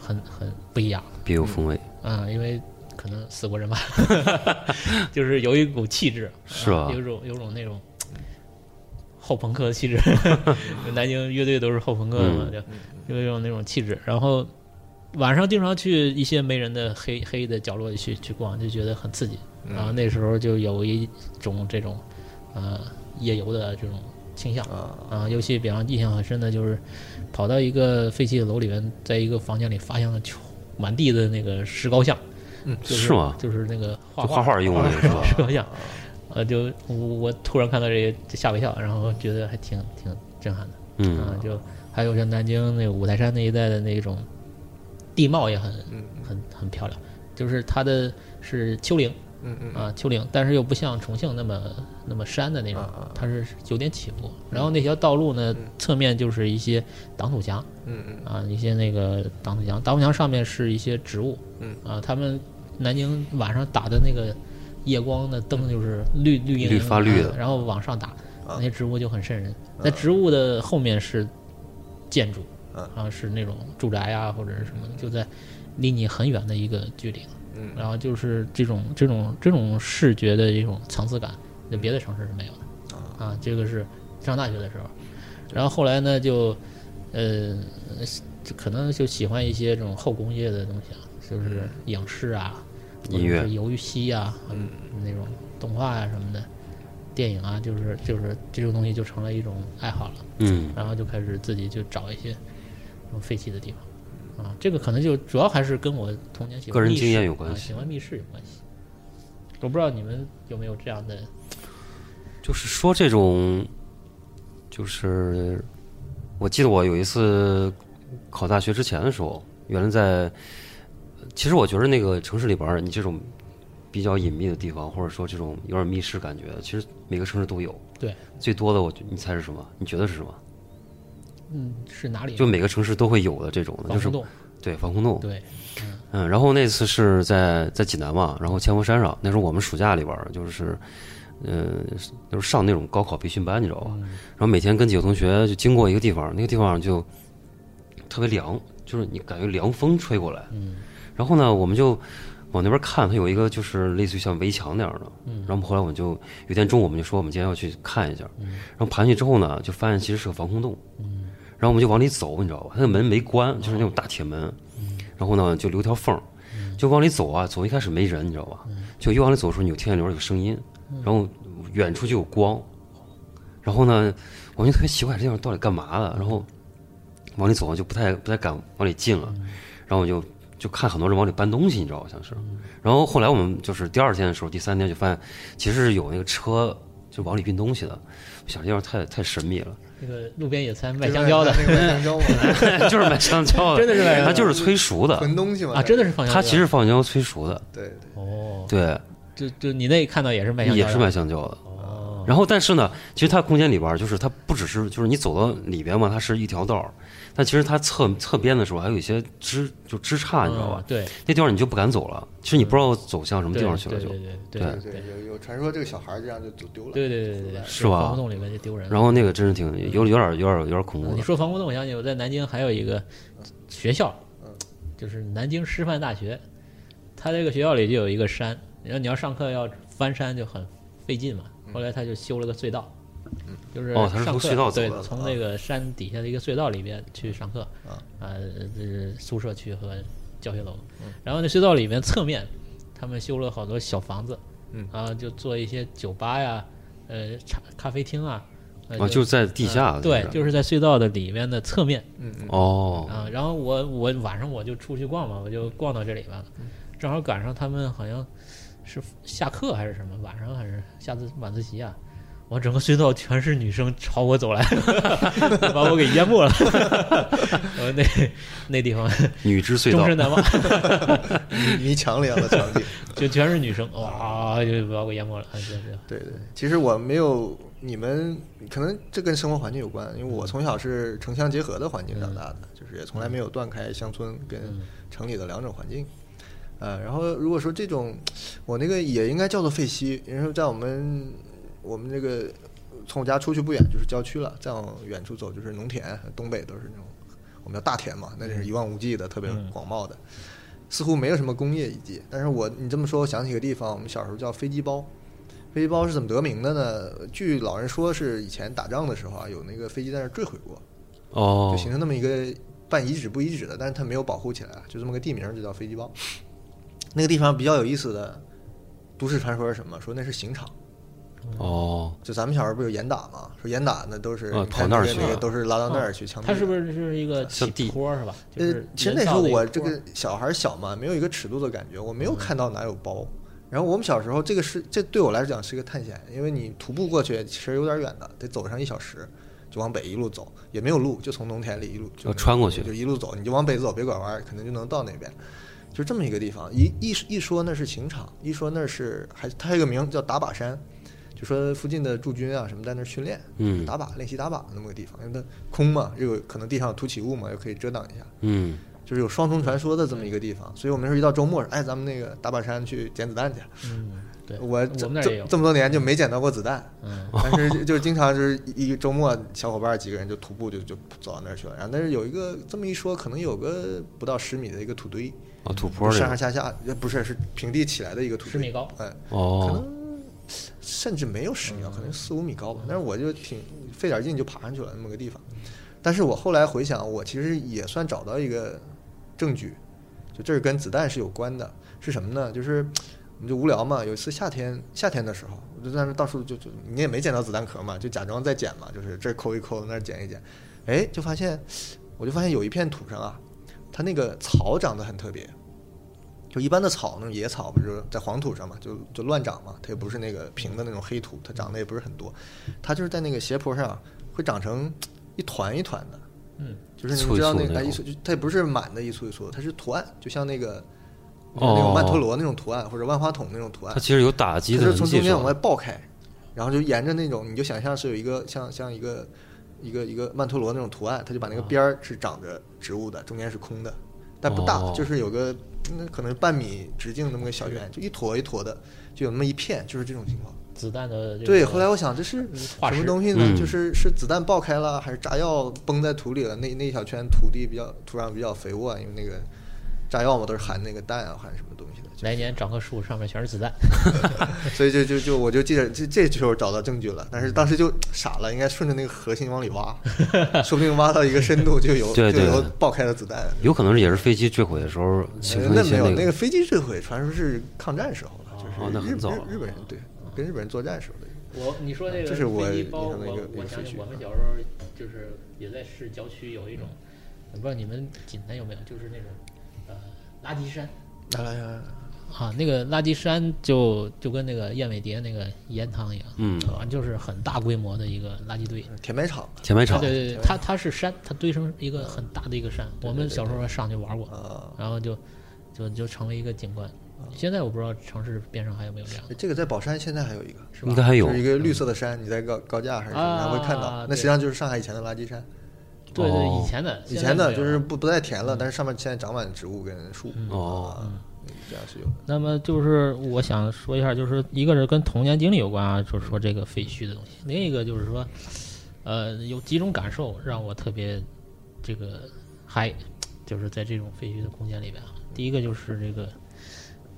[SPEAKER 5] 很很不一样。
[SPEAKER 3] 别有风味，
[SPEAKER 5] 啊、因为可能死过人吧， 就是有一股气质，
[SPEAKER 3] 是吧
[SPEAKER 5] 啊有种有种那种后朋克 的气质。南京乐队都是后朋克的嘛，
[SPEAKER 3] 嗯
[SPEAKER 5] 就有一种那种气质。然后晚上经常去一些没人的黑黑的角落里去去逛，就觉得很刺激。
[SPEAKER 3] 嗯
[SPEAKER 5] 然后那时候就有一种这种呃夜游的这种倾向。
[SPEAKER 4] 啊
[SPEAKER 5] 啊，尤其比方印象很深的就是，跑到一个废弃的楼里面，在一个房间里发现了球满地的那个石膏像，就是
[SPEAKER 3] 是吗？
[SPEAKER 5] 就是那个画
[SPEAKER 3] 就画啊画用的那个是吧？
[SPEAKER 5] 石膏像，呃，就我我突然看到这个就吓我一跳，然后觉得还挺挺震撼的啊
[SPEAKER 3] 嗯，，
[SPEAKER 5] 就还有像南京那个五台山那一带的那种地貌也很很很漂亮，就是它的是丘陵，
[SPEAKER 4] 嗯嗯
[SPEAKER 5] 啊，丘陵，但是又不像重庆那么那么山的那种
[SPEAKER 4] 啊啊啊，嗯
[SPEAKER 5] 它是有点起伏。然后那条道路呢，侧面就是一些挡土墙
[SPEAKER 4] 嗯嗯
[SPEAKER 5] 啊，一些那个挡土墙，挡土墙上面是一些植物，
[SPEAKER 4] 嗯
[SPEAKER 5] 啊，他们南京晚上打的那个夜光的灯就是绿绿莹莹
[SPEAKER 3] 绿发绿的
[SPEAKER 5] 啊然后往上打，
[SPEAKER 4] 啊
[SPEAKER 5] 那些植物就很瘆人。那植物的后面是建筑，
[SPEAKER 4] 啊
[SPEAKER 5] 啊，是那种住宅啊或者是什么，就在离你很远的一个距离。
[SPEAKER 4] 嗯
[SPEAKER 5] 然后就是这种这种这种视觉的一种层次感，那别的城市是没有的啊。这个是上大学的时候，然后后来呢就，呃，就可能就喜欢一些这种后工业的东西啊，就是影视啊，或者
[SPEAKER 3] 嗯音乐
[SPEAKER 5] 是游戏啊，嗯，那种动画啊什么的，电影啊，就是就是这种东西就成了一种爱好了。
[SPEAKER 3] 嗯，
[SPEAKER 5] 然后就开始自己就找一些那种废弃的地方啊。这个可能就主要还是跟我童年喜欢
[SPEAKER 3] 个人
[SPEAKER 5] 密室
[SPEAKER 3] 经验有关
[SPEAKER 5] 啊
[SPEAKER 3] 系
[SPEAKER 5] 喜欢密室有关系。我不知道你们有没有这样的
[SPEAKER 3] 就是说这种，就是我记得我有一次考大学之前的时候，原来在，其实我觉得那个城市里边儿，你这种比较隐秘的地方，或者说这种有点密室感觉，其实每个城市都有。
[SPEAKER 5] 对，
[SPEAKER 3] 最多的我觉，你猜是什么？你觉得是什么？
[SPEAKER 5] 嗯是哪里
[SPEAKER 3] 就每个城市都会有的这种的，
[SPEAKER 5] 防
[SPEAKER 3] 就是
[SPEAKER 5] 空洞
[SPEAKER 3] 对防空洞。
[SPEAKER 5] 对
[SPEAKER 3] 嗯，然后那次是在在济南嘛，然后千佛山上，那时候我们暑假里边儿就是，呃，就是上那种高考培训班，你知道吧？然后每天跟几个同学就经过一个地方，那个地方就特别凉，就是你感觉凉风吹过来。嗯。然后呢，我们就往那边看，它有一个就是类似于像围墙那样的。嗯。然后我们后来我们就有一天中午我们就说我们今天要去看一下，然后盘去之后呢，就发现其实是个防空洞。嗯。然后我们就往里走，你知道吧？它那个门没关，就是那种大铁门。然后呢，就留条缝儿，
[SPEAKER 5] 嗯
[SPEAKER 3] 就往里走啊，走一开始没人，你知道吧？就越往里走的时候，你就听见里边有声音，
[SPEAKER 5] 嗯
[SPEAKER 3] 然后远处就有光，然后呢，我就特别奇怪这地方到底干嘛
[SPEAKER 5] 嗯
[SPEAKER 3] 的，然后往里走就不太不太敢往里进
[SPEAKER 5] 嗯
[SPEAKER 3] 了，然后我就就看很多人往里搬东西，你知道好像是，
[SPEAKER 5] 嗯
[SPEAKER 3] 然后后来我们就是第二天的时候，第三天就发现其实是有那个车就往里运东西的，我想这地方太太神秘了。
[SPEAKER 5] 那个路边野餐卖香蕉的
[SPEAKER 4] 那个卖香蕉嘛，
[SPEAKER 3] 就是卖香蕉的，
[SPEAKER 5] 真的是卖香蕉
[SPEAKER 3] 它就是催熟的，
[SPEAKER 4] 囤东西嘛
[SPEAKER 5] 啊，真
[SPEAKER 4] 的
[SPEAKER 5] 的是放香蕉。
[SPEAKER 3] 它其实放香蕉催熟的，
[SPEAKER 4] 对对
[SPEAKER 5] 哦，
[SPEAKER 3] 对，
[SPEAKER 5] 就就你那看到也是卖香蕉
[SPEAKER 3] 也
[SPEAKER 5] 的，
[SPEAKER 3] 是卖香蕉的。
[SPEAKER 5] 哦，
[SPEAKER 3] 然后，但是呢，其实它空间里边儿就是它不只是就是你走到里边嘛，它是一条道儿，但其实它侧侧边的时候还有一些枝就枝杈，你知道吧
[SPEAKER 5] 嗯？对
[SPEAKER 3] 那地方你就不敢走了，其实你不知道走向什么地方去了
[SPEAKER 5] 对
[SPEAKER 3] 就。
[SPEAKER 5] 对对
[SPEAKER 3] 对
[SPEAKER 4] 对对，有有传说这个小孩儿这样就走丢了，
[SPEAKER 5] 对对对对对，
[SPEAKER 3] 是吧
[SPEAKER 5] 防空洞里面就丢人了。
[SPEAKER 3] 然后那个真是挺有有点有点有点恐怖
[SPEAKER 5] 哦你
[SPEAKER 3] 的，
[SPEAKER 5] 说防空洞，我想
[SPEAKER 3] 嗯
[SPEAKER 5] 起我在南京还有一个学校，就是南京师范大学，他这个学校里就有一个山，然后你要上课要翻山就很费劲嘛。后来他就修了个隧道，就是
[SPEAKER 3] 嗯哦他是
[SPEAKER 5] 上
[SPEAKER 3] 从隧
[SPEAKER 5] 课
[SPEAKER 3] 道走
[SPEAKER 5] 对
[SPEAKER 3] 的，
[SPEAKER 5] 从那个山底下的一个隧道里边去上课
[SPEAKER 3] 嗯
[SPEAKER 4] 啊，
[SPEAKER 5] 呃，这是宿舍区和教学楼。
[SPEAKER 3] 嗯
[SPEAKER 5] 然后那隧道里面侧面，他们修了好多小房子，
[SPEAKER 4] 嗯
[SPEAKER 5] 啊，就做一些酒吧呀，呃，茶咖啡厅啊，呃
[SPEAKER 3] 啊，就在地下的，
[SPEAKER 5] 呃对，就是在隧道的里面的侧面。
[SPEAKER 3] 哦，
[SPEAKER 5] 啊，然后我我晚上我就出去逛嘛，我就逛到这里边了，
[SPEAKER 3] 嗯
[SPEAKER 5] 正好赶上他们好像是下课还是什么，晚上还是下自晚自习啊，我整个隧道全是女生朝我走来， 把我给淹没了，我那那地方
[SPEAKER 3] 女之隧
[SPEAKER 5] 终身
[SPEAKER 3] 道，
[SPEAKER 5] 难忘，
[SPEAKER 4] 你你强烈了强烈。
[SPEAKER 5] 就全是女生，哇，就把我淹没了，啊对对，
[SPEAKER 4] 对对，其实我没有你们，可能这跟生活环境有关，因为我从小是城乡结合的环境长大的，就是也从来没有断开乡村跟城里的两种环境。呃，然后如果说这种，我那个也应该叫做废墟，因为在我们我们这个从我家出去不远就是郊区了，再往远处走就是农田，东北都是那种我们叫大田嘛，那是一望无际的，特别广袤的。似乎没有什么工业遗迹。但是我你这么说，我想起个地方，我们小时候叫飞机包。飞机包是怎么得名的呢？据老人说，是以前打仗的时候啊，有那个飞机在那儿坠毁过，就
[SPEAKER 3] 哦，
[SPEAKER 4] 形成那么一个半遗址不遗址的，但是它没有保护起来啊，就这么个地名儿就叫飞机包。那个地方比较有意思的都市传说是什么？说那是刑场。
[SPEAKER 3] 哦，
[SPEAKER 4] 就咱们小时候不有严打吗？说严打那都是
[SPEAKER 3] 啊
[SPEAKER 4] 你看
[SPEAKER 3] 跑那儿
[SPEAKER 4] 个
[SPEAKER 3] 去
[SPEAKER 4] 那个
[SPEAKER 3] 了
[SPEAKER 4] 都是拉到那儿去枪毙的。
[SPEAKER 5] 它是不是就是一个
[SPEAKER 3] 像
[SPEAKER 5] 起
[SPEAKER 3] 地
[SPEAKER 5] 坡是吧？就
[SPEAKER 4] 呃
[SPEAKER 5] 是，
[SPEAKER 4] 其实那
[SPEAKER 5] 人
[SPEAKER 4] 时
[SPEAKER 5] 造
[SPEAKER 4] 候
[SPEAKER 5] 的一
[SPEAKER 4] 我
[SPEAKER 5] 坡
[SPEAKER 4] 这个小孩儿小嘛，没有一个尺度的感觉，我没有看到哪有包。然后我们小时候，这个是这对我来讲是一个探险，因为你徒步过去其实有点远的，得走上一小时，就往北一路走，也没有路，就从农田里一路就
[SPEAKER 3] 要穿过去
[SPEAKER 4] 就一路走，你就往北走，别拐弯，可能就能到那边。就这么一个地方，一一一说那是刑场，一说那是还它还有个名叫打靶山，就说附近的驻军啊什么在那儿训练，
[SPEAKER 3] 嗯
[SPEAKER 4] 打靶练习打靶那么个地方，因为它空嘛，又有可能地上有凸起物嘛，又可以遮挡一下。
[SPEAKER 3] 嗯，
[SPEAKER 4] 就是有双重传说的这么一个地方，所以我们那时候一到周末，哎，咱们那个打靶山去捡子弹去。
[SPEAKER 5] 嗯，对，
[SPEAKER 4] 我
[SPEAKER 5] 我
[SPEAKER 4] 这
[SPEAKER 5] 们那儿也
[SPEAKER 4] 这
[SPEAKER 5] 有，
[SPEAKER 4] 这么多年就没捡到过子弹，
[SPEAKER 5] 嗯，
[SPEAKER 4] 但是就就是经常就是一一个周末，小伙伴几个人就徒步就就走到那儿去了。然后但是有一个这么一说，可能有个不到十米的一个土堆，
[SPEAKER 3] 啊，土坡
[SPEAKER 4] 就上
[SPEAKER 3] 那
[SPEAKER 4] 上
[SPEAKER 3] 个，
[SPEAKER 4] 下下呃不是是平地起来的一个土堆，
[SPEAKER 5] 十米高
[SPEAKER 4] 哎，可
[SPEAKER 3] 哦，
[SPEAKER 4] 能甚至没有十米高，
[SPEAKER 5] 嗯
[SPEAKER 4] 可能四五米高吧。但是我就挺费点劲就爬上去了那么个地方。但是我后来回想，我其实也算找到一个证据，就这是跟子弹是有关的。是什么呢？就是我们就无聊嘛。有一次夏天夏天的时候，我就在那到处就就你也没捡到子弹壳嘛，就假装在捡嘛，就是这儿抠一抠，那儿捡一捡。哎，就发现我就发现有一片土上啊，它那个草长得很特别，就一般的草，那种野草不是在黄土上嘛，就就乱长嘛，它也不是那个平的那种黑土，它长得也不是很多，它就是在那个斜坡上啊会长成一团一团的，
[SPEAKER 5] 嗯，
[SPEAKER 4] 就是你
[SPEAKER 3] 簇
[SPEAKER 4] 们
[SPEAKER 3] 一
[SPEAKER 4] 知道
[SPEAKER 3] 簇
[SPEAKER 4] 那
[SPEAKER 3] 那
[SPEAKER 4] 个哎一
[SPEAKER 3] 种
[SPEAKER 4] 簇，就它也不是满的一簇一簇，它是图案，就像那个就是那种曼陀罗那种图案或者万花筒那种图案
[SPEAKER 3] 哦它，其实有打击的
[SPEAKER 4] 它是
[SPEAKER 3] 痕
[SPEAKER 4] 从中
[SPEAKER 3] 迹
[SPEAKER 4] 间
[SPEAKER 3] 是
[SPEAKER 4] 往
[SPEAKER 3] 吧
[SPEAKER 4] 外？爆开，然后就沿着那种，你就想象是有一个像像一个一个一个曼陀罗那种图案，它就把那个边儿是长着植物的，中间是空的，但不大，
[SPEAKER 3] 哦
[SPEAKER 4] 就是有个那可能半米直径那么个小圆，就一坨一坨的，就有那么一片，就是这种情况。
[SPEAKER 5] 子弹的这
[SPEAKER 4] 对，
[SPEAKER 5] 个
[SPEAKER 4] 后来我想这是
[SPEAKER 5] 化
[SPEAKER 4] 什
[SPEAKER 5] 石
[SPEAKER 4] 么东西呢？
[SPEAKER 3] 嗯
[SPEAKER 4] 就是是子弹爆开了，还是炸药崩在土里了？那那一小圈土地比较土壤比较肥沃，因为那个炸药嘛都是含那个氮啊，含什么东西的。就
[SPEAKER 5] 来年长棵树，上面全是子弹。
[SPEAKER 4] 所以就就就我就记得这这就是找到证据了，但是当时就傻了，应该顺着那个核心往里 挖，说不定挖到一个深度就有
[SPEAKER 3] 对对
[SPEAKER 4] 就有爆开的子弹。
[SPEAKER 3] 有可能也是飞机坠毁的时候形
[SPEAKER 4] 呃
[SPEAKER 3] 成
[SPEAKER 4] 那
[SPEAKER 3] 一
[SPEAKER 4] 没
[SPEAKER 3] 些
[SPEAKER 4] 有那
[SPEAKER 3] 个
[SPEAKER 4] 个飞机坠毁，传说是抗战时候了，就是日、
[SPEAKER 3] 哦那很早了
[SPEAKER 4] 日日本人对跟日本人作战时候的。
[SPEAKER 5] 我你说这个
[SPEAKER 4] 这是我
[SPEAKER 5] 飞机包，
[SPEAKER 4] 印象的一个一
[SPEAKER 5] 我
[SPEAKER 4] 个
[SPEAKER 5] 我想
[SPEAKER 4] 废
[SPEAKER 5] 起
[SPEAKER 4] 墟
[SPEAKER 5] 我们
[SPEAKER 4] 啊
[SPEAKER 5] 小时候就是也在市郊区有一种，我不知道你们济南有没有，就是那种呃垃圾山
[SPEAKER 4] 来来来来，
[SPEAKER 5] 啊，那个垃圾山就就跟那个燕尾蝶那个盐塘一样，
[SPEAKER 3] 嗯
[SPEAKER 5] 啊，就是很大规模的一个垃圾堆。
[SPEAKER 4] 填埋场
[SPEAKER 3] 填埋
[SPEAKER 5] 啊
[SPEAKER 3] 场，
[SPEAKER 5] 对对对，它它是山，它堆成一个很大的一个山。我们小时候上去玩过，
[SPEAKER 4] 啊、
[SPEAKER 5] 然后就就就成为一个景观。现在我不知道城市边上还有没有这样的，
[SPEAKER 4] 这个在宝山现在还有一个，
[SPEAKER 5] 是吧
[SPEAKER 3] 应该？还有嗯
[SPEAKER 4] 就是一个绿色的山，你在高高架还是什么上会看到
[SPEAKER 5] 啊，
[SPEAKER 4] 那实际上就是上海以前的垃圾山，
[SPEAKER 5] 对
[SPEAKER 3] 哦
[SPEAKER 5] 对，以前的
[SPEAKER 4] 以前的
[SPEAKER 5] 现在没有嗯
[SPEAKER 4] 就
[SPEAKER 5] 了
[SPEAKER 4] 是不不再填了，但是上面现在长满植物跟树。
[SPEAKER 3] 哦
[SPEAKER 4] 啊，这样是有的。
[SPEAKER 5] 那么就是我想说一下，就是一个是跟童年经历有关啊，就是说这个废墟的东西；另一个就是说，呃，有几种感受让我特别这个嗨，就是在这种废墟的空间里边啊。第一个就是这个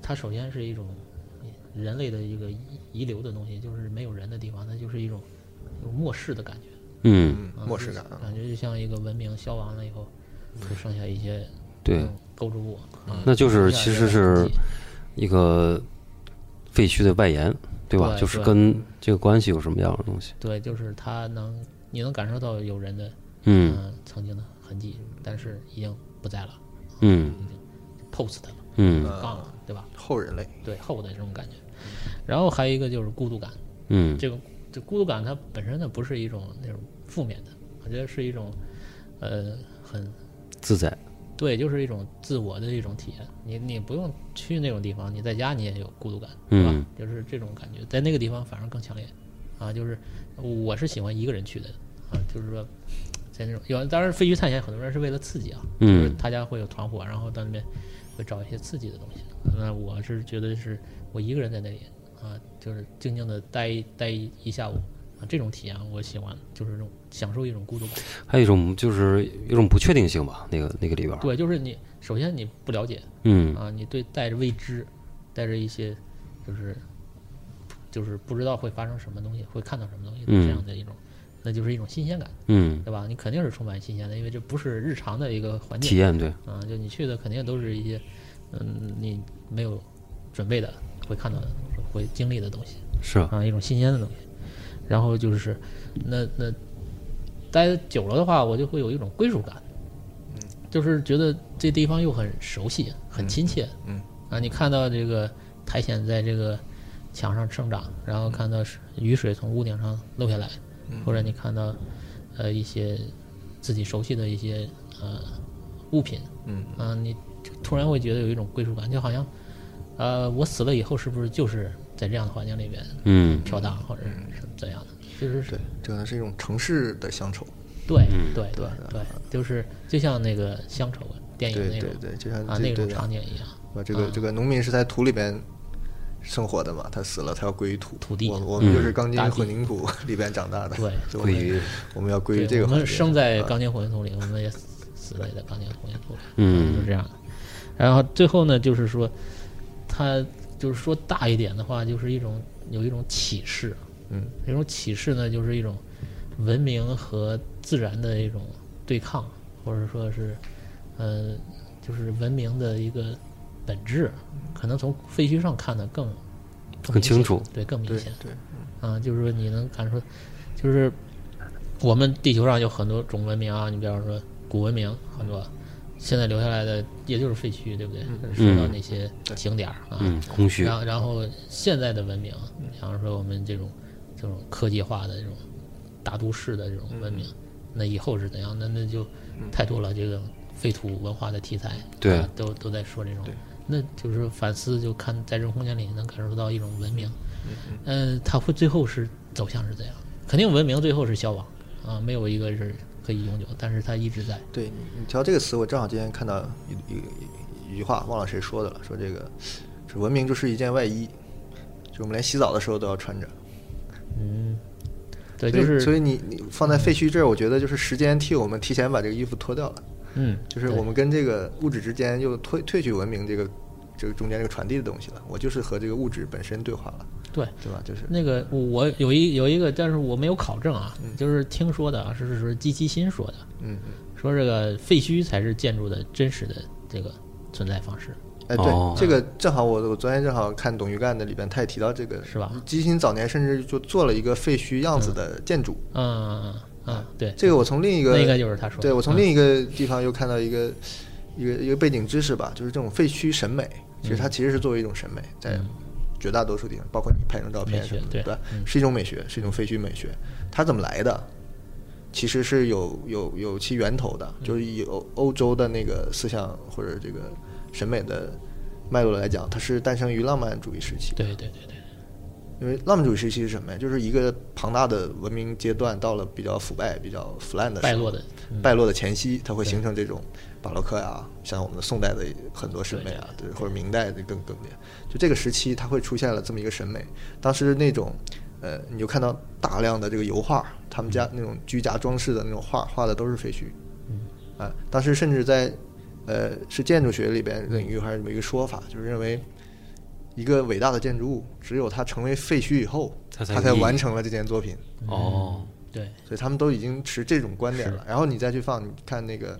[SPEAKER 5] 它首先是一种人类的一个遗遗留的东西，就是没有人的地方，它就是一种有末世的感觉。
[SPEAKER 3] 嗯，
[SPEAKER 4] 嗯，
[SPEAKER 5] 啊
[SPEAKER 4] 末世
[SPEAKER 5] 就是
[SPEAKER 4] 感啊，嗯
[SPEAKER 5] 感觉就像一个文明消亡了以后，就剩下一些
[SPEAKER 3] 对，
[SPEAKER 5] 构筑物，嗯
[SPEAKER 3] 那就是
[SPEAKER 5] 剩下
[SPEAKER 3] 其
[SPEAKER 5] 一
[SPEAKER 3] 实
[SPEAKER 5] 个
[SPEAKER 3] 是
[SPEAKER 5] 痕迹
[SPEAKER 3] 一个废墟的外延，对吧？
[SPEAKER 5] 对
[SPEAKER 3] 就是
[SPEAKER 5] 对
[SPEAKER 3] 跟这个关系有什么样的东西？
[SPEAKER 5] 对，就是它能你能感受到有人的嗯、
[SPEAKER 3] 嗯
[SPEAKER 5] 曾经的痕迹，但是已经不在了
[SPEAKER 3] 嗯
[SPEAKER 5] ，post 了，
[SPEAKER 3] 嗯
[SPEAKER 5] 杠了，对吧？
[SPEAKER 4] 后人类，
[SPEAKER 5] 对后的这种感觉。然后还有一个就是孤独感，
[SPEAKER 3] 嗯
[SPEAKER 5] 这个这孤独感它本身呢不是一种那种负面的，我觉得是一种呃很
[SPEAKER 3] 自在，
[SPEAKER 5] 对，就是一种自我的一种体验。你你不用去那种地方，你在家你也有孤独感，对吧？
[SPEAKER 3] 嗯
[SPEAKER 5] 就是这种感觉，在那个地方反而更强烈啊！就是我是喜欢一个人去的啊，就是说在那种有，当然废墟探险很多人是为了刺激啊，就是
[SPEAKER 3] 嗯
[SPEAKER 5] 他家会有团伙，然后到那边会找一些刺激的东西。那我是觉得是我一个人在那里啊，就是静静的待一待一一下午啊，这种体验我喜欢，就是这种享受一种孤独感。
[SPEAKER 3] 还有一种就是一种不确定性吧，那个那个里边儿，
[SPEAKER 5] 对，就是你首先你不了解。
[SPEAKER 3] 嗯
[SPEAKER 5] 啊，你对带着未知，带着一些就是就是不知道会发生什么东西，会看到什么东西的
[SPEAKER 3] 嗯
[SPEAKER 5] 这样的一种，那就是一种新鲜感，
[SPEAKER 3] 嗯，
[SPEAKER 5] 对吧？你肯定是充满新鲜的，因为这不是日常的一个环
[SPEAKER 3] 体
[SPEAKER 5] 境
[SPEAKER 3] 验对，
[SPEAKER 5] 啊，就你去的肯定都是一些嗯你没有准备的，会看到的，会经历的东西
[SPEAKER 3] 是啊，
[SPEAKER 5] 啊，一种新鲜的东西。然后就是那那待久了的话，我就会有一种归属感，就是觉得这地方又很熟悉，很亲切。
[SPEAKER 4] 嗯
[SPEAKER 5] 啊，你看到这个苔藓在这个墙上生长，然后看到是雨水从屋顶上漏下来，
[SPEAKER 4] 嗯
[SPEAKER 5] 或者你看到呃一些自己熟悉的一些呃物品，
[SPEAKER 4] 嗯
[SPEAKER 5] 啊，你就突然会觉得有一种归属感，就好像呃我死了以后是不是就是在这样的环境里边
[SPEAKER 3] 嗯
[SPEAKER 5] 飘荡，或者是
[SPEAKER 4] 嗯
[SPEAKER 5] 怎样的？其实是
[SPEAKER 4] 对，这可能是一种城市的乡愁，
[SPEAKER 5] 对对对
[SPEAKER 4] 对
[SPEAKER 5] 对，就是就像那个乡愁电影
[SPEAKER 4] 对
[SPEAKER 5] 那种
[SPEAKER 4] 对对，就像
[SPEAKER 5] 啊
[SPEAKER 4] 这
[SPEAKER 5] 那
[SPEAKER 4] 对
[SPEAKER 5] 种
[SPEAKER 4] 的
[SPEAKER 5] 场景一样。
[SPEAKER 4] 啊，这个这个农民是在土里边生活的嘛，他死了，他要归于土
[SPEAKER 5] 土地
[SPEAKER 4] 我我们就是钢筋
[SPEAKER 5] 大地
[SPEAKER 4] 混凝土 里边长大的，
[SPEAKER 5] 对
[SPEAKER 4] 所以我
[SPEAKER 3] 嗯归
[SPEAKER 4] 们
[SPEAKER 3] 于
[SPEAKER 4] 我们要归于
[SPEAKER 5] 对，
[SPEAKER 4] 这个
[SPEAKER 5] 我
[SPEAKER 4] 环
[SPEAKER 5] 们
[SPEAKER 4] 境
[SPEAKER 5] 生在
[SPEAKER 4] 啊
[SPEAKER 5] 钢筋混凝土里，我们也死死在钢筋混凝土里，啊
[SPEAKER 3] 嗯
[SPEAKER 5] 就是这样的。然后最后呢，就是说，它就是说大一点的话，就是一种有一种启示，啊
[SPEAKER 4] 嗯，
[SPEAKER 5] 这种启示呢，就是一种文明和自然的一种对抗，或者说是，呃，就是文明的一个本质，可能从废墟上看的更
[SPEAKER 3] 更
[SPEAKER 5] 明
[SPEAKER 3] 清
[SPEAKER 5] 显
[SPEAKER 3] 楚，
[SPEAKER 5] 对，更明
[SPEAKER 4] 对嗯
[SPEAKER 5] 显。
[SPEAKER 4] 对，
[SPEAKER 5] 啊，就是说你能感受，就是我们地球上有很多种文明啊，你比方说古文明很多，现在留下来的也就是废墟，对不对？说到那些景点儿啊，
[SPEAKER 3] 嗯，空虚
[SPEAKER 5] 然，后然后现在的文明，比方说我们这种这种科技化的这种大都市的这种文明，那以后是怎样？那那就太多了，这个废土文化的题材，
[SPEAKER 3] 对
[SPEAKER 5] 啊都都在说这种，那就是反思，就看在这个空间里能感受到一种文明，嗯、它会最后是走向是怎样？肯定文明最后是消亡啊，没有一个是可以永久，但是它一直在，
[SPEAKER 4] 对你你提到这个词，我正好今天看到一一一句话，忘了谁说的了，说这个是文明就是一件外衣，就我们连洗澡的时候都要穿着。
[SPEAKER 5] 嗯，对，
[SPEAKER 4] 所以
[SPEAKER 5] 就是
[SPEAKER 4] 所以你你放在废墟这儿，我觉得就是时间替我们提前把这个衣服脱掉了，
[SPEAKER 5] 嗯，
[SPEAKER 4] 就是
[SPEAKER 5] 对
[SPEAKER 4] 我们跟这个物质之间又退退去文明这个这个中间这个传递的东西了。我就是和这个物质本身对话了，
[SPEAKER 5] 对。
[SPEAKER 4] 对吧？就是
[SPEAKER 5] 那个我我有一有一个，但是我没有考证啊，就是听说的啊，是是是季其新说的，
[SPEAKER 4] 嗯，
[SPEAKER 5] 说这个废墟才是建筑的真实的这个存在方式。
[SPEAKER 4] 哎，对，
[SPEAKER 3] 哦
[SPEAKER 4] 这个正好我我昨天正好看董玉干的里边，他也提到这个，
[SPEAKER 5] 是吧
[SPEAKER 4] 基辛早年甚至就做了一个废墟样子的建筑，
[SPEAKER 5] 嗯嗯，对，
[SPEAKER 4] 这个我从另一个
[SPEAKER 5] 那应该就是他说的。
[SPEAKER 4] 对我从
[SPEAKER 5] 嗯
[SPEAKER 4] 另一个地方又看到一个、一个一个背景知识吧，就是这种废墟审美，其
[SPEAKER 5] 嗯
[SPEAKER 4] 实它其实是作为一种审美，在绝大多数地方，包括你拍张照片
[SPEAKER 5] 美
[SPEAKER 4] 什
[SPEAKER 5] 学
[SPEAKER 4] 么的，
[SPEAKER 5] 对嗯
[SPEAKER 4] 吧是一种美学，是一种废墟美学。它怎么来的？其实是有有有其源头的，
[SPEAKER 5] 嗯
[SPEAKER 4] 就是以欧欧洲的那个思想或者这个审美的脉络来讲，它是诞生于浪漫主义时期。
[SPEAKER 5] 对对对对，
[SPEAKER 4] 因为浪漫主义时期是什么呀？就是一个庞大的文明阶段到了比较腐败、比较腐烂的时候
[SPEAKER 5] 败落的嗯
[SPEAKER 4] 败落的前夕，它会形成这种巴洛克啊，像我们的宋代的很多审美啊，对，或者明代的更更迭，就这个时期它会出现了这么一个审美。当时那种，呃，你就看到大量的这个油画，他们家那种居家装饰的那种画，画的都是废墟。
[SPEAKER 3] 嗯
[SPEAKER 4] 啊，当时甚至在呃是建筑学里边领域还是有一个说法，就是认为一个伟大的建筑物，只有它成为废墟以后，
[SPEAKER 3] 它
[SPEAKER 4] 它
[SPEAKER 3] 才
[SPEAKER 4] 才
[SPEAKER 3] 有意义
[SPEAKER 4] 完成了这件作品。
[SPEAKER 3] 哦，
[SPEAKER 5] 嗯对，
[SPEAKER 4] 所以他们都已经持这种观点了。然后你再去放，你看那个，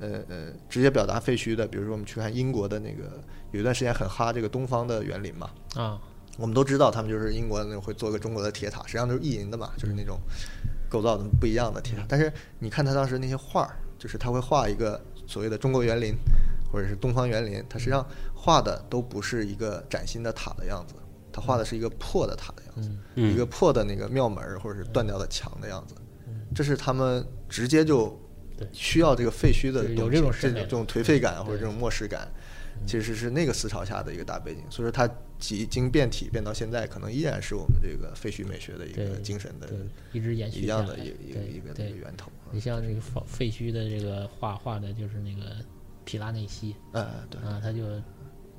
[SPEAKER 4] 呃呃，直接表达废墟的，比如说我们去看英国的那个，有一段时间很哈这个东方的园林嘛，
[SPEAKER 5] 啊，
[SPEAKER 4] 我们都知道他们就是英国那种会做个中国的铁塔，实际上都是意淫的嘛，就是那种构造的不一样的
[SPEAKER 5] 嗯
[SPEAKER 4] 铁塔。但是你看他当时那些画儿，就是他会画一个所谓的中国园林或者是东方园林，他实际上画的都不是一个崭新的塔的样子，他画的是一个破的塔的样子，
[SPEAKER 3] 嗯
[SPEAKER 4] 一个破的那个庙门儿或者是断掉的墙的样子。这是他们直接就
[SPEAKER 5] 嗯对
[SPEAKER 4] 需要这个废墟的
[SPEAKER 5] 就是
[SPEAKER 4] 东西
[SPEAKER 5] 有这种
[SPEAKER 4] 这
[SPEAKER 5] 审美嗯
[SPEAKER 4] 种颓废感或者这种漠视感，其实是那个思潮下的一个大背景。所以说它几经变体变到现在，可能依然是我们这个废墟美学的一
[SPEAKER 5] 对
[SPEAKER 4] 个精神的
[SPEAKER 5] 对一直延续
[SPEAKER 4] 一样
[SPEAKER 5] 下
[SPEAKER 4] 的
[SPEAKER 5] 来
[SPEAKER 4] 一一个
[SPEAKER 5] 对
[SPEAKER 4] 一个
[SPEAKER 5] 对
[SPEAKER 4] 一个源头。啊
[SPEAKER 5] 你像这个废废墟的这个画画的就是那个皮拉内西
[SPEAKER 4] 呃，对，
[SPEAKER 5] 啊，他就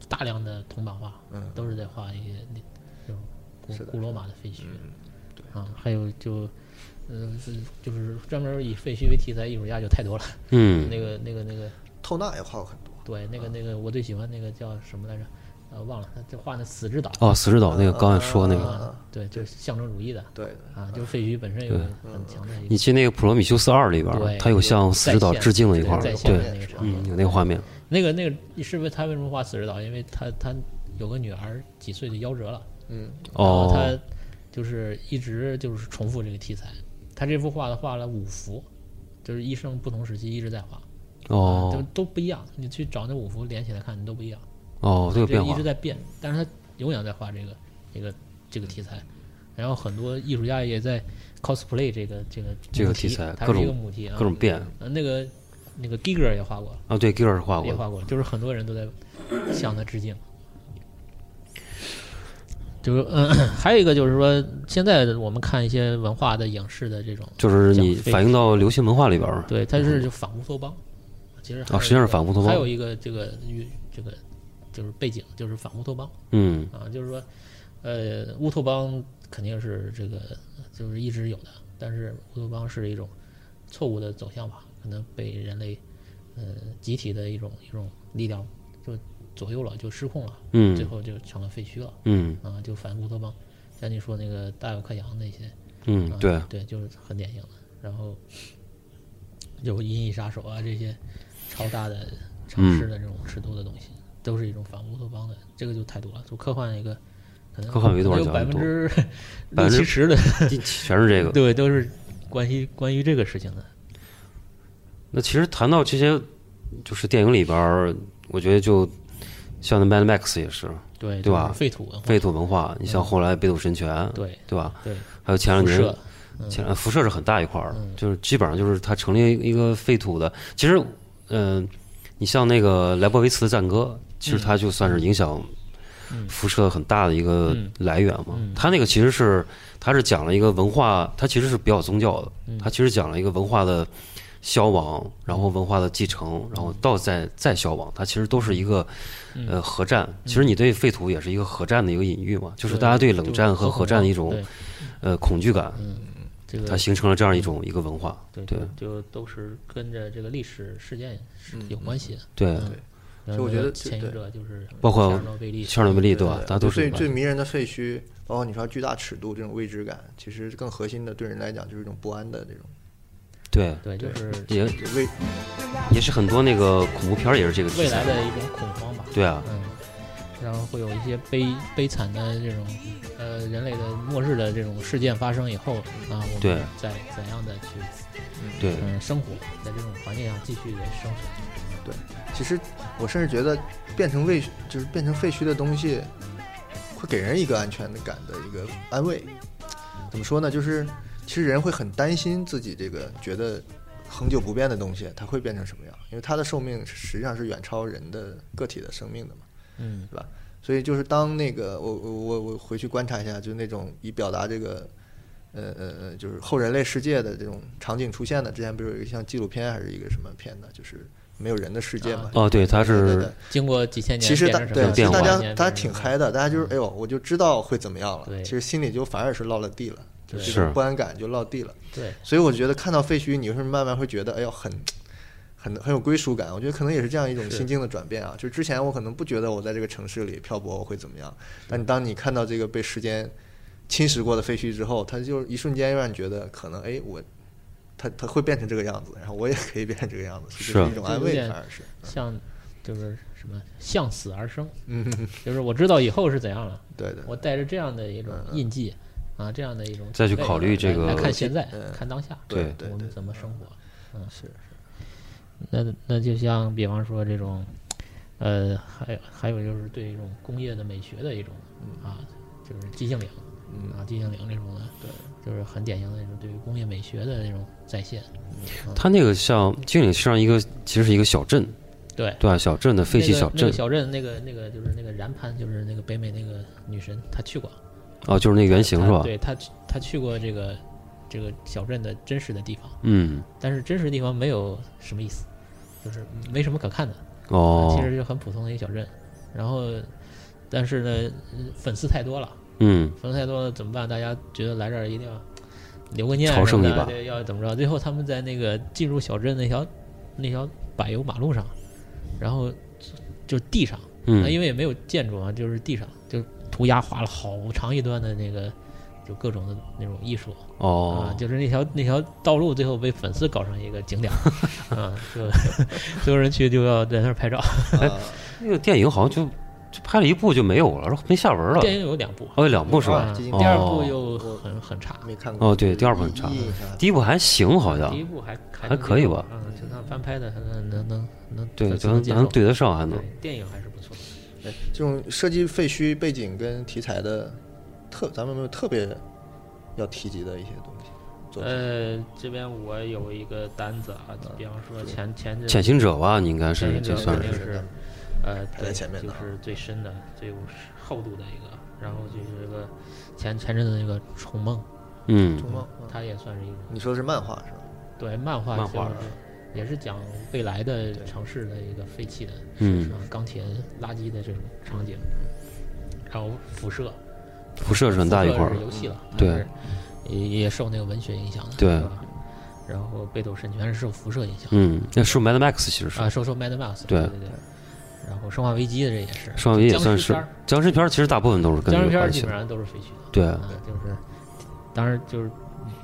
[SPEAKER 5] 大量的铜版画，
[SPEAKER 4] 嗯
[SPEAKER 5] 都是在画一些那这种古
[SPEAKER 4] 是的
[SPEAKER 5] 古罗马的废墟，
[SPEAKER 4] 嗯，
[SPEAKER 5] 啊，还有就。嗯，是就是专门以废墟为题材艺术家就太多了。
[SPEAKER 3] 嗯
[SPEAKER 5] 那个、那个、那个，
[SPEAKER 4] 透纳也画过很多。
[SPEAKER 5] 对，那个、那个，我最喜欢那个叫什么来着？呃，忘了，他就画那死之岛。
[SPEAKER 3] 哦，死之岛那个刚才说那个，
[SPEAKER 5] 啊，对，就是象征主义的
[SPEAKER 4] 对，
[SPEAKER 5] 啊，就是废墟本身有
[SPEAKER 3] 对
[SPEAKER 5] 很强的一
[SPEAKER 3] 你
[SPEAKER 5] 个
[SPEAKER 3] 去那个《普罗米修斯二》里边，
[SPEAKER 5] 嗯对
[SPEAKER 3] 它有向死之岛致敬的一块儿，
[SPEAKER 5] 在线的
[SPEAKER 3] 对，
[SPEAKER 5] 那个场
[SPEAKER 3] 嗯，
[SPEAKER 5] 景。
[SPEAKER 3] 有那个画面，
[SPEAKER 5] 那个那个是不是他为什么画死之岛？因为他他有个女儿几岁就夭折了，
[SPEAKER 4] 嗯，
[SPEAKER 5] 然后
[SPEAKER 3] 哦，
[SPEAKER 5] 他就是一直就是重复这个题材。他这幅画的画了五幅，就是一生不同时期一直在画，都
[SPEAKER 3] 哦，
[SPEAKER 5] 都不一样。你去找那五幅连起来看，你都不一样。
[SPEAKER 3] 哦，这个
[SPEAKER 5] 这
[SPEAKER 3] 变
[SPEAKER 5] 一
[SPEAKER 3] 化
[SPEAKER 5] 直，在变，但是他永远在画这个这个这个题材。然后很多艺术家也在 cosplay 这个这个
[SPEAKER 3] 这个
[SPEAKER 5] 母
[SPEAKER 3] 题材
[SPEAKER 5] 它
[SPEAKER 3] 各
[SPEAKER 5] 是一个
[SPEAKER 3] 种
[SPEAKER 5] 母题啊，
[SPEAKER 3] 各种变
[SPEAKER 5] 呃那个那个 Giger 也画过，
[SPEAKER 3] 啊，对，吉尔画
[SPEAKER 5] 也
[SPEAKER 3] 过，
[SPEAKER 5] 画过，就是很多人都在向他致敬。就是嗯， 还有一个就是说，现在我们看一些文化的影视的这种，
[SPEAKER 3] 就是你
[SPEAKER 5] 讲废
[SPEAKER 3] 反映到流行文化里边儿，
[SPEAKER 5] 对，它是就反乌托邦。其实还
[SPEAKER 3] 啊
[SPEAKER 5] 有
[SPEAKER 3] 实际上
[SPEAKER 5] 一
[SPEAKER 3] 是
[SPEAKER 5] 个
[SPEAKER 3] 反乌托邦
[SPEAKER 5] 还有一个这个与这个就是背景就是反乌托邦。
[SPEAKER 3] 嗯
[SPEAKER 5] 啊，就是说，呃，乌托邦肯定是这个就是一直有的，但是乌托邦是一种错误的走向吧，可能被人类呃集体的一种一种力量就左右了，就失控了，最
[SPEAKER 3] 嗯
[SPEAKER 5] 后就成了废墟了
[SPEAKER 3] 嗯
[SPEAKER 5] 啊，就反乌托邦。像你说那个大有克洋那些，
[SPEAKER 3] 嗯
[SPEAKER 5] 啊，
[SPEAKER 3] 对，
[SPEAKER 5] 对，就是很典型的。然后有《银翼杀手》啊这些超大的
[SPEAKER 3] 嗯
[SPEAKER 5] 尝试的这种尺度的东西，都是一种反乌托邦的，这个就太多了。就科幻一个，可能
[SPEAKER 3] 科幻维度
[SPEAKER 5] 可能
[SPEAKER 3] 上讲
[SPEAKER 5] 有百
[SPEAKER 3] 很
[SPEAKER 5] 分
[SPEAKER 3] 多
[SPEAKER 5] 之
[SPEAKER 3] 百分
[SPEAKER 5] 六
[SPEAKER 3] 之
[SPEAKER 5] 七十的，
[SPEAKER 3] 这全是这个。
[SPEAKER 5] 对，都是关于关于这个事情的。
[SPEAKER 3] 那其实谈到这些，就是电影里边儿，我觉得就像那《Mad Max》也是
[SPEAKER 5] 对
[SPEAKER 3] 对吧
[SPEAKER 5] 就是废土文化，
[SPEAKER 3] 废土文化，你像后来《北斗神拳》，
[SPEAKER 5] 对
[SPEAKER 3] 对吧？
[SPEAKER 5] 对，
[SPEAKER 3] 还有前两
[SPEAKER 5] 辐
[SPEAKER 3] 年
[SPEAKER 5] 射，
[SPEAKER 3] 前呃辐射是很大一块儿，就是基本上就是它成立一个废土的。其实，嗯、你像那个莱博维茨的战歌，其实它就算是影响辐射很大的一个来源嘛。它那个其实是它是讲了一个文化，它其实是比较宗教的，它其实讲了一个文化的消亡，然后文化的继承，然后到再再消亡，它其实都是一个呃核战。其实你对废土也是一个核战的一个隐喻嘛，就是
[SPEAKER 5] 对
[SPEAKER 3] 大家对冷
[SPEAKER 5] 就
[SPEAKER 3] 战和
[SPEAKER 5] 核
[SPEAKER 3] 核
[SPEAKER 5] 恐
[SPEAKER 3] 战的
[SPEAKER 5] 慌
[SPEAKER 3] 一种
[SPEAKER 5] 对
[SPEAKER 3] 呃恐惧感。
[SPEAKER 5] 这个
[SPEAKER 3] 它形成了这样一种一个文化。
[SPEAKER 5] 对
[SPEAKER 3] 对
[SPEAKER 5] 就都是跟着这个历史事件是
[SPEAKER 4] 嗯
[SPEAKER 5] 有关系的。
[SPEAKER 3] 对，
[SPEAKER 4] 所
[SPEAKER 5] 然
[SPEAKER 4] 以我
[SPEAKER 5] 后
[SPEAKER 4] 觉得这
[SPEAKER 5] 前一
[SPEAKER 4] 对
[SPEAKER 5] 者就是
[SPEAKER 3] 嗯包括
[SPEAKER 5] 切尔诺贝利
[SPEAKER 3] 切尔诺贝利对吧？
[SPEAKER 4] 对
[SPEAKER 3] 啊大家都是
[SPEAKER 4] 最最迷人的废墟，包括你说巨大尺度这种未知感，其实更核心的对人来讲就是一种不安的这种
[SPEAKER 3] 对，
[SPEAKER 5] 对，就是
[SPEAKER 3] 也
[SPEAKER 4] 就未
[SPEAKER 3] 也是很多那个恐怖片儿也是这个题
[SPEAKER 5] 未来
[SPEAKER 3] 材。
[SPEAKER 5] 的一种恐慌吧。
[SPEAKER 3] 对啊，
[SPEAKER 5] 嗯，然后会有一些悲悲惨的这种呃人类的末日的这种事件发生以后啊，我
[SPEAKER 3] 对
[SPEAKER 5] 们再怎样的去
[SPEAKER 3] 对，
[SPEAKER 5] 嗯、生活，在这种环境下继续的生存。
[SPEAKER 4] 其实我甚至觉得变成废就是变成废墟的东西，会给人一个安全感的一个安慰。怎么说呢？就是其实人会很担心自己这个觉得恒久不变的东西，它会变成什么样？因为它的寿命实际上是远超人的个体的生命的嘛，
[SPEAKER 5] 嗯，
[SPEAKER 4] 对吧？所以就是当那个我我我我回去观察一下，就是那种以表达这个。呃呃呃，就是后人类世界的这种场景出现的，之前不是有一个像纪录片还是一个什么片的，就是没有人的世界嘛，
[SPEAKER 3] 哦，对，它
[SPEAKER 4] 对对
[SPEAKER 3] 是
[SPEAKER 4] 对
[SPEAKER 5] 经过几千年
[SPEAKER 4] 其实
[SPEAKER 5] 变
[SPEAKER 4] 大
[SPEAKER 5] 成什么
[SPEAKER 4] 对，
[SPEAKER 5] 样，
[SPEAKER 4] 其
[SPEAKER 3] 变
[SPEAKER 4] 实
[SPEAKER 3] 化
[SPEAKER 4] 大
[SPEAKER 5] 几
[SPEAKER 4] 家
[SPEAKER 5] 千年
[SPEAKER 4] 大家
[SPEAKER 5] 变成
[SPEAKER 4] 挺
[SPEAKER 5] 什么
[SPEAKER 4] 嗨
[SPEAKER 5] 样。
[SPEAKER 4] 的，大家就是哎呦，我就知道会怎么样了。
[SPEAKER 5] 对
[SPEAKER 4] 其实心里就反而是落了地了，就这
[SPEAKER 3] 对
[SPEAKER 4] 种不安感就落地了。
[SPEAKER 5] 对，
[SPEAKER 4] 所以我觉得看到废墟，你会慢慢会觉得哎呦很很很有归属感。我觉得可能也是这样一种心境的转变啊。就之前我可能不觉得我在这个城市里漂泊我会怎么样，但当你看到这个被时间侵蚀过的废墟之后，它就一瞬间让你觉得可能哎我。它它会变成这个样子，然后我也可以变成这个样子，
[SPEAKER 3] 是
[SPEAKER 4] 这
[SPEAKER 3] 啊
[SPEAKER 4] 是一种安慰，反而是，
[SPEAKER 5] 像就是什么向死而生，
[SPEAKER 4] 嗯，
[SPEAKER 5] 就是我知道以后是怎样了，
[SPEAKER 4] 对对，
[SPEAKER 5] 我带着这样的一种
[SPEAKER 4] 嗯
[SPEAKER 5] 印记啊，这样的一种
[SPEAKER 3] 再去
[SPEAKER 5] 准备
[SPEAKER 3] 考虑这个
[SPEAKER 5] 来来看现在
[SPEAKER 4] 嗯，
[SPEAKER 5] 看当下，
[SPEAKER 3] 对
[SPEAKER 4] 对
[SPEAKER 5] 我
[SPEAKER 4] 对
[SPEAKER 5] 们怎么生活。
[SPEAKER 4] 是
[SPEAKER 5] 那那就像比方说这种，呃，还有还有就是对这种工业的美学的一种
[SPEAKER 3] 嗯
[SPEAKER 5] 啊，就是寂静岭，
[SPEAKER 4] 嗯
[SPEAKER 5] 啊，寂静岭这种的，对，就是很典型的一种对于工业美学的那种再现，
[SPEAKER 3] 它那个像经岭像一个其实是一个小镇，
[SPEAKER 5] 对。
[SPEAKER 3] 对吧？小镇的废弃小
[SPEAKER 5] 那个那
[SPEAKER 3] 镇
[SPEAKER 5] 个、小镇，那个那个就是那个燃潘，就是那个北美那个女神，她去过，
[SPEAKER 3] 哦，就是那个原型是
[SPEAKER 5] 她
[SPEAKER 3] 吧？
[SPEAKER 5] 对她去，她去过这个这个小镇的真实的地方，
[SPEAKER 3] 嗯，
[SPEAKER 5] 但是真实的地方没有什么意思，就是没什么可看的。
[SPEAKER 3] 哦
[SPEAKER 5] 其，实就很普通的一个小镇。然后，但是呢，呃粉丝太多了，
[SPEAKER 3] 嗯，
[SPEAKER 5] 粉丝太多了怎么办？大家觉得来这儿一定要留个念
[SPEAKER 3] 朝圣
[SPEAKER 5] 什么
[SPEAKER 3] 一把
[SPEAKER 5] 的，对，要怎么着？最后他们在那个进入小镇那条那条柏油马路上，然后就地上，那
[SPEAKER 3] 嗯，
[SPEAKER 5] 因为也没有建筑啊，就是地上就是涂鸦画了好长一段的那个。就各种的那种艺术啊
[SPEAKER 3] 哦，，
[SPEAKER 5] 就是那条那条道路最后被粉丝搞成一个景点 儿啊，就 所有人去就要在那儿拍照。
[SPEAKER 3] 哎
[SPEAKER 4] 啊，
[SPEAKER 3] 那个电影好像就就拍了一部就没有了，没下文了。
[SPEAKER 5] 电影有两部，
[SPEAKER 3] 哦，有两部是吧？
[SPEAKER 5] 啊
[SPEAKER 4] 基金
[SPEAKER 5] 第二
[SPEAKER 3] 哦
[SPEAKER 5] 部又很很差，
[SPEAKER 4] 没看过
[SPEAKER 3] 哦，对，第二部很差
[SPEAKER 4] 意义上，
[SPEAKER 3] 第一部还行，好像
[SPEAKER 5] 啊第一部还还
[SPEAKER 3] 还可以吧
[SPEAKER 5] 嗯，就他翻拍的还能能能能
[SPEAKER 3] 对，
[SPEAKER 5] 粉丝
[SPEAKER 3] 就能
[SPEAKER 5] 接
[SPEAKER 3] 能
[SPEAKER 5] 受
[SPEAKER 3] 对得上，还能
[SPEAKER 5] 对电影还是不错的。
[SPEAKER 4] 对这种设计废墟背景跟题材的特，咱们有没有特别要提及的一些东西？作品
[SPEAKER 5] 呃，这边我有一个单子啊，比方说前前阵
[SPEAKER 3] 《潜行者》吧？你应该
[SPEAKER 5] 前
[SPEAKER 3] 是
[SPEAKER 5] 阵子
[SPEAKER 3] 这算
[SPEAKER 5] 肯定
[SPEAKER 3] 是
[SPEAKER 5] 是呃
[SPEAKER 4] 嗯排在
[SPEAKER 5] 对
[SPEAKER 4] 前面的
[SPEAKER 5] 就
[SPEAKER 4] 啊
[SPEAKER 5] 是最深的、最有厚度的一个，然后就是这个前前阵子那个《虫梦
[SPEAKER 3] 嗯
[SPEAKER 4] 中梦，》，
[SPEAKER 5] 它也算是一种
[SPEAKER 4] 你说的是漫画是吧？
[SPEAKER 5] 对漫画，
[SPEAKER 3] 漫
[SPEAKER 5] 就是
[SPEAKER 3] 画
[SPEAKER 5] 也是讲未来的城市的一个废弃的，
[SPEAKER 3] 嗯
[SPEAKER 5] 啊，钢铁垃圾的这种场景，然后辐射，
[SPEAKER 3] 辐射是很大一块
[SPEAKER 5] 辐
[SPEAKER 3] 儿嗯
[SPEAKER 5] 射是，游戏了，
[SPEAKER 3] 对，
[SPEAKER 5] 也也受那个文学影响的，
[SPEAKER 3] 对
[SPEAKER 5] 是吧。然后北斗神拳是受辐射影响的，
[SPEAKER 3] 嗯，那是 Mad Max 其实是
[SPEAKER 5] 啊，受受 Mad Max，
[SPEAKER 3] 对
[SPEAKER 5] 对对。然后生化危机的这也是，
[SPEAKER 3] 上映也
[SPEAKER 5] 僵
[SPEAKER 3] 算
[SPEAKER 5] 尸
[SPEAKER 3] 是
[SPEAKER 5] 片儿
[SPEAKER 3] 僵尸片儿，其实大部分都是跟
[SPEAKER 5] 僵
[SPEAKER 3] 这个
[SPEAKER 5] 尸片儿
[SPEAKER 3] 关
[SPEAKER 5] 基
[SPEAKER 3] 系
[SPEAKER 5] 本
[SPEAKER 3] 的。
[SPEAKER 5] 上都是废墟的，
[SPEAKER 3] 对，
[SPEAKER 5] 啊，就是，当然就是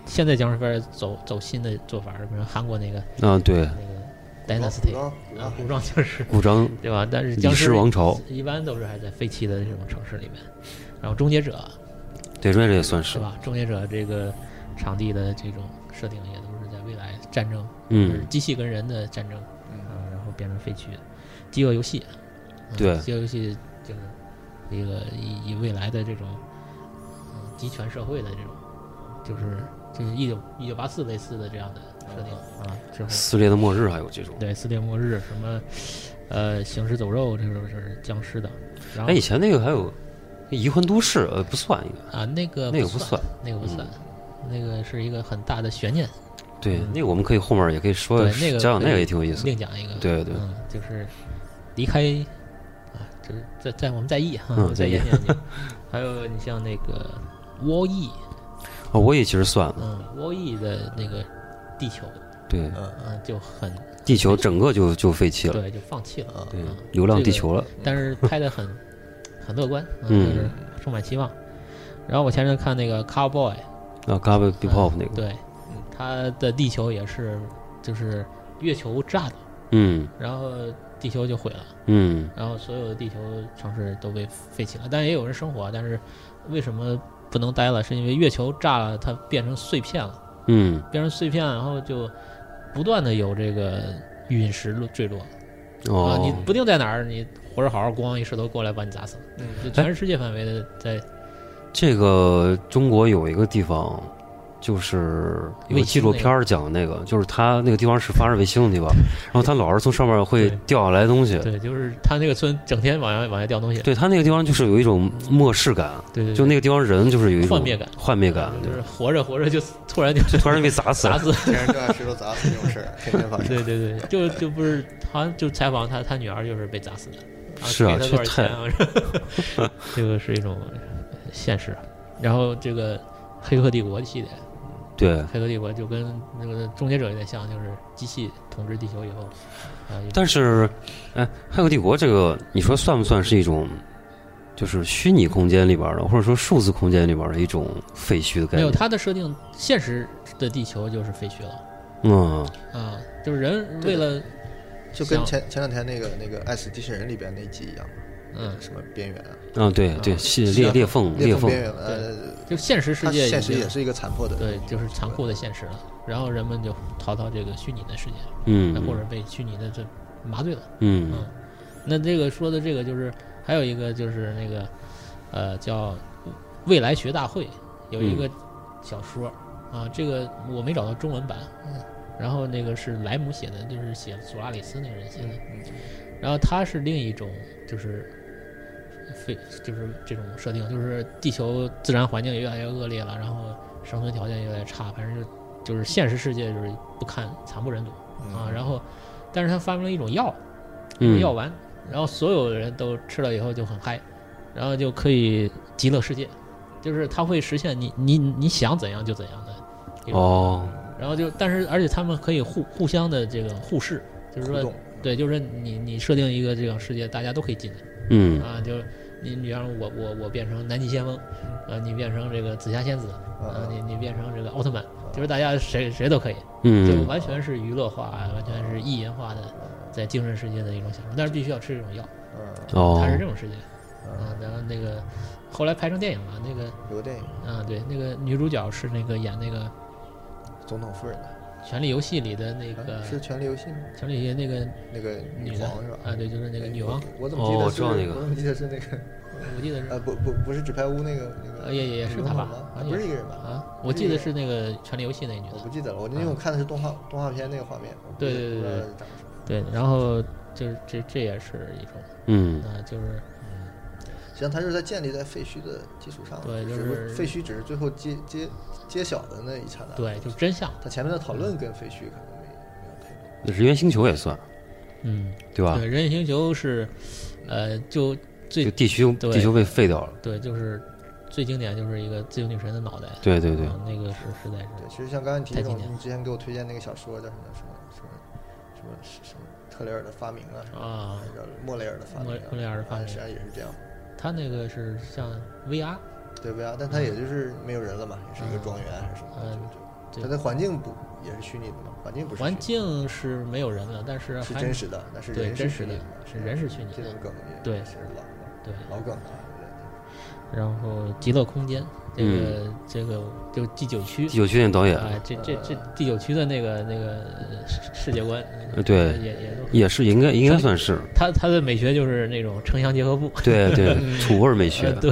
[SPEAKER 5] 现在僵尸片儿走走新的做法儿，比如韩国那个
[SPEAKER 3] 啊对，
[SPEAKER 5] 那个 Dynasty，
[SPEAKER 4] 古
[SPEAKER 5] 啊
[SPEAKER 4] 装，
[SPEAKER 5] 古装僵尸，
[SPEAKER 3] 古装
[SPEAKER 5] 对吧？但是
[SPEAKER 3] 李
[SPEAKER 5] 僵
[SPEAKER 3] 氏
[SPEAKER 5] 尸
[SPEAKER 3] 王朝
[SPEAKER 5] 一般都是还在废弃的这种城市里面。然后终结者
[SPEAKER 3] 对，瑞瑞也算
[SPEAKER 5] 是
[SPEAKER 3] 是，
[SPEAKER 5] 吧？终结者这个场地的这种设定也都是在未来战争，就是
[SPEAKER 3] 嗯，
[SPEAKER 5] 机器跟人的战争，啊，然后变成废墟。饥饿游戏，嗯
[SPEAKER 3] 对
[SPEAKER 5] 饥饿游戏就是一个以以未来的这种嗯集权社会的这种，就是就是一九一九八四类似的这样的设定
[SPEAKER 3] 哦
[SPEAKER 5] 啊，之后
[SPEAKER 3] 撕裂的末日还有这种。
[SPEAKER 5] 对，四列末日什么，呃，行尸走肉，这种是僵尸的。然后
[SPEAKER 3] 哎，以前那个还有《移魂都市》，呃，不算应该，
[SPEAKER 5] 啊，那个
[SPEAKER 3] 那个不
[SPEAKER 5] 不
[SPEAKER 3] 算，嗯
[SPEAKER 5] 那个不算，那个是一个很大的悬念。
[SPEAKER 3] 对，那个我们可以后面也可以说
[SPEAKER 5] 嗯对，那个
[SPEAKER 3] 讲讲那
[SPEAKER 5] 可
[SPEAKER 3] 个
[SPEAKER 5] 以
[SPEAKER 3] 也挺有意思的。
[SPEAKER 5] 另讲一个，
[SPEAKER 3] 对对
[SPEAKER 5] 嗯，就是离开啊，就是在在我们在意哈，
[SPEAKER 3] 嗯
[SPEAKER 5] 我们在
[SPEAKER 3] 在意
[SPEAKER 5] 意念 你。还有你像那个 w a E，
[SPEAKER 3] 哦，我也其实算了，
[SPEAKER 5] 嗯 w a E 的那个地球，
[SPEAKER 3] 对，
[SPEAKER 5] 嗯，就很
[SPEAKER 3] 地球整个就就废弃了，
[SPEAKER 5] 对，就放弃了。
[SPEAKER 4] 啊
[SPEAKER 3] 对
[SPEAKER 5] 嗯，
[SPEAKER 3] 流浪
[SPEAKER 5] 这
[SPEAKER 3] 地
[SPEAKER 5] 个
[SPEAKER 3] 球了，
[SPEAKER 5] 但是拍的很很乐观，
[SPEAKER 3] 嗯
[SPEAKER 5] 就是充满希望。然后我前阵看那个《Cowboy》，
[SPEAKER 3] 啊 g a b b i p o p 那个，
[SPEAKER 5] 对，
[SPEAKER 3] 嗯
[SPEAKER 5] 他的地球也是就是月球炸了，
[SPEAKER 3] 嗯
[SPEAKER 5] 然后地球就毁了，
[SPEAKER 3] 嗯，
[SPEAKER 5] 然后所有的地球城市都被废弃了，但也有人生活，但是为什么不能待了？是因为月球炸了，它变成碎片了，
[SPEAKER 3] 嗯，
[SPEAKER 5] 变成碎片，然后就不断的有这个陨石坠落，啊，你
[SPEAKER 3] 哦，
[SPEAKER 5] 不定在哪儿，你活着好好，咣一石头过来把你砸死了。
[SPEAKER 4] 嗯
[SPEAKER 5] 就全世界范围的在
[SPEAKER 3] 这个中国有一个地方，就是有个纪录片儿讲那个，就是它那个地方是发射卫星的地 方，然后它老是从上面会
[SPEAKER 5] 对
[SPEAKER 3] 掉下来东西。
[SPEAKER 5] 对，就是他那个村整天往下往下掉东西，
[SPEAKER 3] 对它那个地方就是有一种漠视感，
[SPEAKER 5] 对对，
[SPEAKER 3] 就那个地方人就是有一种
[SPEAKER 5] 幻灭感
[SPEAKER 3] 幻灭感，
[SPEAKER 5] 就是
[SPEAKER 3] 对，
[SPEAKER 5] 活着活着就突然就
[SPEAKER 3] 突然就被砸死
[SPEAKER 5] 砸
[SPEAKER 3] 了。
[SPEAKER 5] 死，
[SPEAKER 4] 天上掉下石头砸死这种事儿，天天发 生。
[SPEAKER 5] 对对对，就就不是好像就采访他他女儿就是被砸死的，然后
[SPEAKER 3] 是啊
[SPEAKER 5] 赔他多少钱啊？ 呃这个是一种现实。然后这个《黑客帝国》系列，
[SPEAKER 3] 对，
[SPEAKER 5] 黑客帝国就跟那个终结者有点像，就是机器统治地球以后，啊，有
[SPEAKER 3] 但是，哎，《骇客帝国》这个，你说算不算是一种，就是虚拟空间里边儿的，或者说数字空间里边儿的一种废墟的概
[SPEAKER 5] 没有
[SPEAKER 3] 念？
[SPEAKER 5] 它的设定，现实的地球就是废墟了
[SPEAKER 3] 嗯，
[SPEAKER 5] 啊，就是人
[SPEAKER 4] 对
[SPEAKER 5] 为了
[SPEAKER 4] 就跟
[SPEAKER 5] 像
[SPEAKER 4] 前前两天那个那个《爱死机器人》里边那集一样，
[SPEAKER 5] 嗯，
[SPEAKER 4] 什么边缘啊，
[SPEAKER 3] 啊，对对，
[SPEAKER 5] 啊
[SPEAKER 3] 是
[SPEAKER 4] 是
[SPEAKER 3] 裂
[SPEAKER 4] 啊
[SPEAKER 3] 裂缝
[SPEAKER 4] 裂缝
[SPEAKER 3] 缝
[SPEAKER 4] 边，缘，呃，
[SPEAKER 5] 就现实世
[SPEAKER 4] 它
[SPEAKER 5] 界已
[SPEAKER 4] 现实
[SPEAKER 5] 经
[SPEAKER 4] 也是一个残破的，
[SPEAKER 5] 对，就是残酷的现实了，然后人们就逃到这个虚拟的世界，
[SPEAKER 3] 嗯
[SPEAKER 5] 或者被虚拟的这麻醉了。
[SPEAKER 3] 嗯
[SPEAKER 5] 嗯，那这个说的这个就是还有一个就是那个呃叫未来学大会有一个小说、啊，这个我没找到中文版，嗯，然后那个是莱姆写的，就是写索拉里斯那个人写
[SPEAKER 4] 嗯
[SPEAKER 5] 的，然后他是另一种就是。非就是这种设定，就是地球自然环境也越来越恶劣了，然后生存条件越来越差，反正就就是现实世界就是不堪惨不忍睹
[SPEAKER 4] 嗯
[SPEAKER 5] 啊。然后，但是他发明了一种药，
[SPEAKER 3] 嗯，
[SPEAKER 5] 药丸，然后所有人都吃了以后就很嗨，然后就可以极乐世界，就是它会实现你你你想怎样就怎样的一种，
[SPEAKER 3] 哦，
[SPEAKER 5] 然后就但是而且他们可以互互相的这个互视，就是
[SPEAKER 4] 互
[SPEAKER 5] 说
[SPEAKER 4] 动，
[SPEAKER 5] 对，就是你你设定一个这种世界，大家都可以进来
[SPEAKER 3] 嗯
[SPEAKER 5] 啊，就是你比方说我我我变成南极先锋，
[SPEAKER 4] 嗯
[SPEAKER 5] 啊，你变成这个紫霞仙子，啊，你你变成这个奥特曼，
[SPEAKER 4] 嗯
[SPEAKER 5] 就是大家谁谁都可以，就
[SPEAKER 3] 嗯
[SPEAKER 5] 完全是娱乐化，完全是意淫化的，
[SPEAKER 4] 嗯
[SPEAKER 5] 在精神世界的一种享受，但是必须要吃这种药。
[SPEAKER 3] 哦
[SPEAKER 4] 嗯
[SPEAKER 5] 它是这种事情。啊，然后那个后来拍成电影了，那个
[SPEAKER 4] 有个电影
[SPEAKER 5] 啊，对，那个女主角是那个演那个《
[SPEAKER 4] 《总统夫人》的，
[SPEAKER 5] 权力游戏》里的那个
[SPEAKER 4] 啊是《权力游戏》吗？
[SPEAKER 5] 《权力游戏》那个
[SPEAKER 4] 那个
[SPEAKER 5] 女
[SPEAKER 4] 女
[SPEAKER 5] 的
[SPEAKER 4] 皇是吧？
[SPEAKER 5] 啊，对，就是那个女王，
[SPEAKER 4] 我怎么记
[SPEAKER 3] 哦我
[SPEAKER 4] 得
[SPEAKER 3] 知
[SPEAKER 4] 是？
[SPEAKER 3] 道那个
[SPEAKER 4] 我怎么记得是那个？
[SPEAKER 5] 我记得是
[SPEAKER 4] 呃，不不不是纸牌屋那个那
[SPEAKER 5] 呃
[SPEAKER 4] 个，
[SPEAKER 5] 也也也是她吧
[SPEAKER 4] 女总统吗啊
[SPEAKER 5] 啊
[SPEAKER 4] 不是一个人吧？
[SPEAKER 5] 啊，我记得是那个《权力游戏》那个女
[SPEAKER 4] 我
[SPEAKER 5] 的
[SPEAKER 4] 不，记得了，我因
[SPEAKER 3] 啊
[SPEAKER 4] 为我看的是动画动画片那个画面，我不
[SPEAKER 5] 对
[SPEAKER 4] 记
[SPEAKER 5] 对对
[SPEAKER 4] 不知道
[SPEAKER 5] 对
[SPEAKER 4] 长什么
[SPEAKER 5] 对，然后就是这这也是一种
[SPEAKER 3] 嗯
[SPEAKER 5] 啊，就是
[SPEAKER 4] 实际上它是在建立在废墟的基础上，
[SPEAKER 5] 对
[SPEAKER 4] 只
[SPEAKER 5] 就是
[SPEAKER 4] 不废墟只是最后揭揭揭晓的那一刹那，
[SPEAKER 5] 对，就是真相，
[SPEAKER 4] 它前面的讨论跟废墟可能没没有太多，
[SPEAKER 3] 人猿星球也算
[SPEAKER 5] 嗯，
[SPEAKER 3] 对吧
[SPEAKER 5] 对，？人形星球是，呃，就
[SPEAKER 3] 就
[SPEAKER 5] 最
[SPEAKER 3] 地球
[SPEAKER 5] 对
[SPEAKER 3] 地球被废掉了，
[SPEAKER 5] 对，就是最经典就是一个自由女神的脑袋，
[SPEAKER 3] 对对对
[SPEAKER 5] 啊，那个是实在是。
[SPEAKER 4] 对，其实像刚才你提
[SPEAKER 5] 太
[SPEAKER 4] 那
[SPEAKER 5] 经
[SPEAKER 4] 种，
[SPEAKER 5] 典
[SPEAKER 4] 你之前给我推荐那个小说叫什么什么什么什么什么什么特雷尔的发明啊，
[SPEAKER 5] 啊，
[SPEAKER 4] 然后莫雷尔的发明
[SPEAKER 5] 莫
[SPEAKER 4] 啊，
[SPEAKER 5] 莫雷尔的发明
[SPEAKER 4] 实际上也是这样。
[SPEAKER 5] 他那个是像 VR，
[SPEAKER 4] 对 VR，但它也就是没有人了嘛，也是一个庄园还是什么的，
[SPEAKER 5] 嗯
[SPEAKER 4] 就
[SPEAKER 5] 对
[SPEAKER 4] 就它的环境不也是虚拟的嘛？环境不是
[SPEAKER 5] 环
[SPEAKER 4] 虚
[SPEAKER 5] 境是没有人了，但是
[SPEAKER 4] 拟的是
[SPEAKER 5] 还
[SPEAKER 4] 真实的，那是
[SPEAKER 5] 对
[SPEAKER 4] 人
[SPEAKER 5] 真
[SPEAKER 4] 虚
[SPEAKER 5] 实的
[SPEAKER 4] 拟的嘛，
[SPEAKER 5] 是人是虚拟的
[SPEAKER 4] 这种梗也
[SPEAKER 5] 对
[SPEAKER 4] 也是老的
[SPEAKER 5] 对，
[SPEAKER 4] 老梗了。对
[SPEAKER 5] 然后极乐空间这个、这个就第九
[SPEAKER 3] 嗯
[SPEAKER 5] 区
[SPEAKER 3] 第九区那呃导演
[SPEAKER 5] 啊、这这这第九区的那个那个呃世世界观，
[SPEAKER 3] 呃对
[SPEAKER 5] 也也都
[SPEAKER 3] 也是应该应该算是，
[SPEAKER 5] 他他的美学就是那种城乡结合部。
[SPEAKER 3] 对 对，土味儿美学
[SPEAKER 5] 呃，。对，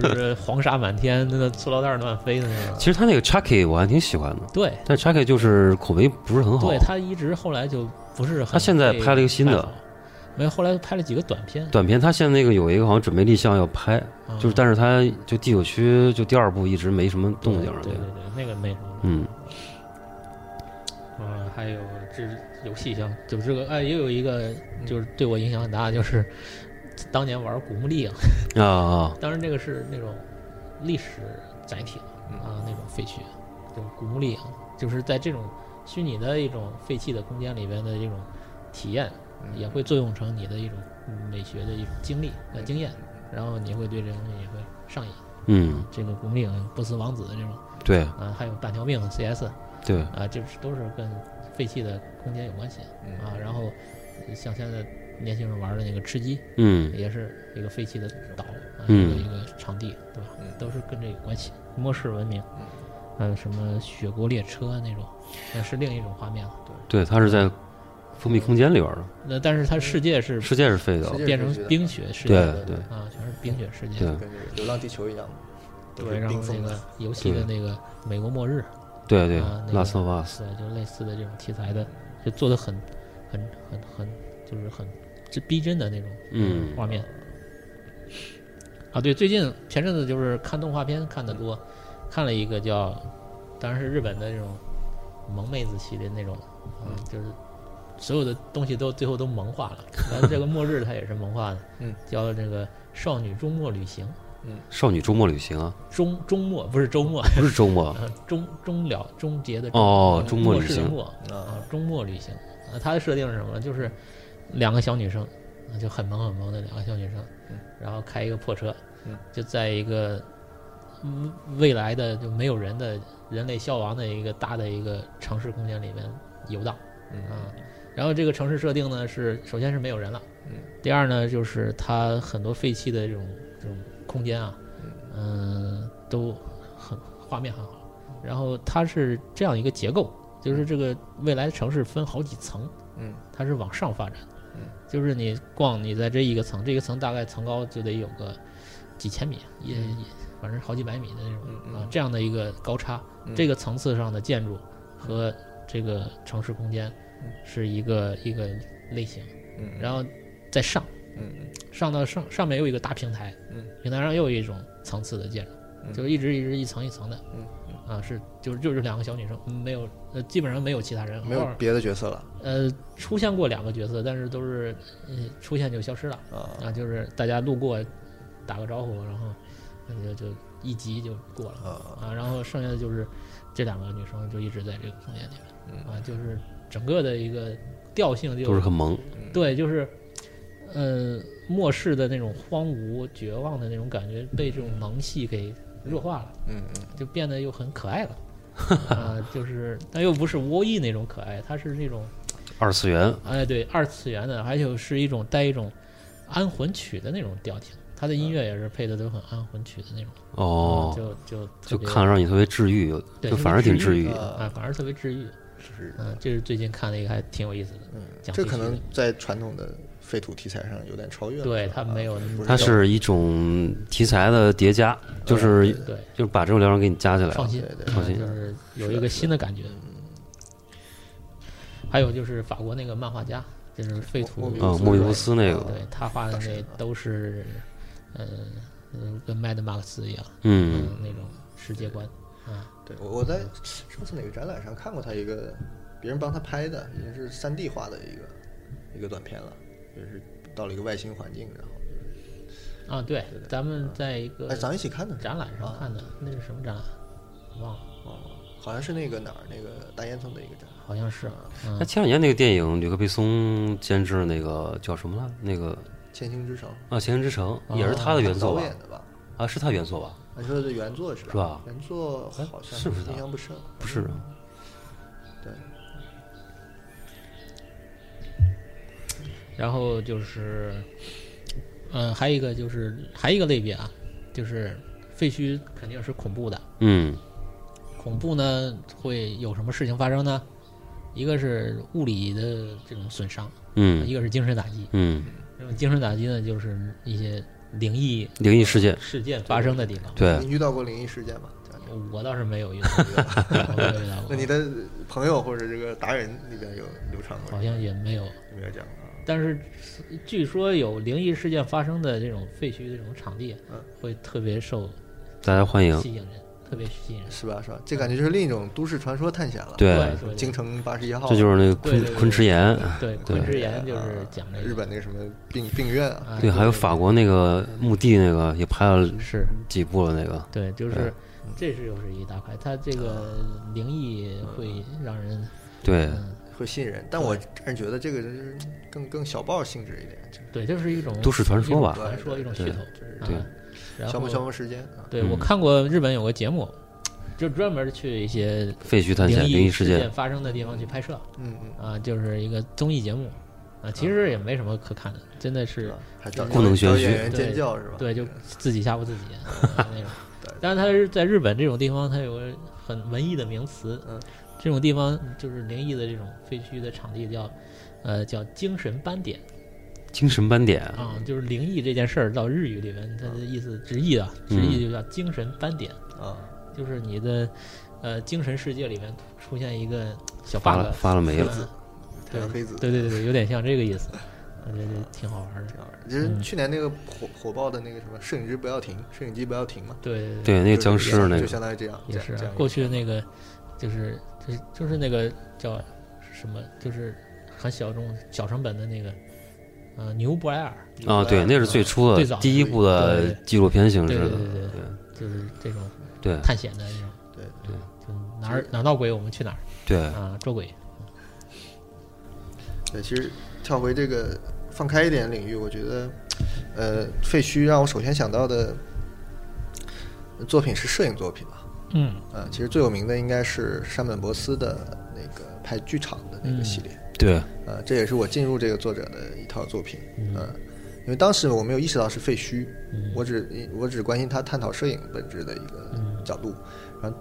[SPEAKER 5] 就是 黄沙满天，那塑料袋儿乱飞的那 种。
[SPEAKER 3] 其实他那个 Chucky 我还挺喜欢的，
[SPEAKER 5] 对，
[SPEAKER 3] 但 Chucky 就是口碑不是很好
[SPEAKER 5] 对，他一直后来就不是很。
[SPEAKER 3] 他现在拍了一个新的，
[SPEAKER 5] 没有，后来拍了几个短片，
[SPEAKER 3] 短片他现在那个有一个好像准备立项要拍，
[SPEAKER 5] 啊
[SPEAKER 3] 就是但是他就第九区就第二部一直没什么动静儿，
[SPEAKER 5] 嗯对对对，那个没什么。
[SPEAKER 3] 嗯
[SPEAKER 5] 嗯，还有这游戏像，就是这个哎，也有一个就是对我影响很大，就是当年玩《古墓丽影》，
[SPEAKER 3] 啊啊，
[SPEAKER 5] 当然这个是那种历史载体
[SPEAKER 4] 嗯
[SPEAKER 5] 啊，那种废墟，就是《古墓丽影》，就是在这种虚拟的一种废弃的空间里边的一种体验，
[SPEAKER 4] 嗯
[SPEAKER 5] 也会作用成你的一种美学的一种经历呃经验，然后你会对这东西也会上瘾。
[SPEAKER 3] 嗯，
[SPEAKER 5] 这个《古墓丽影》、波斯王子这种
[SPEAKER 3] 对
[SPEAKER 5] 啊，还有半条命 CS
[SPEAKER 3] 对，
[SPEAKER 5] 啊，这是都是跟废弃的空间有关系
[SPEAKER 4] 嗯
[SPEAKER 5] 啊。然后呃像现在年轻人玩的那个吃鸡，
[SPEAKER 3] 嗯
[SPEAKER 5] 也是一个废弃的岛啊，一个
[SPEAKER 3] 嗯
[SPEAKER 5] 一个场地，对吧？都是跟这有关系。末世文明，
[SPEAKER 4] 嗯
[SPEAKER 5] 还有什么雪国列车那种，那是另一种画面了。
[SPEAKER 3] 对，他是在封闭空间里边的，
[SPEAKER 5] 那但是它世界是
[SPEAKER 3] 世界是废掉的，
[SPEAKER 4] 世界
[SPEAKER 5] 变
[SPEAKER 4] 是
[SPEAKER 5] 成
[SPEAKER 4] 觉得
[SPEAKER 5] 冰雪世界的，
[SPEAKER 3] 对对
[SPEAKER 5] 啊，全是冰雪世界。
[SPEAKER 3] 对
[SPEAKER 4] 跟这个《流浪地球》一样嘛，都
[SPEAKER 5] 对，
[SPEAKER 4] 是
[SPEAKER 5] 然后
[SPEAKER 4] 冰
[SPEAKER 5] 那
[SPEAKER 4] 封
[SPEAKER 5] 个
[SPEAKER 4] 的。
[SPEAKER 5] 游戏的那个美国末日，
[SPEAKER 3] 对对
[SPEAKER 5] 啊那个
[SPEAKER 3] ，Last of Us，
[SPEAKER 5] 对，就类似的这种题材的，就做的很、很、很、很，就是很这逼真的那种
[SPEAKER 3] 嗯
[SPEAKER 5] 画面。啊，对，最近前阵子就是看动画片看的多，看了一个叫，当然是日本的这种萌妹子系列那种，嗯，就是所有的东西都最后都萌化了。然后这个末日它也是萌化的，
[SPEAKER 4] 嗯，
[SPEAKER 5] 叫这个《少女周末旅行》
[SPEAKER 4] 嗯
[SPEAKER 3] 少女周末旅行啊，
[SPEAKER 5] 中中末不是周末，
[SPEAKER 3] 不是周末啊，
[SPEAKER 5] 呃中中了终结的终
[SPEAKER 3] 哦
[SPEAKER 5] 嗯
[SPEAKER 3] 周末旅
[SPEAKER 5] 末世的
[SPEAKER 3] 行
[SPEAKER 5] 末啊，中末旅行。呃，它的设定是什么呢？就是两个小女生，呃就很萌很萌的两个小女生
[SPEAKER 4] 嗯，
[SPEAKER 5] 然后开一个破车
[SPEAKER 4] 嗯，
[SPEAKER 5] 就在一个嗯未来的就没有人的人类消亡的一个大的一个城市空间里面游荡
[SPEAKER 4] 嗯
[SPEAKER 5] 啊。然后这个城市设定呢是，首先是没有人了，
[SPEAKER 4] 嗯，
[SPEAKER 5] 第二呢就是它很多废弃的这种这种空间啊，嗯，都很画面很好。然后它是这样一个结构，就是这个未来城市分好几层，
[SPEAKER 4] 嗯
[SPEAKER 5] 它是往上发展的
[SPEAKER 4] 嗯
[SPEAKER 5] 就是你逛你在这一个层，这个层大概层高就得有个几千米，也也反正好几百米的那种
[SPEAKER 4] 嗯嗯
[SPEAKER 5] 啊，这样的一个高差，
[SPEAKER 4] 嗯
[SPEAKER 5] 这个层次上的建筑和这个城市空间是一个一个类型，
[SPEAKER 4] 嗯
[SPEAKER 5] 然后再上
[SPEAKER 4] 嗯
[SPEAKER 5] 上到上上面又一个大平台，
[SPEAKER 4] 嗯，
[SPEAKER 5] 平台上又有一种层次的建筑，
[SPEAKER 4] 嗯
[SPEAKER 5] 就是一直一直一层一层的，
[SPEAKER 4] 嗯
[SPEAKER 5] 啊是就是就是两个小女生，没有呃基本上没有其他人，
[SPEAKER 4] 没
[SPEAKER 5] 偶
[SPEAKER 4] 有
[SPEAKER 5] 尔
[SPEAKER 4] 别的角色了
[SPEAKER 5] 呃出现过两个角色，但是都是呃出现就消失了，
[SPEAKER 4] 啊
[SPEAKER 5] 啊就是大家路过打个招呼，然后嗯就就一集就过了。
[SPEAKER 4] 啊
[SPEAKER 5] 啊，然后剩下的就是这两个女生就一直在这个空间里面，
[SPEAKER 4] 嗯
[SPEAKER 5] 啊，就是整个的一个调性就
[SPEAKER 3] 都是很萌，
[SPEAKER 5] 对，就是呃末世的那种荒芜、绝望的那种感觉被
[SPEAKER 3] 嗯
[SPEAKER 5] 这种萌系给弱化了，
[SPEAKER 4] 嗯嗯
[SPEAKER 5] 就变得又很可爱 了。啊，就是，但又不是 O E 那种可爱，它是那种，
[SPEAKER 3] 二次元
[SPEAKER 5] 哎，对，二次元的，还有是一种带一种安魂曲的那种调性，它的音乐也是配的都很安魂曲的那种，
[SPEAKER 3] 嗯哦，
[SPEAKER 5] 就就特
[SPEAKER 3] 就
[SPEAKER 5] 别
[SPEAKER 3] 看让你特别治愈，
[SPEAKER 5] 对
[SPEAKER 3] 就反而挺治愈
[SPEAKER 4] 的
[SPEAKER 5] 啊，反而特别治愈。
[SPEAKER 4] 是
[SPEAKER 5] 嗯，这是最近看的一个还挺有意思的，
[SPEAKER 4] 嗯
[SPEAKER 5] 讲
[SPEAKER 4] 这
[SPEAKER 5] 地
[SPEAKER 4] 可
[SPEAKER 5] 区
[SPEAKER 4] 能
[SPEAKER 5] 的
[SPEAKER 4] 在传统的废土题材上有点超越了
[SPEAKER 5] 对
[SPEAKER 4] 吧
[SPEAKER 5] 它没有
[SPEAKER 4] 啊
[SPEAKER 5] 那么
[SPEAKER 4] 不
[SPEAKER 3] 它
[SPEAKER 4] 叫
[SPEAKER 3] 是一种题材的叠加，就是
[SPEAKER 5] 对
[SPEAKER 3] 就是把这种疗程给你加起来
[SPEAKER 5] 创
[SPEAKER 3] 了。
[SPEAKER 5] 新，
[SPEAKER 4] 对对
[SPEAKER 5] 嗯
[SPEAKER 3] 创新
[SPEAKER 5] 就是有一个新的感觉。
[SPEAKER 4] 嗯
[SPEAKER 5] 还有就是法国那个漫画家，就是废
[SPEAKER 4] 莫
[SPEAKER 5] 土
[SPEAKER 4] 比
[SPEAKER 3] 啊，
[SPEAKER 4] 乌斯
[SPEAKER 3] 莫比乌斯那
[SPEAKER 5] 对
[SPEAKER 3] 个，
[SPEAKER 5] 对他画的
[SPEAKER 4] 大神
[SPEAKER 5] 那都是，呃，嗯跟麦德马克斯一样，
[SPEAKER 3] 嗯
[SPEAKER 5] 嗯，，那种世界观啊，
[SPEAKER 4] 对我我在上次哪个展览上看过他一个别人帮他拍的，已经是三 D 画的一个一个短片了，就是到了一个外星环境，然后
[SPEAKER 5] 啊，对，咱们在一个
[SPEAKER 4] 哎，咱们一起看的是吧
[SPEAKER 5] 展览上
[SPEAKER 4] 啊
[SPEAKER 5] 看的，那是什么展览？忘了，
[SPEAKER 4] 哦，好像是那个哪儿那个大烟囱的一个展览，啊
[SPEAKER 5] 好像是，嗯
[SPEAKER 3] 那，前两年那个电影，吕克贝松监制的那个叫什么来？那个
[SPEAKER 4] 《千星之城
[SPEAKER 3] 啊，
[SPEAKER 4] 哦
[SPEAKER 3] 《前行之城》也是他的》原作
[SPEAKER 4] 导
[SPEAKER 3] 吧？
[SPEAKER 4] 演的吧？
[SPEAKER 3] 啊，是他原作吧？
[SPEAKER 4] 你说的是原作是吧？
[SPEAKER 3] 是吧
[SPEAKER 4] 原作好像
[SPEAKER 3] 是不是他
[SPEAKER 4] 印象不深了。嗯
[SPEAKER 3] 不是啊，
[SPEAKER 4] 对，
[SPEAKER 5] 然后就是，嗯，还有一个就是还有一个类别啊，就是废墟肯定是恐怖的，
[SPEAKER 3] 嗯，
[SPEAKER 5] 恐怖呢会有什么事情发生呢？一个是物理的这种损伤，一
[SPEAKER 3] 嗯
[SPEAKER 5] 个是精神打击。
[SPEAKER 3] 嗯，
[SPEAKER 5] 这种精神打击呢，就是一些灵异
[SPEAKER 3] 灵异事件，
[SPEAKER 5] 事件发生的地方。
[SPEAKER 3] 对啊
[SPEAKER 4] 你，遇到过灵异事件吗？家里
[SPEAKER 5] 我倒是没有遇到过，我没有遇 到
[SPEAKER 4] 那你
[SPEAKER 5] 过，
[SPEAKER 4] 的朋友或者这个达人里边有流传过这个？
[SPEAKER 5] 好像也没有。
[SPEAKER 4] 有没有讲啊？
[SPEAKER 5] 但是据说有灵异事件发生的这种废墟、这种场地
[SPEAKER 4] 嗯，
[SPEAKER 5] 会特别受
[SPEAKER 3] 大家欢迎，
[SPEAKER 5] 吸引人，特别吸引人。
[SPEAKER 4] 是吧？是吧？这感觉就是另一种都市传说探险了。
[SPEAKER 3] 对
[SPEAKER 4] 什么
[SPEAKER 5] 对
[SPEAKER 4] 京城八十一号啊，
[SPEAKER 3] 这就是那个
[SPEAKER 5] 对对
[SPEAKER 3] 昆
[SPEAKER 5] 对
[SPEAKER 3] 昆池岩，啊
[SPEAKER 5] 对，
[SPEAKER 3] 对
[SPEAKER 5] 昆之岩就是
[SPEAKER 4] 啊
[SPEAKER 5] 讲这个
[SPEAKER 4] 日本那个什么病病院啊，
[SPEAKER 5] 啊
[SPEAKER 3] 对，还有法国那个墓地那个也拍了
[SPEAKER 5] 是
[SPEAKER 3] 几部了，那个
[SPEAKER 5] 对，就
[SPEAKER 3] 对
[SPEAKER 5] 是这是又是一大块，它这个灵异会让人
[SPEAKER 3] 对，
[SPEAKER 5] 嗯，
[SPEAKER 4] 会吸引人。但我个人觉得这个就是更更小报性质一点，就是
[SPEAKER 5] 对，就是一种
[SPEAKER 3] 都市传说吧
[SPEAKER 4] 啊
[SPEAKER 5] 一种传说一种
[SPEAKER 3] 对
[SPEAKER 5] 噱头，
[SPEAKER 4] 就是
[SPEAKER 5] 啊
[SPEAKER 3] 对
[SPEAKER 5] 然
[SPEAKER 4] 消磨消
[SPEAKER 5] 后
[SPEAKER 4] 磨时间啊。
[SPEAKER 5] 对
[SPEAKER 3] 嗯
[SPEAKER 5] 我看过日本有个节目，就专门去一些
[SPEAKER 3] 废墟探险、
[SPEAKER 5] 灵
[SPEAKER 3] 灵异事
[SPEAKER 5] 事
[SPEAKER 3] 件
[SPEAKER 5] 件，发生的地方去拍摄
[SPEAKER 4] 嗯嗯，
[SPEAKER 5] 啊，就是一个综艺节目啊，其实也没什么可看的，真的
[SPEAKER 4] 是
[SPEAKER 5] 是
[SPEAKER 4] 吧？还找
[SPEAKER 3] 故弄玄
[SPEAKER 4] 找
[SPEAKER 3] 虚
[SPEAKER 4] 演员
[SPEAKER 5] 对
[SPEAKER 4] 尖叫是吧？
[SPEAKER 5] 对，就自己吓唬自 己啊那种
[SPEAKER 4] 对。
[SPEAKER 5] 但是它是在日本这种地方，它有个很文艺的名词，
[SPEAKER 4] 嗯
[SPEAKER 5] 这种地方就是灵异的这种废墟的场地叫，呃，叫精神斑点
[SPEAKER 3] 精神斑点，
[SPEAKER 4] 嗯
[SPEAKER 5] 啊、就是灵异这件事儿到日语里面，它的意思直译
[SPEAKER 4] 嗯
[SPEAKER 5] 啊，直译就叫精神斑点，
[SPEAKER 4] 啊，
[SPEAKER 5] 就是你的呃精神世界里面出现一个小 bug，
[SPEAKER 3] 发了发了没了，
[SPEAKER 5] 嗯
[SPEAKER 4] 太阳黑子。
[SPEAKER 5] 对对对对，有点像这个意思，我觉得挺好玩的。
[SPEAKER 4] 挺好玩就是去年那个火火爆的那个什么摄影师不要停，摄影机不要停嘛，
[SPEAKER 5] 对对对
[SPEAKER 3] 对，那个僵
[SPEAKER 4] 就
[SPEAKER 3] 尸
[SPEAKER 4] 是
[SPEAKER 3] 那
[SPEAKER 4] 就
[SPEAKER 3] 个，
[SPEAKER 4] 相当于这样，
[SPEAKER 5] 也
[SPEAKER 4] 这
[SPEAKER 5] 是
[SPEAKER 4] 样这样
[SPEAKER 5] 过去那个，就是就是就是那个叫什么，就是很小众、小成本的那个呃，牛布莱尔，
[SPEAKER 3] 啊，对，那是最初的
[SPEAKER 5] 最早的
[SPEAKER 3] 第一部的
[SPEAKER 5] 对
[SPEAKER 3] 纪录片形式
[SPEAKER 5] 对对
[SPEAKER 3] 的
[SPEAKER 5] 对，对对，就是这种
[SPEAKER 3] 对
[SPEAKER 5] 探险的那种，
[SPEAKER 4] 哎
[SPEAKER 5] 嗯
[SPEAKER 4] 对哎
[SPEAKER 3] 对
[SPEAKER 5] 就哪儿哪儿闹鬼我们去哪儿
[SPEAKER 3] 对
[SPEAKER 5] 啊，捉鬼，
[SPEAKER 4] 对，其实跳回这个放开一点领域，我觉得，呃，废墟让我首先想到的作品是摄影作品吧。
[SPEAKER 5] 嗯
[SPEAKER 4] 呃，其实最有名的应该是山本博司的那个拍剧场的那个系列。
[SPEAKER 3] 对
[SPEAKER 5] 嗯
[SPEAKER 4] 呃，这也是我进入这个作者的一套作品。嗯、因为当时我没有意识到是废墟，我
[SPEAKER 5] 嗯
[SPEAKER 4] 只我只关心他探讨摄影本质的一个角度。然后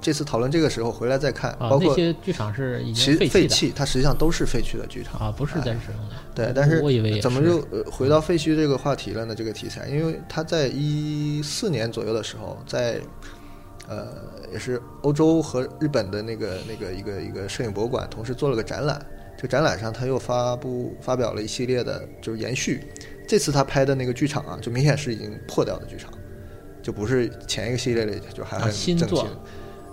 [SPEAKER 4] 这次讨论这个时候回来再看，
[SPEAKER 5] 啊
[SPEAKER 4] 包，
[SPEAKER 5] 那
[SPEAKER 4] 括
[SPEAKER 5] 些剧场是已
[SPEAKER 4] 其
[SPEAKER 5] 经
[SPEAKER 4] 实
[SPEAKER 5] 废
[SPEAKER 4] 废
[SPEAKER 5] 弃
[SPEAKER 4] 弃，它实际上都是废墟的剧场
[SPEAKER 5] 的。啊，不是在使用的，
[SPEAKER 4] 对，但是
[SPEAKER 5] 我以为也
[SPEAKER 4] 怎么
[SPEAKER 5] 是
[SPEAKER 4] 就呃回到废墟这个话题了呢？这个题材，因为他在一四年左右的时候，在呃也是欧洲和日本的那个那个一个一个摄影博物馆同时做了个展览。这个展览上，他又发布发表了一系列的，就是延续。这次他拍的那个剧场啊，就明显是已经破掉的剧场，就不是前一个系列里就还
[SPEAKER 5] 啊
[SPEAKER 4] 很
[SPEAKER 5] 新
[SPEAKER 4] 正
[SPEAKER 5] 作
[SPEAKER 4] 经。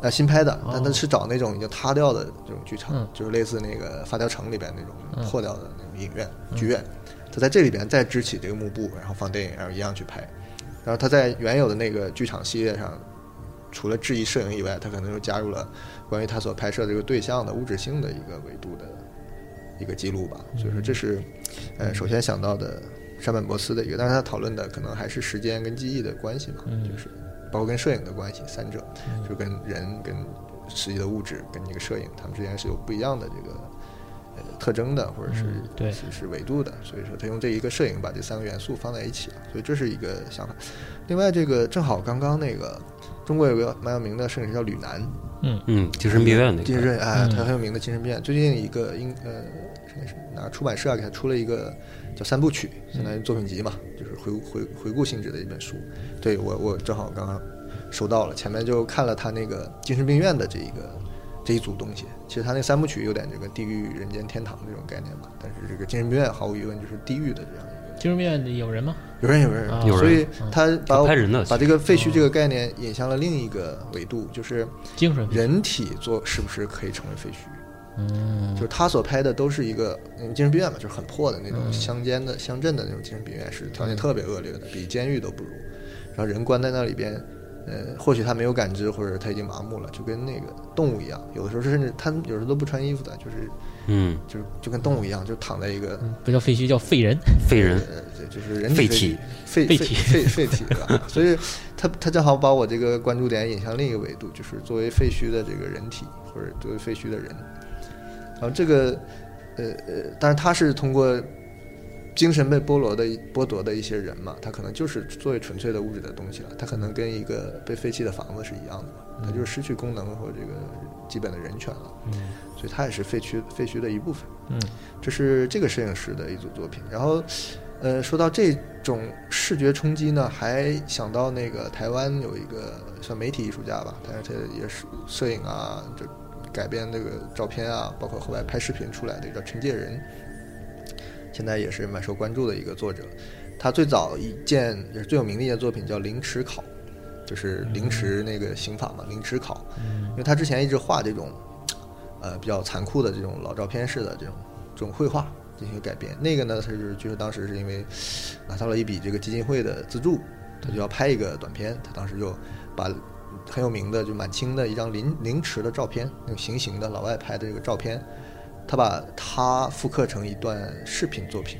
[SPEAKER 4] 呃，新拍的，但他
[SPEAKER 5] 哦
[SPEAKER 4] 是找那种已经塌掉的这种剧场，
[SPEAKER 5] 嗯
[SPEAKER 4] 就是类似那个《发条城》里边那种
[SPEAKER 5] 嗯
[SPEAKER 4] 破掉的那种影院、剧院，他在这里边再支起这个幕布，然后放电影，然后一样去拍。然后他在原有的那个剧场系列上，除了质疑摄影以外，他可能又加入了关于他所拍摄这个对象的物质性的一个维度的一个记录吧。所以说，
[SPEAKER 5] 嗯
[SPEAKER 4] 这是呃首先想到的山本博斯的一个，但是他讨论的可能还是时间跟记忆的关系嘛，
[SPEAKER 5] 嗯
[SPEAKER 4] 就是包括跟摄影的关系，三者就跟人跟实际的物质跟这个摄影，他们之间是有不一样的这个。呃，特征的或者是、
[SPEAKER 5] 嗯对
[SPEAKER 4] 是是维度的，所以说他用这一个摄影把这三个元素放在一起了，所以这是一个想法。另外，这个正好刚刚那个中国有个蛮有名的摄影师叫吕楠，
[SPEAKER 3] 嗯，精神病院那
[SPEAKER 4] 精
[SPEAKER 3] 个，
[SPEAKER 4] 神哎，他
[SPEAKER 5] 嗯
[SPEAKER 4] 很有名的精神病院。最近一个英呃，是是拿出版社啊给他出了一个叫三部曲，相当于作品集嘛，就是回顾回回顾性质的一本书。对我我正好刚刚收到了，前面就看了他那个精神病院的这一个这一组东西。其实他那三部曲有点这个地狱、人间、天堂这种概念吧，但是这个精神病院毫无疑问就是地狱的这样一个。
[SPEAKER 5] 精神病院里有人吗？
[SPEAKER 4] 有人有人
[SPEAKER 5] 啊
[SPEAKER 3] 有人
[SPEAKER 4] 所以他把我
[SPEAKER 3] 拍人的
[SPEAKER 4] 把这个废墟这个概念引向了另一个维度，就是
[SPEAKER 5] 精神病院，
[SPEAKER 4] 人体做是不是可以成为废墟？
[SPEAKER 5] 嗯
[SPEAKER 4] 就是他所拍的都是一个嗯精神病院嘛，就是很破的那种
[SPEAKER 5] 嗯
[SPEAKER 4] 乡间的乡镇的那种精神病院，是条件特别恶劣的，比监狱都不如。然后人关在那里边，呃，或许他没有感知，或者他已经麻木了，就跟那个动物一样。有的时候甚至他们有时候都不穿衣服的，就是
[SPEAKER 3] 嗯，
[SPEAKER 4] 就是就跟动物一样，就躺在一个
[SPEAKER 5] 嗯，不叫废墟，叫废人，
[SPEAKER 3] 废人，
[SPEAKER 4] 呃，对，就是人体
[SPEAKER 3] 废
[SPEAKER 4] 体
[SPEAKER 3] 体、
[SPEAKER 4] 废
[SPEAKER 5] 废
[SPEAKER 4] 体、
[SPEAKER 5] 体
[SPEAKER 4] 废废体 吧。所以他他正好把我这个关注点引向另一个维度，就是作为废墟的这个人体，或者作为废墟的人。然后这个呃呃，但是他是通过精神被剥夺的一剥夺的一些人嘛，他可能就是作为纯粹的物质的东西了，他可能跟一个被废弃的房子是一样的嘛，他就是失去功能和这个呃基本的人权了。所以他也是废墟废墟的一部分。
[SPEAKER 5] 嗯，
[SPEAKER 4] 这是这个摄影师的一组作品。然后，呃，说到这种视觉冲击呢，还想到那个台湾有一个算媒体艺术家吧，但是他也是摄影啊，就改编这个照片啊，包括后来拍视频出来的，叫陈介仁，现在也是蛮受关注的一个作者。他最早一件也是最有名的一件作品叫《凌迟考》，就是凌迟那个刑法嘛，凌迟考。
[SPEAKER 5] 嗯
[SPEAKER 4] 因为他之前一直画这种呃比较残酷的这种老照片式的这种这种绘画进行改编。那个呢，他是据说当时是因为拿到了一笔这个基金会的资助，他就要拍一个短片，他当时就把很有名的就满清的一张凌凌迟的照片，那种行刑的老外拍的这个照片，他把它复刻成一段视频作品。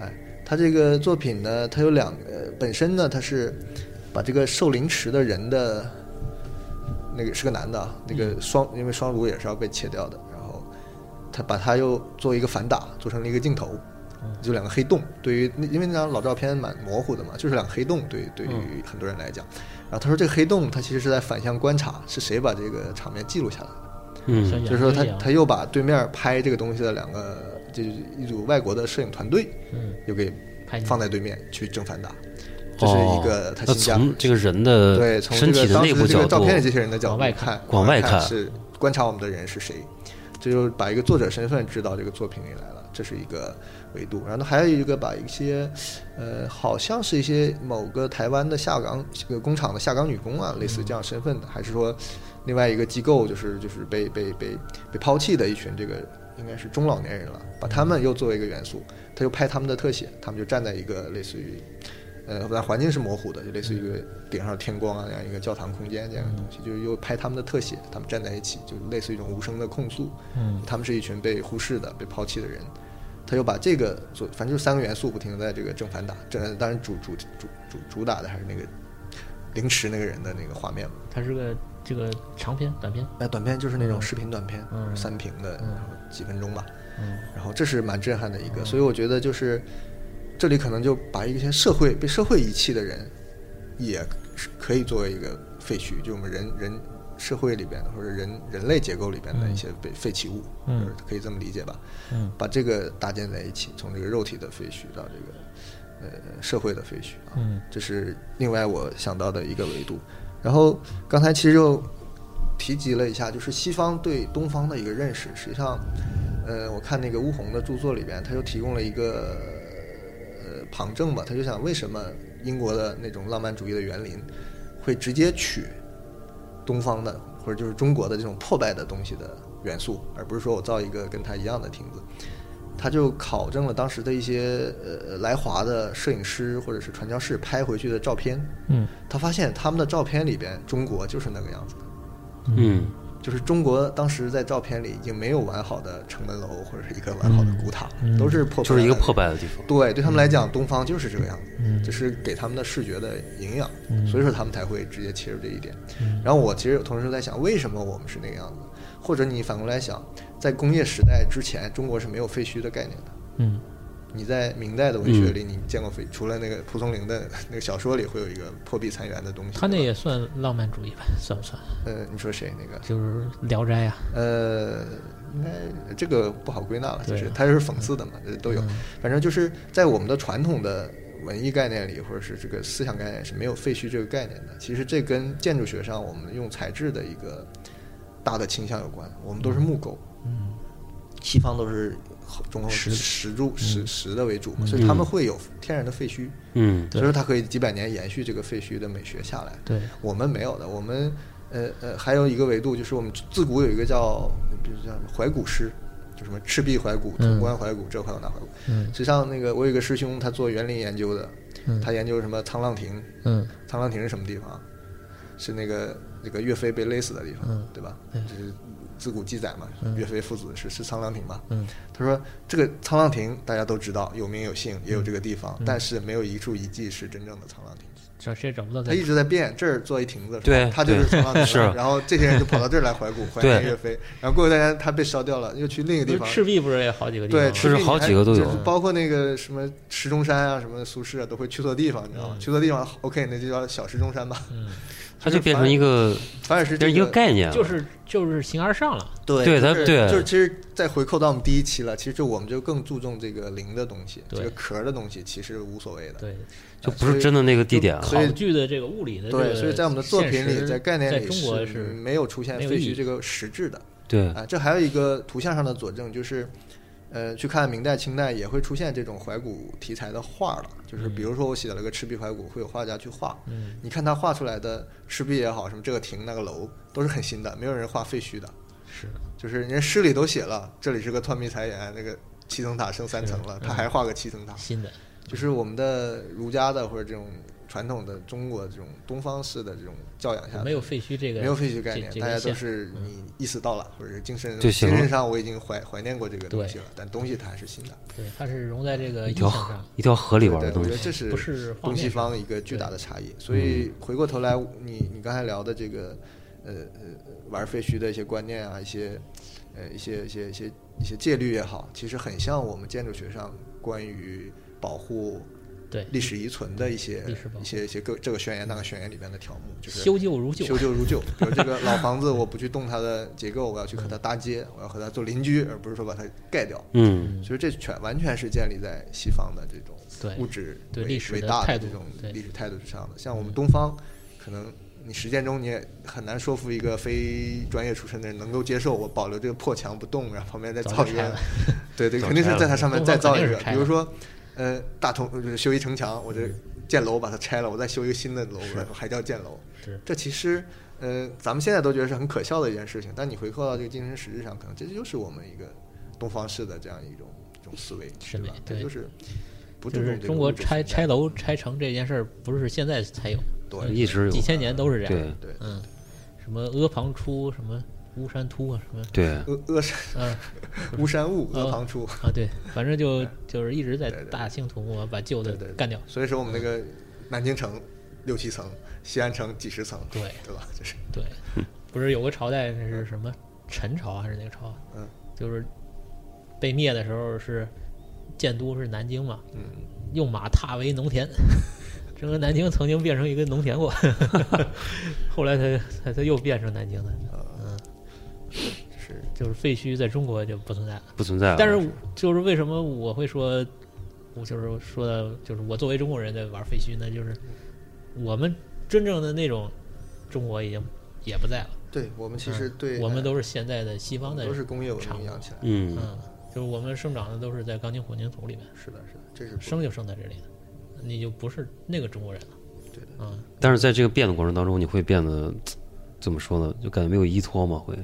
[SPEAKER 4] 哎，他这个作品呢，它有两个，本身呢，它是把这个受凌迟的人的那个是个男的啊，那
[SPEAKER 3] 嗯
[SPEAKER 4] 个双因为双乳也是要被切掉的，然后他把他又做一个反打，做成了一个镜头，
[SPEAKER 3] 嗯
[SPEAKER 4] 就两个黑洞。对于那因为那张老照片蛮模糊的嘛，就是两个黑洞，对于对
[SPEAKER 3] 嗯
[SPEAKER 4] 于很多人来讲。然后他说这个黑洞，他其实是在反向观察是谁把这个场面记录下来的。
[SPEAKER 3] 嗯
[SPEAKER 5] 像，演
[SPEAKER 4] 就是说他
[SPEAKER 5] 员一样
[SPEAKER 4] 他又把对面拍这个东西的两个，就是一组外国的摄影团队，
[SPEAKER 5] 嗯，
[SPEAKER 4] 又给
[SPEAKER 5] 拍你
[SPEAKER 4] 放在对面去正反打，这是一
[SPEAKER 3] 哎哦，
[SPEAKER 4] 个他
[SPEAKER 3] 那
[SPEAKER 4] 新加
[SPEAKER 3] 从这个人的
[SPEAKER 4] 对从这
[SPEAKER 3] 身体
[SPEAKER 4] 个
[SPEAKER 3] 的
[SPEAKER 4] 当
[SPEAKER 3] 内
[SPEAKER 4] 时
[SPEAKER 3] 部
[SPEAKER 4] 这
[SPEAKER 3] 角
[SPEAKER 4] 个照
[SPEAKER 3] 度，
[SPEAKER 4] 片里这些人的角度
[SPEAKER 5] 往外
[SPEAKER 4] 看
[SPEAKER 5] 看，
[SPEAKER 3] 往外
[SPEAKER 4] 看
[SPEAKER 3] 看
[SPEAKER 4] 是观察我们的人是谁，这就是把一个作者身份知到这个作品里来了，这是一个维度。然后还有一个把一些呃，好像是一些某个台湾的下岗这个工厂的下岗女工啊，类似这样身份的，还是说另外一个机构就是就是被被被被抛弃的一群这个应该是中老年人了，把他们又作为一个元素，他就拍他们的特写，他们就站在一个类似于，呃，但环境是模糊的，就类似于一个顶上天光啊那样一个教堂空间这样的东西，就是又拍他们的特写，他们站在一起，就类似于一种无声的控诉，
[SPEAKER 6] 嗯
[SPEAKER 4] 他们是一群被忽视的、被抛弃的人。他又把这个做，反正就三个元素不停的在这个正反打，正当然主主主主主打的还是那个凌迟那个人的那个画面嘛。
[SPEAKER 6] 它是个这个长篇短篇，
[SPEAKER 4] 那哎短片就是那种视频短片，
[SPEAKER 6] 嗯
[SPEAKER 4] 三屏的，
[SPEAKER 6] 嗯
[SPEAKER 4] 然后几分钟吧，
[SPEAKER 6] 嗯
[SPEAKER 4] 然后这是蛮震撼的一个，所以我觉得就是这里可能就把一些社会被社会遗弃的人，也是可以作为一个废墟，就我们人人社会里边的或者人人类结构里边的一些被废弃物，
[SPEAKER 6] 嗯
[SPEAKER 4] 就是可以这么理解吧，
[SPEAKER 6] 嗯
[SPEAKER 4] 把这个搭建在一起，从这个肉体的废墟到这个呃社会的废墟啊，
[SPEAKER 6] 嗯
[SPEAKER 4] 这是另外我想到的一个维度。然后刚才其实又提及了一下，就是西方对东方的一个认识，实际上，呃，我看那个乌鸿的著作里边，他就提供了一个呃旁证吧，他就想为什么英国的那种浪漫主义的园林会直接取东方的或者就是中国的这种破败的东西的元素，而不是说我造一个跟它一样的亭子。他就考证了当时的一些呃来华的摄影师或者是传教士拍回去的照片，
[SPEAKER 6] 嗯
[SPEAKER 4] 他发现他们的照片里边中国就是那个样子的，
[SPEAKER 3] 嗯
[SPEAKER 4] 就是中国当时在照片里已经没有完好的城门楼或者是一个完好的古塔了，都是破，
[SPEAKER 3] 就是一个破。嗯败的地方。
[SPEAKER 4] 对，对他们来讲，东方就是这个样子，
[SPEAKER 6] 嗯
[SPEAKER 4] 这是给他们的视觉的营养，
[SPEAKER 3] 嗯
[SPEAKER 4] 所以说他们才会直接切入这一点。然后我其实有同时在想，为什么我们是那个样子？或者你反过来想，在工业时代之前，中国是没有废墟的概念的。
[SPEAKER 6] 嗯
[SPEAKER 4] 你在明代的文学里，你见过废？除了那个蒲松龄的那个小说里会有一个破壁残垣的东西，
[SPEAKER 6] 他那
[SPEAKER 4] 对吧
[SPEAKER 6] 也算浪漫主义吧？算不算？
[SPEAKER 4] 呃，你说谁那个？
[SPEAKER 6] 就是《聊斋》呀，
[SPEAKER 4] 呃，应该这个不好归纳了，就
[SPEAKER 6] 对
[SPEAKER 4] 是
[SPEAKER 6] 啊
[SPEAKER 4] 它就是讽刺的嘛，这都有。反正就是在我们的传统的文艺概念里，或者是这个思想概念是没有废墟这个概念的。其实这跟建筑学上我们用材质的一个大的倾向有关。我们都是木构，
[SPEAKER 6] 嗯，
[SPEAKER 4] 西方都是中后
[SPEAKER 6] 石
[SPEAKER 4] 石
[SPEAKER 6] 子
[SPEAKER 4] 石柱石石的为主嘛，所以他们会有天然的废墟，
[SPEAKER 3] 嗯
[SPEAKER 4] 所以说它可以几百年延续这个废墟的美学下来。
[SPEAKER 6] 对，
[SPEAKER 4] 我们没有的，我们呃呃还有一个维度就是我们自古有一个叫，比如叫什么怀古诗，就什么赤壁怀古、潼关怀古、这怀古那怀古。
[SPEAKER 6] 嗯
[SPEAKER 4] 实际上那个我有一个师兄，他做园林研究的，
[SPEAKER 6] 嗯
[SPEAKER 4] 他研究什么沧浪亭，
[SPEAKER 6] 嗯
[SPEAKER 4] 沧浪亭是什么地方啊？是那个那个岳飞被勒死的地方，
[SPEAKER 6] 嗯
[SPEAKER 4] 对吧？
[SPEAKER 6] 对
[SPEAKER 4] 就是自古记载嘛，
[SPEAKER 6] 嗯
[SPEAKER 4] 岳飞父子是是沧浪亭嘛。
[SPEAKER 6] 嗯
[SPEAKER 4] 他说这个沧浪亭大家都知道，有名有姓，
[SPEAKER 6] 嗯
[SPEAKER 4] 也有这个地方，但是没有一处遗迹是真正的沧浪亭。
[SPEAKER 6] 这这找不到
[SPEAKER 4] 他一直在变，这儿做一亭子，
[SPEAKER 3] 对
[SPEAKER 4] 他就是
[SPEAKER 3] 对
[SPEAKER 4] 从那里来
[SPEAKER 3] 是
[SPEAKER 4] 然后这些人就跑到这儿来怀古，怀念
[SPEAKER 3] 对
[SPEAKER 4] 岳飞，然后过段时间他被烧掉了，又去另一个地
[SPEAKER 6] 那
[SPEAKER 4] 方，
[SPEAKER 6] 赤壁不是也好几个地方
[SPEAKER 4] 对，
[SPEAKER 6] 吗？
[SPEAKER 4] 赤壁
[SPEAKER 3] 就是好
[SPEAKER 4] 你还
[SPEAKER 3] 几个都有
[SPEAKER 4] 就是包括那个什么石钟山啊，什么苏轼啊，都会去错地方，你知道吗？
[SPEAKER 3] 嗯
[SPEAKER 4] 去错地方，OK，那就叫小石钟山吧，
[SPEAKER 3] 它就变成一个
[SPEAKER 4] 反而是
[SPEAKER 3] 变成
[SPEAKER 4] 这
[SPEAKER 3] 一个概念了，
[SPEAKER 6] 就是就是形而上了，
[SPEAKER 4] 对
[SPEAKER 3] 对
[SPEAKER 4] 就
[SPEAKER 3] 它
[SPEAKER 4] 是
[SPEAKER 3] 对
[SPEAKER 4] 就是其实再回扣到我们第一期了，其实就我们就更注重这个零的东西，这
[SPEAKER 6] 对
[SPEAKER 4] 个壳儿的东西其实无所谓的，
[SPEAKER 6] 对，
[SPEAKER 3] 就不是真的那个地点了。
[SPEAKER 4] 所以
[SPEAKER 6] 考据的这个物理的这
[SPEAKER 4] 对，
[SPEAKER 6] 个
[SPEAKER 4] 所以在我们的作品
[SPEAKER 6] 现
[SPEAKER 4] 里，
[SPEAKER 6] 实
[SPEAKER 4] 在概念
[SPEAKER 6] 在
[SPEAKER 4] 里
[SPEAKER 6] 中国
[SPEAKER 4] 是
[SPEAKER 6] 是
[SPEAKER 4] 没有出现
[SPEAKER 6] 没有
[SPEAKER 4] 废
[SPEAKER 6] 意
[SPEAKER 4] 墟
[SPEAKER 6] 义
[SPEAKER 4] 这个实质的。
[SPEAKER 6] 嗯
[SPEAKER 3] 对，
[SPEAKER 4] 啊，这还有一个图像上的佐证，就是，呃，去看明代、清代也会出现这种怀古题材的画了，就是比如说我写了个赤壁怀古，会有画家去画，
[SPEAKER 6] 嗯
[SPEAKER 4] 你看他画出来的赤壁也好，什么这个亭那个楼都是很新的，没有人画废墟的，
[SPEAKER 6] 是
[SPEAKER 4] 就是人家诗里都写了，这里是个断壁残垣，那个七层塔剩三层了，他还画个七层塔，
[SPEAKER 6] 新的，
[SPEAKER 4] 就是我们的儒家的或者这种传统的中国这种东方式的这种教养下的
[SPEAKER 6] 没有废墟这个
[SPEAKER 4] 没有废墟概念，
[SPEAKER 6] 这这
[SPEAKER 4] 大
[SPEAKER 6] 个
[SPEAKER 4] 家都
[SPEAKER 6] 线嗯
[SPEAKER 4] 是你意识到了，或者是精神
[SPEAKER 3] 就
[SPEAKER 4] 精
[SPEAKER 3] 行了
[SPEAKER 4] 神上我已经怀怀念过这个东
[SPEAKER 6] 对
[SPEAKER 4] 西了，但东西它还是新的。
[SPEAKER 6] 对，它是融在这个
[SPEAKER 3] 一
[SPEAKER 6] 意
[SPEAKER 3] 条
[SPEAKER 6] 象
[SPEAKER 3] 河
[SPEAKER 6] 上，
[SPEAKER 3] 一条河里
[SPEAKER 4] 对
[SPEAKER 3] 玩的
[SPEAKER 4] 对，我
[SPEAKER 3] 东
[SPEAKER 4] 觉得
[SPEAKER 3] 西。
[SPEAKER 4] 这是
[SPEAKER 6] 不是画
[SPEAKER 4] 东
[SPEAKER 6] 面
[SPEAKER 4] 西
[SPEAKER 6] 上
[SPEAKER 4] 方一个巨大的差异。所以回过头来，你你刚才聊的这个呃呃玩废墟的一些观念啊，一些呃一些一些一些一些戒律也好，其实很像我们建筑学上关于保护。
[SPEAKER 6] 对
[SPEAKER 4] 历史遗存的一些
[SPEAKER 6] 历史保护
[SPEAKER 4] 一些一些各这个宣言那个宣言里边的条目，就是
[SPEAKER 6] 修旧如旧
[SPEAKER 4] 修旧如旧。比如这个老房子，我不去动它的结构，我要去和它搭接，我要和它做邻居，而不是说把它盖掉。
[SPEAKER 3] 嗯，
[SPEAKER 4] 所以这全完全是建立在西方的这种
[SPEAKER 6] 对
[SPEAKER 4] 物质
[SPEAKER 6] 对
[SPEAKER 4] 为
[SPEAKER 6] 历史
[SPEAKER 4] 为
[SPEAKER 6] 的
[SPEAKER 4] 大
[SPEAKER 6] 态
[SPEAKER 4] 这
[SPEAKER 6] 度
[SPEAKER 4] 种
[SPEAKER 6] 对嗯
[SPEAKER 4] 历史态度之上的。像我们东方，可能你实践中你也很难说服一个非专业出身的人能够接受我保留这个破墙不动，然后旁边再
[SPEAKER 6] 早
[SPEAKER 4] 造
[SPEAKER 6] 就
[SPEAKER 4] 一
[SPEAKER 6] 拆
[SPEAKER 4] 个
[SPEAKER 6] 了，
[SPEAKER 4] 对对，肯定是在它上面
[SPEAKER 6] 东
[SPEAKER 4] 再
[SPEAKER 6] 方
[SPEAKER 4] 造
[SPEAKER 6] 肯
[SPEAKER 4] 一
[SPEAKER 6] 定
[SPEAKER 4] 个，
[SPEAKER 6] 是拆
[SPEAKER 4] 比
[SPEAKER 6] 了嗯
[SPEAKER 4] 如说。呃，大同就是修一城墙，我这建楼把它拆了，我再修一个新的楼，我还叫建楼
[SPEAKER 6] 是。
[SPEAKER 4] 这其实，呃，咱们现在都觉得是很可笑的一件事情，但你回扣到这个精神实质上，可能这就是我们一个东方式的这样一种一种思维，
[SPEAKER 5] 审
[SPEAKER 4] 对吧
[SPEAKER 5] 美？
[SPEAKER 4] 它
[SPEAKER 5] 对
[SPEAKER 4] 就是不注
[SPEAKER 5] 就
[SPEAKER 4] 重
[SPEAKER 5] 是
[SPEAKER 4] 这个
[SPEAKER 5] 中国
[SPEAKER 4] 物质
[SPEAKER 5] 拆
[SPEAKER 4] 存在
[SPEAKER 5] 拆楼拆城这件事儿，不是现在才有，
[SPEAKER 4] 对
[SPEAKER 3] 一直有
[SPEAKER 5] 几千年都是这样。
[SPEAKER 3] 对
[SPEAKER 4] 对
[SPEAKER 5] 嗯，什么阿房出，什么巫山突啊，什么
[SPEAKER 3] 对，
[SPEAKER 4] 阿阿山
[SPEAKER 5] 嗯
[SPEAKER 4] 巫山雾，
[SPEAKER 5] 哦
[SPEAKER 4] 阿房出。
[SPEAKER 5] 啊，对，反正就就是一直在
[SPEAKER 4] 对对
[SPEAKER 5] 大兴土木，啊把旧的
[SPEAKER 4] 对对对
[SPEAKER 5] 干掉。
[SPEAKER 4] 所以说我们那个南京城六七层，西安城几十层，
[SPEAKER 5] 对
[SPEAKER 4] 对吧？就是
[SPEAKER 5] 对，不是有个朝代那是什么陈朝啊还是哪个朝？
[SPEAKER 4] 嗯，
[SPEAKER 5] 就是被灭的时候是建都是南京嘛，
[SPEAKER 4] 嗯，
[SPEAKER 5] 用马踏为农田，整个南京曾经变成一个农田过， 后来它它它又变成南京的，
[SPEAKER 4] 呃，
[SPEAKER 5] 嗯，
[SPEAKER 4] 是
[SPEAKER 5] 就是废墟在中国就不存在了。
[SPEAKER 3] 不存在了。
[SPEAKER 5] 但
[SPEAKER 4] 嗯
[SPEAKER 5] 是就是为什么我会说，我就是说的，就是我作为中国人在玩废墟呢，就是我们真正的那种中国已经也不在了，
[SPEAKER 4] 对我们其实对
[SPEAKER 5] 我们
[SPEAKER 4] 呃
[SPEAKER 5] 都是现在的西方的
[SPEAKER 4] 都是工业文
[SPEAKER 5] 产物
[SPEAKER 4] 明养起来，
[SPEAKER 3] 嗯，
[SPEAKER 5] 嗯，就是我们生长的都是在钢筋混凝土里面，
[SPEAKER 4] 是的，是的，这是不
[SPEAKER 5] 生就生在这里的，你就不是那个中国人了。
[SPEAKER 4] 对的
[SPEAKER 5] 嗯，
[SPEAKER 3] 但是在这个变的过程当中，你会变得怎么说呢？就感觉没有依托嘛，会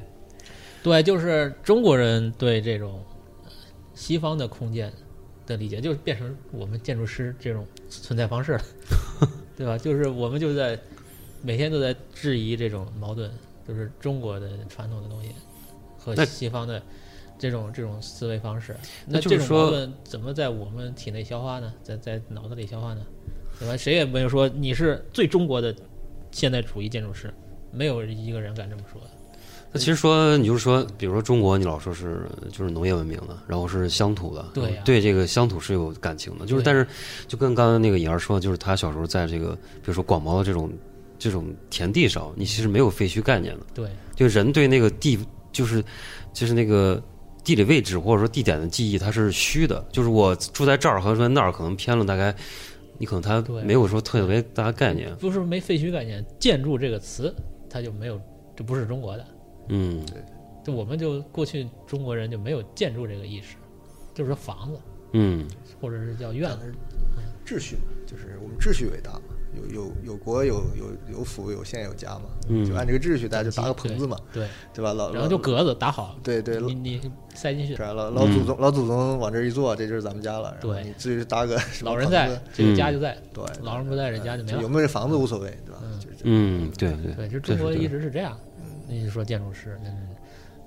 [SPEAKER 5] 对，就是中国人对这种呃西方的空间的理解，就是变成我们建筑师这种存在 方式了，对吧？就是我们就在每天都在质疑这种矛盾，就是中国的传统的东西和
[SPEAKER 3] 那
[SPEAKER 5] 西方的这种这种思维方式。
[SPEAKER 3] 那
[SPEAKER 5] 那
[SPEAKER 3] 就
[SPEAKER 5] 这
[SPEAKER 3] 是
[SPEAKER 5] 种
[SPEAKER 3] 说
[SPEAKER 5] 矛盾怎么在我们体内消化呢？在在脑子里消化呢？对吧？谁也没有说你是最中国的现代主义建筑师，没有一个人敢这么说。
[SPEAKER 3] 那其实说，你就是说，比如说中国，你老说是就是农业文明的，然后是乡土的，
[SPEAKER 5] 对呀
[SPEAKER 3] 对这个乡土是有感情的。就是
[SPEAKER 5] 对
[SPEAKER 3] 但是，就跟刚才那个颖儿说，就是他小时候在这个，比如说广袤的这种这种田地上，你其实没有废墟概念的，
[SPEAKER 5] 对。
[SPEAKER 3] 就人对那个地就是就是那个。地理位置或者说地点的记忆，它是虚的，就是我住在这儿和住在那儿可能偏了大概，你可能它
[SPEAKER 5] 对
[SPEAKER 3] 没有说特别大的概念，
[SPEAKER 5] 不是没废墟概念，建筑这个词它就没有，这不是中国的，
[SPEAKER 3] 嗯，
[SPEAKER 5] 就我们就过去中国人就没有建筑这个意识，就是说房子
[SPEAKER 3] 嗯，
[SPEAKER 5] 或者是叫院子，
[SPEAKER 4] 秩序嘛，就是我们秩序伟大嘛，有有有国有有有府有县有家嘛，
[SPEAKER 3] 嗯
[SPEAKER 4] 就按这个秩序，大家就搭个棚子嘛，
[SPEAKER 5] 对，
[SPEAKER 4] 对吧？老
[SPEAKER 5] 然后就
[SPEAKER 4] 老
[SPEAKER 5] 格子打好，
[SPEAKER 4] 对对
[SPEAKER 5] 你你塞进去
[SPEAKER 4] 是，吧啊老老
[SPEAKER 3] 嗯
[SPEAKER 4] 祖宗老祖宗往这一坐，这就是咱们家了。然后
[SPEAKER 5] 对
[SPEAKER 4] 你至于是搭个什么
[SPEAKER 5] 老人
[SPEAKER 4] 棚
[SPEAKER 5] 在
[SPEAKER 4] 子，
[SPEAKER 5] 这个家就在，
[SPEAKER 4] 对，对
[SPEAKER 5] 老人不在这家就没
[SPEAKER 4] 有
[SPEAKER 5] 了，
[SPEAKER 4] 没有这房子无所谓，对吧？就是这样
[SPEAKER 3] 嗯，对对
[SPEAKER 5] 对，就
[SPEAKER 3] 这
[SPEAKER 5] 中
[SPEAKER 3] 是
[SPEAKER 5] 国
[SPEAKER 3] 对
[SPEAKER 5] 一
[SPEAKER 3] 的
[SPEAKER 5] 直是这样。你说建筑师，嗯，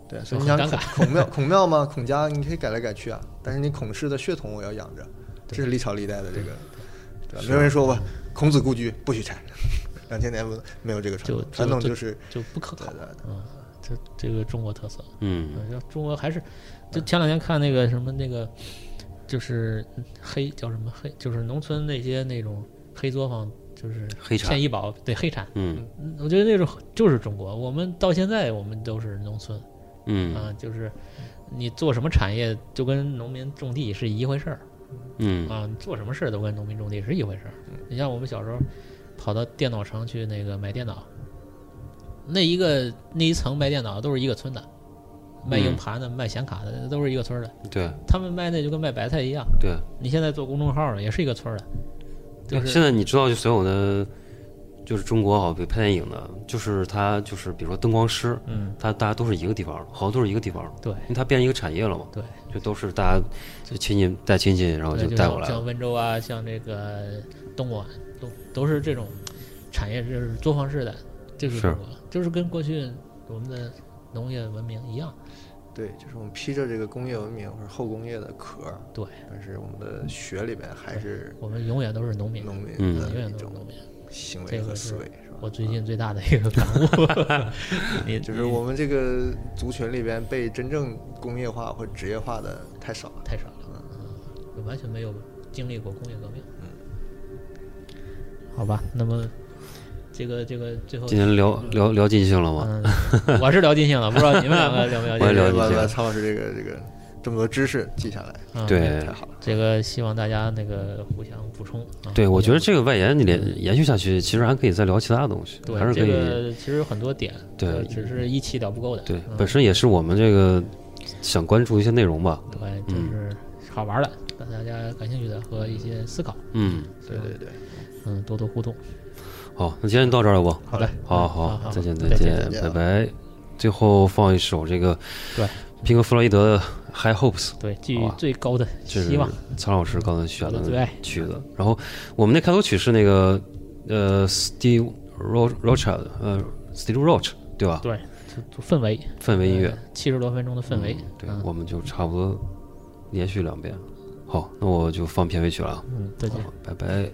[SPEAKER 4] 对，所以
[SPEAKER 5] 很
[SPEAKER 4] 你想
[SPEAKER 5] 尴
[SPEAKER 4] 孔孔 庙孔庙嘛，孔家你可以改来改去啊，但是你孔氏的血统我要养着，这是历朝历代的这个，对吧？
[SPEAKER 5] 啊
[SPEAKER 4] 没有人说吧，孔子故居不许拆，两千年不没有这个传
[SPEAKER 5] 就
[SPEAKER 4] 统，传统就是
[SPEAKER 5] 就不可
[SPEAKER 4] 对
[SPEAKER 5] 考
[SPEAKER 4] 对，对
[SPEAKER 5] 嗯，这这个中国特色，
[SPEAKER 3] 嗯
[SPEAKER 5] 嗯，就中国还是，就前两天看那个什么那个，就是黑叫什么黑，就是农村那些那种黑作坊，就是
[SPEAKER 3] 黑产
[SPEAKER 5] 骗医保，对黑产。
[SPEAKER 3] 嗯
[SPEAKER 5] 嗯我觉得那种就是中国，我们到现在我们都是农村
[SPEAKER 3] 嗯
[SPEAKER 5] 啊，就是你做什么产业就跟农民种地是一回事儿
[SPEAKER 3] 嗯
[SPEAKER 5] 啊，你做什么事儿都跟农民种地是一回事儿。你像我们小时候跑到电脑城去那个买电脑，那一个那一层卖电脑都是一个村的，卖硬
[SPEAKER 3] 嗯
[SPEAKER 5] 盘的、卖显卡的都是一个村儿的。
[SPEAKER 3] 对
[SPEAKER 5] 他们卖那就跟卖白菜一样。
[SPEAKER 3] 对。
[SPEAKER 5] 你现在做公众号儿也是一个村儿的，就
[SPEAKER 3] 现
[SPEAKER 5] 是
[SPEAKER 3] 在你知道，就所有的，就是中国好比拍电影的，就是他就是比如说灯光师，
[SPEAKER 5] 嗯，
[SPEAKER 3] 他大家都是一个地方的，好像都是一个地方的，
[SPEAKER 5] 对
[SPEAKER 3] 因为它变成一个产业了嘛，
[SPEAKER 5] 对，
[SPEAKER 3] 就都是大家就亲戚带亲戚，然后
[SPEAKER 5] 对，
[SPEAKER 3] 就
[SPEAKER 5] 就
[SPEAKER 3] 带过
[SPEAKER 5] 像
[SPEAKER 3] 来
[SPEAKER 5] 像
[SPEAKER 3] 了，
[SPEAKER 5] 温州啊，像这个东莞，都都是这种产业就是作坊式的，就是
[SPEAKER 3] 是
[SPEAKER 5] 中国，就是跟过去我们的农业文明一样，
[SPEAKER 4] 对，就是我们披着这个工业文明或者后工业的壳儿，
[SPEAKER 5] 对
[SPEAKER 4] 但是我们的血里面还是
[SPEAKER 5] 我们永远都是农民，
[SPEAKER 4] 农民
[SPEAKER 3] 嗯
[SPEAKER 4] 的
[SPEAKER 5] 永远
[SPEAKER 4] 一
[SPEAKER 5] 都是
[SPEAKER 4] 种嗯
[SPEAKER 5] 农民。
[SPEAKER 4] 行
[SPEAKER 5] 这
[SPEAKER 4] 为
[SPEAKER 5] 个
[SPEAKER 4] 和
[SPEAKER 5] 是
[SPEAKER 4] 思维，是吧？
[SPEAKER 5] 我最近最大的一个感 悟，你
[SPEAKER 4] 就是我们这个族群里边被真正工业化或者职业化的太少了。
[SPEAKER 5] 太少了，嗯，完全没有经历过工业革命，嗯，好吧，那么这个这个最后
[SPEAKER 3] 今天聊聊聊尽兴了吗？
[SPEAKER 5] 嗯，我是聊尽兴了，不知道你们两个了不 了
[SPEAKER 3] 我也
[SPEAKER 5] 解
[SPEAKER 3] 了？解
[SPEAKER 4] 把
[SPEAKER 3] 这个
[SPEAKER 4] 把曹老师这个这个这么多知识记下来，
[SPEAKER 5] 啊嗯
[SPEAKER 3] 对
[SPEAKER 4] 太好了。
[SPEAKER 5] 这个希望大家那个互相补充。啊
[SPEAKER 3] 对，我觉得
[SPEAKER 5] 互
[SPEAKER 3] 这个外延你连延续下去，其实还可以再聊其他东西，还
[SPEAKER 5] 相
[SPEAKER 3] 是
[SPEAKER 5] 对
[SPEAKER 3] 可
[SPEAKER 5] 这
[SPEAKER 3] 以。
[SPEAKER 5] 个其实有很多点，
[SPEAKER 3] 对
[SPEAKER 5] 就只是一期聊不够的。
[SPEAKER 3] 对
[SPEAKER 5] 嗯，
[SPEAKER 3] 本身也是我们这个想关注一些内容吧，
[SPEAKER 5] 对，就是好玩的，让大家感兴趣的和一些思考，
[SPEAKER 3] 嗯，
[SPEAKER 4] 对对对，
[SPEAKER 5] 嗯，多多互动。
[SPEAKER 3] 好，那今天就到这儿了不？
[SPEAKER 5] 嗯好嘞，
[SPEAKER 3] 好
[SPEAKER 5] 好
[SPEAKER 3] 好，再见
[SPEAKER 5] 再见
[SPEAKER 3] 见
[SPEAKER 4] 再，见
[SPEAKER 3] 拜拜。最后放一首这个，
[SPEAKER 5] 对，
[SPEAKER 3] 平克·弗洛伊德的《High Hopes》，
[SPEAKER 6] 对，寄
[SPEAKER 3] 好
[SPEAKER 6] 予
[SPEAKER 3] 吧
[SPEAKER 6] 最高的
[SPEAKER 3] 这是
[SPEAKER 6] 希望。
[SPEAKER 3] 苍老师刚才选
[SPEAKER 6] 我的最爱
[SPEAKER 3] 的曲子。然后我们那开头曲是那个呃，Steve Ro Rocha 的呃，Steve Roach 对吧？
[SPEAKER 6] 对，就就氛围，
[SPEAKER 3] 氛围音乐，
[SPEAKER 6] 七十多分钟的氛围，
[SPEAKER 3] 对，
[SPEAKER 6] 嗯
[SPEAKER 3] 我们就差不多连续两遍。好，那我就放片尾曲了啊，
[SPEAKER 6] 嗯，再见。
[SPEAKER 3] 好拜拜。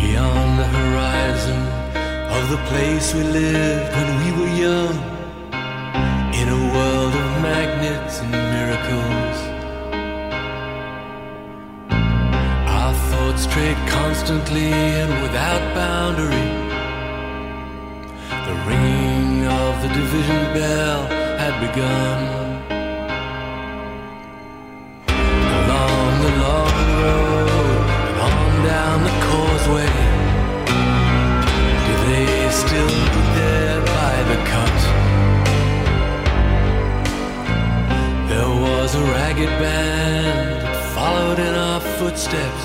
[SPEAKER 7] beyond the horizon of the place we lived when we were young. In a world of magnets and miracles, our thoughts strayed constantly and without boundary. The ringing of the division bell had begun. Along the long road and on down the causeway. Do they still meet there by the cut? There was a ragged band that followed in our footsteps,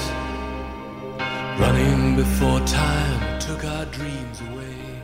[SPEAKER 7] running before time took our dreams away.